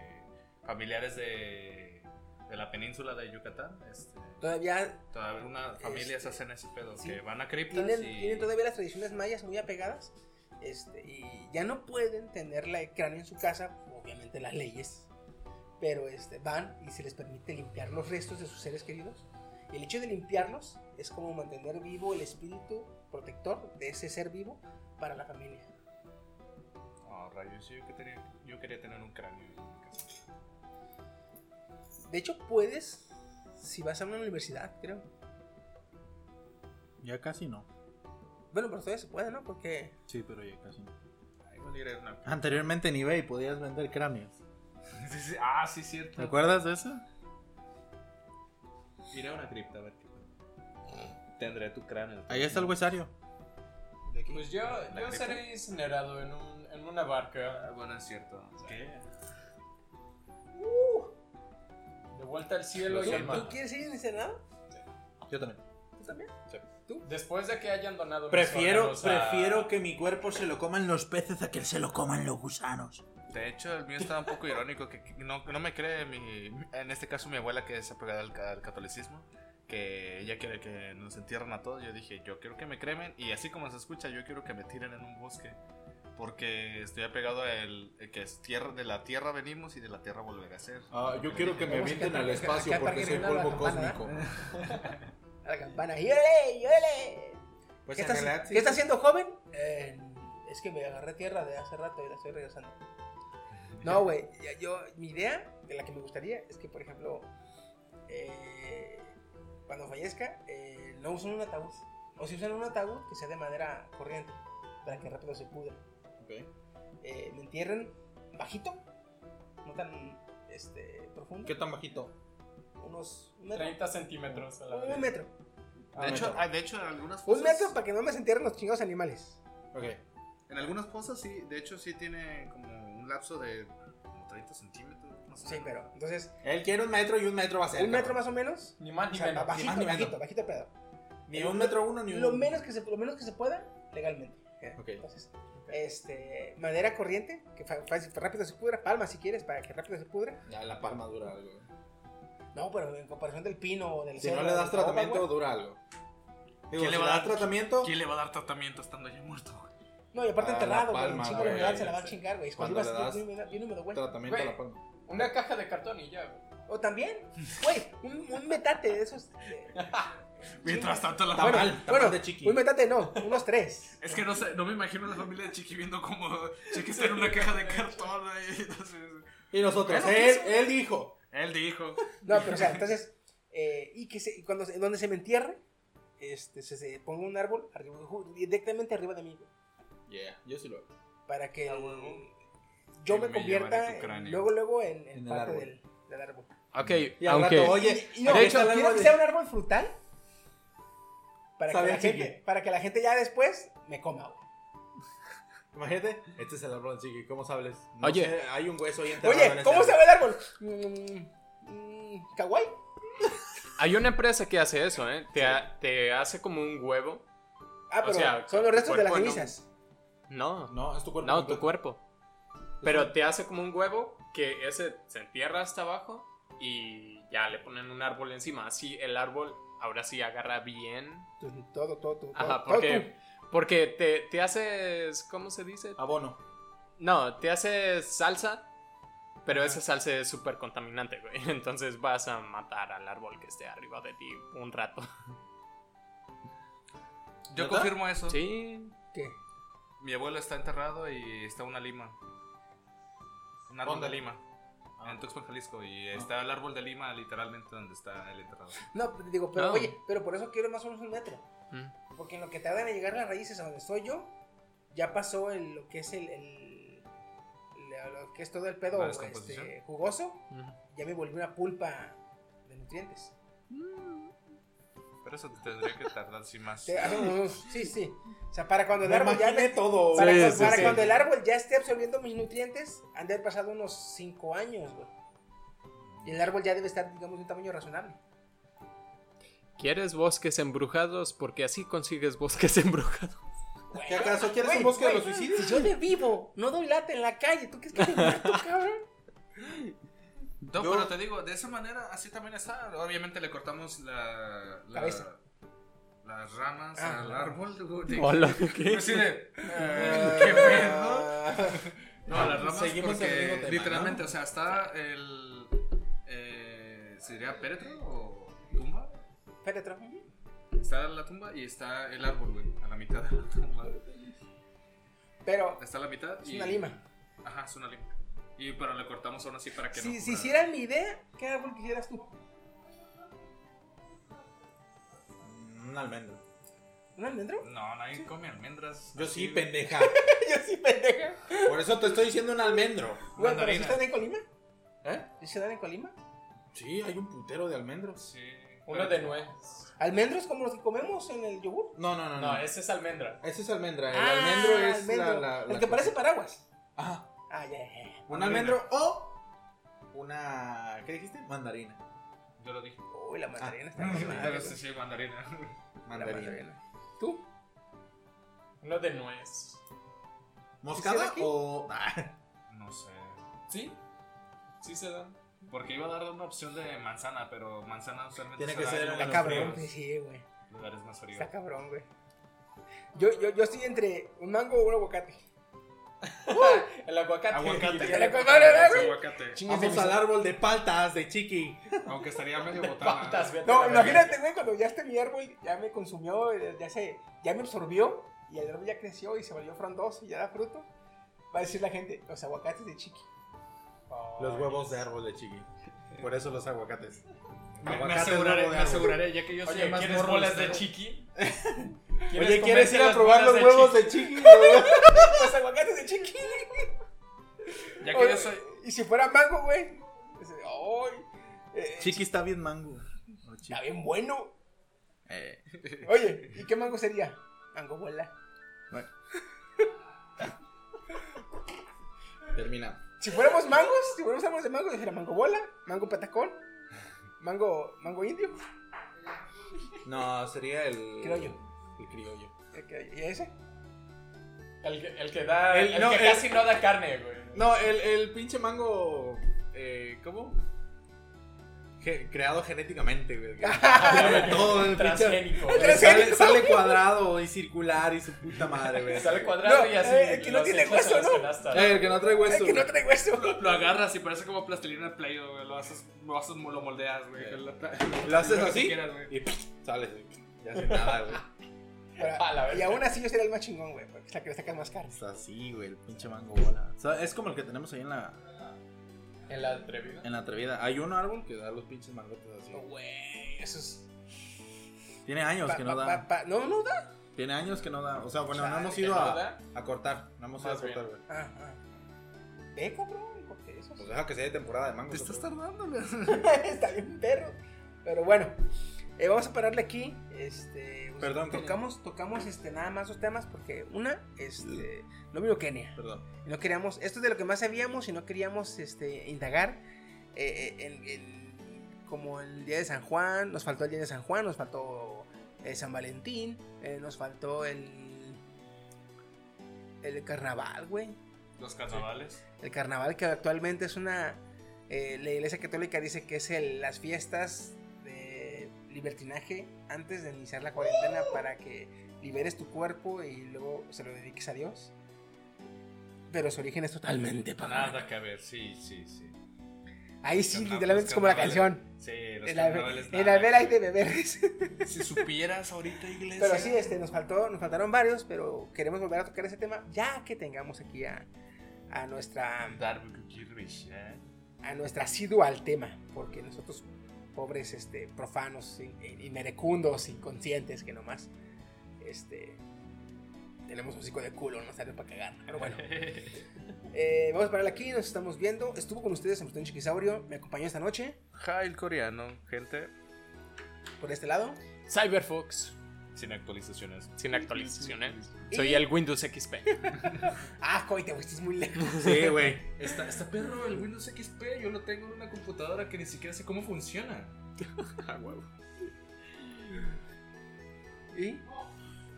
Speaker 6: familiares de, de la península de Yucatán, este,
Speaker 2: Todavía
Speaker 6: todavía unas familias
Speaker 2: Este,
Speaker 6: hacen ese pedo,
Speaker 2: sí.
Speaker 6: que van a criptas
Speaker 2: tienen,
Speaker 6: y...
Speaker 2: tienen todavía las tradiciones mayas muy apegadas este, y ya no pueden tener la el cráneo en su casa, obviamente las leyes, pero este, van y se les permite limpiar los restos de sus seres queridos. Y el hecho de limpiarlos es como mantener vivo el espíritu protector de ese ser vivo para la familia.
Speaker 6: Oh, rayos, yo, que tenía- yo quería tener un cráneo en mi casa.
Speaker 2: De hecho, puedes, si vas a una universidad, creo.
Speaker 7: Ya casi no.
Speaker 2: Bueno, pero todavía se puede, ¿no? Porque
Speaker 7: Sí, pero ya casi no.
Speaker 6: Ay, voy a ir a una-
Speaker 7: Anteriormente en eBay podías vender cráneos.
Speaker 6: Sí, sí, ah, sí, cierto.
Speaker 7: ¿Te acuerdas de eso?
Speaker 6: Ir a una cripta, a ver qué pedo. Tendré tu cráneo.
Speaker 7: Ahí está el huesario.
Speaker 12: Pues yo, yo seré incinerado en, un, en una barca.
Speaker 6: Ah, bueno, es cierto. ¿Qué?
Speaker 12: De vuelta al cielo
Speaker 2: ¿Tú,
Speaker 12: y al
Speaker 2: tú
Speaker 12: mar.
Speaker 2: quieres ir incinerado?
Speaker 7: Yo también.
Speaker 2: ¿Tú también?
Speaker 12: Después de que hayan donado mis
Speaker 14: Prefiero,
Speaker 12: órganos a-
Speaker 14: prefiero que mi cuerpo se lo coman los peces a que se lo coman los gusanos.
Speaker 6: De hecho, el mío estaba un poco irónico, que que no, no me cree, mi, en este caso mi abuela que es apegada al, ca- al catolicismo, que ella quiere que nos entierren a todos. Yo dije, yo quiero que me cremen y así como se escucha, yo quiero que me tiren en un bosque, porque estoy apegado al el que es tierra, de la tierra venimos y de la tierra volveré a ser.
Speaker 9: Ah, yo quiero que me
Speaker 6: Vamos a
Speaker 9: avienten
Speaker 6: cantar-
Speaker 9: al espacio
Speaker 6: acá
Speaker 9: porque soy
Speaker 6: parque de la
Speaker 9: polvo
Speaker 6: campana,
Speaker 9: cósmico.
Speaker 2: A la campana. ¡Yole! ¡Yole!
Speaker 9: Pues
Speaker 2: ¿Qué,
Speaker 9: en
Speaker 2: estás,
Speaker 9: realidad, sí.
Speaker 2: qué estás haciendo, joven? Eh, es que me agarré tierra de hace rato y la estoy regresando. No, güey. ya- Yo, mi idea, de la que me gustaría, es que, por ejemplo, eh, cuando fallezca, eh, no usen un ataúd. O si usan un ataúd, que sea de madera corriente, para que rápido se pudra. Eh, me entierren bajito, no tan este, profundo.
Speaker 7: ¿Qué tan bajito?
Speaker 2: Unos
Speaker 12: 30 centímetros a la
Speaker 2: Un
Speaker 12: vez.
Speaker 2: metro.
Speaker 6: De hecho, ah, de hecho, en algunas
Speaker 2: Un
Speaker 6: fosas...
Speaker 2: metro para que no me se entierren los chingados animales.
Speaker 6: En algunas fosas sí, de hecho sí tiene como un lapso de como
Speaker 5: 30 centímetros. más o
Speaker 2: Sí,
Speaker 5: menos.
Speaker 2: pero entonces.
Speaker 5: Él quiere un metro y un metro va cerca.
Speaker 2: ¿Un metro más o menos?
Speaker 5: Ni más ni
Speaker 2: O sea,
Speaker 5: menos, ni
Speaker 2: Bajito,
Speaker 5: más ni
Speaker 2: bajito,
Speaker 5: menos.
Speaker 2: bajito, pedo.
Speaker 5: Ni un metro uno, ni un-
Speaker 2: lo menos que se Lo menos que se pueda, legalmente. ¿eh? Entonces, este, madera corriente, que fa- fácil- rápido se pudra, palma si quieres, para que rápido se pudra.
Speaker 9: Ya, la palma dura algo.
Speaker 2: No, pero en comparación del pino o del
Speaker 9: Si no
Speaker 2: cerro,
Speaker 9: le das
Speaker 2: del caoba,
Speaker 9: tratamiento,
Speaker 2: güey.
Speaker 9: dura algo. Digo,
Speaker 5: ¿Quién
Speaker 9: si
Speaker 5: le va a
Speaker 9: le
Speaker 5: dar
Speaker 9: das tratamiento?
Speaker 5: ¿Quién le va a dar tratamiento estando ya muerto?
Speaker 2: No, y aparte
Speaker 9: A la
Speaker 2: enterrado, güey.
Speaker 9: palma,
Speaker 2: en chingo
Speaker 9: güey,
Speaker 2: de humedad se la
Speaker 9: sí,
Speaker 2: va a
Speaker 9: sí.
Speaker 2: chingar, güey. Es
Speaker 9: Cuando
Speaker 2: cuando
Speaker 9: le
Speaker 2: ibas
Speaker 9: das
Speaker 2: bien humedad- bien húmedo, güey.
Speaker 9: Tratamiento a la palma.
Speaker 12: Una caja de cartón y ya, güey.
Speaker 2: O también, güey, un, un metate de esos.
Speaker 5: Mientras tanto la
Speaker 2: Bueno,
Speaker 5: familia
Speaker 2: bueno, un metate no, unos tres.
Speaker 5: Es que no sé, no me imagino la familia de Chiqui viendo como Chiqui está en una caja de cartón ahí.
Speaker 9: Y nosotros,
Speaker 5: Bueno, ¿qué
Speaker 9: él,
Speaker 5: hizo?
Speaker 9: él dijo.
Speaker 5: Él dijo.
Speaker 2: No, pero o sea, entonces, eh, y que se, y cuando se- donde se me entierre, este, se, se ponga un árbol arriba, ju- directamente arriba de mí, güey,
Speaker 9: Yeah, yo sí lo hago.
Speaker 2: para que el- yo
Speaker 9: Que
Speaker 2: me
Speaker 9: me
Speaker 2: convierta
Speaker 9: llevaré tu cráneo.
Speaker 2: luego, luego en, en
Speaker 9: En el
Speaker 2: parte
Speaker 9: árbol.
Speaker 2: del, del árbol.
Speaker 4: Ok,
Speaker 9: Y al
Speaker 4: aunque.
Speaker 9: rato, oye,
Speaker 2: Y no,
Speaker 4: de hecho,
Speaker 2: quiero que sea un árbol frutal para que,
Speaker 9: Sabe
Speaker 2: la
Speaker 9: a chiqui.
Speaker 2: gente, para que la gente ya después me coma, güey.
Speaker 9: Imagínate, este es el árbol de Chiqui, ¿cómo sabes?
Speaker 4: Oye.
Speaker 9: hay un hueso ahí enterrado en
Speaker 2: Oye,
Speaker 9: este
Speaker 2: ¿cómo se ve
Speaker 9: árbol.
Speaker 2: el árbol? Mm, mm, ¿Kawaii?
Speaker 4: hay una empresa que hace eso, ¿eh? Te, ha- te hace como un huevo.
Speaker 2: Ah,
Speaker 4: O
Speaker 2: pero
Speaker 4: sea,
Speaker 2: son los restos de las
Speaker 4: cuerpo, ¿no?
Speaker 2: cenizas.
Speaker 4: No. Pues
Speaker 9: No, es tu cuerpo.
Speaker 4: No, Pues tu cuerpo. Pero te hace como un huevo que ese se entierra hasta abajo y ya le ponen un árbol encima. Así el árbol ahora sí agarra bien.
Speaker 2: Todo, todo, todo.
Speaker 4: Ajá,
Speaker 2: todo,
Speaker 4: porque, porque te, te haces, ¿cómo se dice?
Speaker 9: Abono.
Speaker 4: No, te haces salsa, pero esa salsa es súper contaminante, güey. Entonces vas a matar al árbol que esté arriba de ti un rato.
Speaker 6: Yo
Speaker 4: ¿Neta?
Speaker 6: confirmo eso.
Speaker 4: Sí.
Speaker 2: ¿Qué?
Speaker 6: Mi abuelo está enterrado y está una lima. Un árbol
Speaker 2: ¿Dónde?
Speaker 6: de lima. En Tuxpan, Jalisco. Y está el árbol de lima literalmente donde está el enterrado.
Speaker 2: No, te digo, pero
Speaker 6: No.
Speaker 2: oye, pero por eso quiero más o menos un metro.
Speaker 6: Mm.
Speaker 2: Porque en lo que tardan en llegar las raíces a donde estoy yo, ya pasó el- lo que es el, el- la- lo que es todo el pedo
Speaker 6: ¿La
Speaker 2: este,
Speaker 6: descomposición?
Speaker 2: jugoso,
Speaker 4: mm.
Speaker 6: Ujú.
Speaker 2: ya me volvió una pulpa de nutrientes.
Speaker 6: Pero eso te tendría que tardar sí más.
Speaker 2: Te- hace unos- Sí, sí. O sea, para cuando el
Speaker 6: Me
Speaker 2: árbol ya
Speaker 6: imaginé todo.
Speaker 2: Para,
Speaker 6: Sí,
Speaker 2: cuando-
Speaker 6: sí,
Speaker 2: para
Speaker 6: sí.
Speaker 2: cuando el árbol ya esté absorbiendo mis nutrientes, han de haber pasado unos 5 años, güey. Y el árbol ya debe estar, digamos, de un tamaño razonable.
Speaker 4: ¿Quieres bosques embrujados? Porque así consigues bosques embrujados.
Speaker 9: ¿Qué acaso quieres
Speaker 2: Güey,
Speaker 9: un bosque de
Speaker 2: güey,
Speaker 9: los suicidios?
Speaker 2: Si yo de vivo no doy lata en la calle, ¿tú crees que te mato, cabrón?
Speaker 6: No, pero te digo, de esa manera, así también está. Obviamente le cortamos la. la-
Speaker 2: Cabeza.
Speaker 6: Las ramas
Speaker 2: Ah,
Speaker 6: al
Speaker 2: la-
Speaker 6: árbol. güey, de-
Speaker 4: Hola, ¿qué?
Speaker 6: Así de. eh, ¿Qué pedo? No, las ramas
Speaker 9: Seguimos
Speaker 6: porque
Speaker 9: en el mismo tema,
Speaker 6: literalmente,
Speaker 9: ¿no?
Speaker 6: o sea, está el. Eh, ¿Sería péretro o tumba?
Speaker 2: Péretro.
Speaker 6: Está la tumba y está el árbol, güey, a la mitad de la tumba.
Speaker 2: Pero
Speaker 6: Está a la mitad.
Speaker 2: es
Speaker 6: y-
Speaker 2: una lima.
Speaker 6: Ajá, es una lima. Y pero le cortamos aún así para que
Speaker 2: Si,
Speaker 6: no.
Speaker 2: si
Speaker 6: cubra-
Speaker 2: hiciera mi idea, ¿qué árbol quisieras tú?
Speaker 9: Un almendro.
Speaker 2: ¿Un almendro?
Speaker 6: No, nadie come almendras.
Speaker 9: Yo sí,
Speaker 6: así.
Speaker 9: pendeja.
Speaker 2: Yo sí, pendeja.
Speaker 9: Por eso te estoy diciendo un almendro.
Speaker 2: Güey, pero si están en Colima.
Speaker 9: ¿Eh?
Speaker 2: ¿Sí se dan en Colima?
Speaker 9: Sí, hay un putero de almendros.
Speaker 6: Sí.
Speaker 12: Uno de nuez.
Speaker 2: ¿Almendros como los que comemos en el yogur?
Speaker 9: No, no, no. No,
Speaker 4: ese es almendra.
Speaker 9: Ese es almendra. El
Speaker 2: Ah,
Speaker 9: almendro es
Speaker 2: almendro.
Speaker 9: la, la- la
Speaker 2: El que parece paraguas.
Speaker 9: Ajá.
Speaker 2: Ah, ya, ya, ya.
Speaker 9: Un almendro o una. ¿Qué dijiste? Mandarina.
Speaker 6: Yo lo dije.
Speaker 2: Uy,
Speaker 9: Ah,
Speaker 2: la mandarina
Speaker 9: está muy mal, güey.
Speaker 6: Sí, sí, mandarina.
Speaker 9: Mandarina.
Speaker 2: ¿Tú?
Speaker 4: Uno de nuez.
Speaker 9: ¿Moscada
Speaker 4: ¿Sí se da
Speaker 9: o.? Ah,
Speaker 6: No sé.
Speaker 4: ¿Sí? Sí se dan.
Speaker 6: Porque iba a dar una opción de manzana, pero manzana usualmente
Speaker 9: Tiene
Speaker 6: se
Speaker 9: que
Speaker 6: da
Speaker 9: ser
Speaker 6: en
Speaker 9: en
Speaker 2: Está
Speaker 6: lugares
Speaker 2: cabrón,
Speaker 6: fríos,
Speaker 2: sí, güey.
Speaker 6: Lugares más fríos.
Speaker 2: Está cabrón, güey. Yo, yo, yo estoy entre un mango o un aguacate.
Speaker 12: El aguacate.
Speaker 6: Aguacate.
Speaker 2: El aguacate, güey.
Speaker 6: Aguacate.
Speaker 2: Chingues de
Speaker 9: Vamos
Speaker 2: mis-
Speaker 9: al árbol de paltas de Chiqui.
Speaker 6: Aunque estaría medio botana.
Speaker 2: No, imagínate, güey, cuando ya este mi árbol ya me consumió, eh, ya se, ya me absorbió y el árbol ya creció y se volvió frondoso y ya da fruto. Va a decir la gente, los aguacates de chiqui.
Speaker 6: Oh.
Speaker 9: Los huevos de árbol de Chiqui. Por eso los aguacates.
Speaker 4: Me,
Speaker 9: Aguacate,
Speaker 4: aseguraré,
Speaker 9: huevo
Speaker 4: me
Speaker 9: de árbol.
Speaker 4: aseguraré, ya que yo soy
Speaker 12: Oye,
Speaker 4: el más
Speaker 12: ¿quieres
Speaker 4: morro
Speaker 12: bolas de
Speaker 4: ustedes.
Speaker 12: chiqui?
Speaker 9: Oye, ¿quieres
Speaker 12: comerte
Speaker 9: ir a
Speaker 12: las
Speaker 9: probar los
Speaker 12: bolas
Speaker 9: huevos de
Speaker 12: chiqui?
Speaker 9: Chiqui?
Speaker 2: los aguacates de chiqui.
Speaker 6: Ya
Speaker 2: Oye,
Speaker 6: que yo soy.
Speaker 2: Y si fuera mango, güey. ese, ¡Ay! eh,
Speaker 9: Chiqui está bien mango.
Speaker 2: está bien bueno.
Speaker 9: Eh,
Speaker 2: Oye, ¿y qué mango sería? Mango vuela.
Speaker 9: Termina.
Speaker 2: Si fuéramos mangos, si fuéramos árboles de mango, dijera mango bola, mango patacón, mango, mango indio.
Speaker 7: No, sería el.
Speaker 2: Criollo.
Speaker 7: El criollo.
Speaker 2: ¿Y qué- eh, ¿Y ese?
Speaker 12: El que, el que da. Ah, El,
Speaker 7: El- no,
Speaker 12: que
Speaker 7: el-
Speaker 12: casi no da carne, güey.
Speaker 7: No, el, el pinche mango. Eh, ¿Cómo? Ge- creado genéticamente, güey. De todo, el pinche-
Speaker 12: Transgénico, güey.
Speaker 7: Le Sale,
Speaker 12: Transgénico.
Speaker 7: sale cuadrado y circular y su puta madre, güey.
Speaker 12: Sale cuadrado y así.
Speaker 2: eh, el que no
Speaker 12: los
Speaker 2: tiene
Speaker 12: echas a
Speaker 2: hueso,
Speaker 12: las
Speaker 2: ¿no?
Speaker 12: canastas.
Speaker 7: Eh, el que no trae hueso.
Speaker 2: El que no trae hueso.
Speaker 15: Lo, lo agarras y parece como plastilina de playo, güey. Lo haces, lo haces, lo moldeas, güey. con la-
Speaker 7: Lo haces
Speaker 15: que
Speaker 7: así
Speaker 15: quieras, güey.
Speaker 7: y pff, sales, güey. Ya hace nada, güey.
Speaker 2: Para-
Speaker 7: A la verga.
Speaker 2: y aún así yo sería el más chingón, güey, porque es la que le sacan más carne.
Speaker 7: Está así, güey, el pinche mango bola. O sea, es como el que tenemos ahí en la.
Speaker 12: En la atrevida.
Speaker 7: En la atrevida. Hay un árbol que da los pinches mangotes así.
Speaker 2: Güey, eso es.
Speaker 7: Tiene años
Speaker 2: Pa-
Speaker 7: que no
Speaker 2: pa-
Speaker 7: da.
Speaker 2: pa- pa- no, no da.
Speaker 7: Tiene años que no da. O sea, bueno, no
Speaker 2: Chale,
Speaker 7: hemos
Speaker 2: ¿que
Speaker 7: ido
Speaker 2: no
Speaker 7: a,
Speaker 2: da?
Speaker 7: a cortar. No hemos ido a
Speaker 2: Más bien.
Speaker 7: cortar, güey.
Speaker 2: Ah, ah. Ve, cabrón, porque eso
Speaker 7: Pues deja que sea de temporada de mango.
Speaker 2: Te estás tardando,
Speaker 7: Pues
Speaker 2: Está bien, perro. Pero bueno, eh, vamos a pararle aquí. Este, pues,
Speaker 7: Perdón, Kenia.
Speaker 2: tocamos, tocamos este, nada más dos temas porque una, este, no vino Kenia.
Speaker 7: Perdón.
Speaker 2: Y No queríamos, esto es de lo que más sabíamos y no queríamos este, indagar. eh, eh, en- en- como el día de San Juan, nos faltó el día de San Juan, nos faltó eh, San Valentín, eh, nos faltó el, el carnaval, güey.
Speaker 15: Los carnavales.
Speaker 2: El carnaval que actualmente es una... eh, la iglesia católica dice que es el- las fiestas de libertinaje antes de iniciar la cuarentena para que liberes tu cuerpo y luego se lo dediques a Dios. Pero su origen es totalmente pagano.
Speaker 6: Nada que ver, sí, sí, sí.
Speaker 2: Ahí sí,
Speaker 6: Carnaval-
Speaker 2: literalmente es como la
Speaker 6: carnavales.
Speaker 2: canción.
Speaker 6: Sí, los
Speaker 2: en la,
Speaker 6: carnavales
Speaker 2: en
Speaker 6: pues nada.
Speaker 2: la vela hay de beber.
Speaker 6: Si supieras ahorita, iglesia.
Speaker 2: Pero sí, este, nos, faltó, nos faltaron varios, pero queremos volver a tocar ese tema ya que tengamos aquí a, a nuestra a nuestra asidua al tema, porque nosotros pobres este, profanos y, y- y merecundos, inconscientes que nomás este, tenemos un de culo, no sale para cagar. Pero bueno, Eh, vamos a parar aquí, nos estamos viendo. Estuvo con ustedes en Plutón Chiquisaurio, me acompañó esta noche
Speaker 6: Jail coreano, gente.
Speaker 2: por este lado.
Speaker 4: Cyberfox.
Speaker 6: Sin actualizaciones.
Speaker 4: Sin actualizaciones.
Speaker 2: Y-
Speaker 4: Soy el Windows XP.
Speaker 2: Ah, coy, te fuiste muy lejos.
Speaker 4: Sí, güey.
Speaker 6: Está, está perro el Windows XP. Yo lo tengo en una computadora que ni siquiera sé cómo funciona. Ah,
Speaker 2: ¿Y?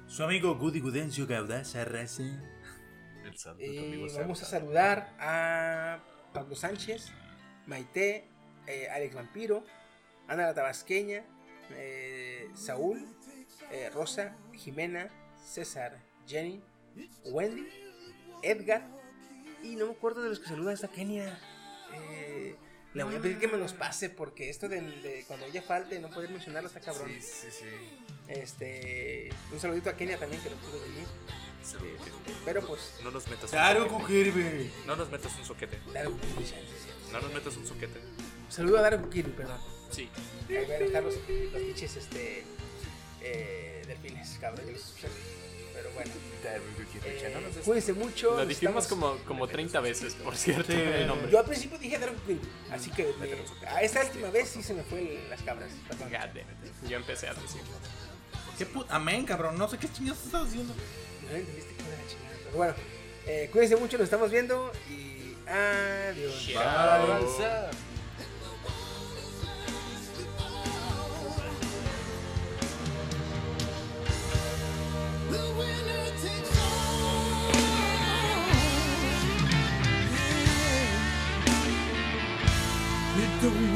Speaker 14: Su amigo Goody Gudencio Gaudaza Raza.
Speaker 6: El santo
Speaker 2: Y vamos a saludar a Pablo Sánchez, Maite, eh, Alex Vampiro, Ana la Tabasqueña, eh, Saúl, eh, Rosa, Jimena, César, Jenny, Wendy, Edgar y no me acuerdo de los que saluda esta Kenia. Eh, le voy a pedir que me los pase porque esto de, de cuando ella falte no poder mencionarla está cabrón.
Speaker 6: Sí, sí, sí.
Speaker 2: Este, un saludito a Kenia también que lo pudo venir. Pero pues.
Speaker 6: No nos metas
Speaker 2: Claro,
Speaker 6: soquete.
Speaker 2: Kirby.
Speaker 6: No nos metas un soquete.
Speaker 2: Claro,
Speaker 6: No nos metas un soquete.
Speaker 2: Saludo a Darwin Kirby, perdón.
Speaker 4: Sí.
Speaker 2: Ahí voy a dejar los, los pinches este, eh, delfines, cabrón. yo los escuché. Pero bueno. Eh,
Speaker 4: no nos des-
Speaker 2: cuídense mucho.
Speaker 4: Lo
Speaker 2: nos
Speaker 4: dijimos
Speaker 2: estamos-
Speaker 4: como, como 30 veces, por cierto,
Speaker 2: Sí.
Speaker 4: el nombre. Mm,
Speaker 2: Yo al principio dije Darwin Kirby. Así que me- a esta última vez sí se me fue el- las cabras. perdón.
Speaker 4: Yo empecé a decir.
Speaker 7: ¿Qué pu- Amén, cabrón. No sé qué chingados estás haciendo.
Speaker 2: No entendiste cómo era la chingada. Pero bueno, eh, cuídense mucho, nos estamos viendo y adiós.
Speaker 7: Chao.
Speaker 2: Bye.
Speaker 1: It don't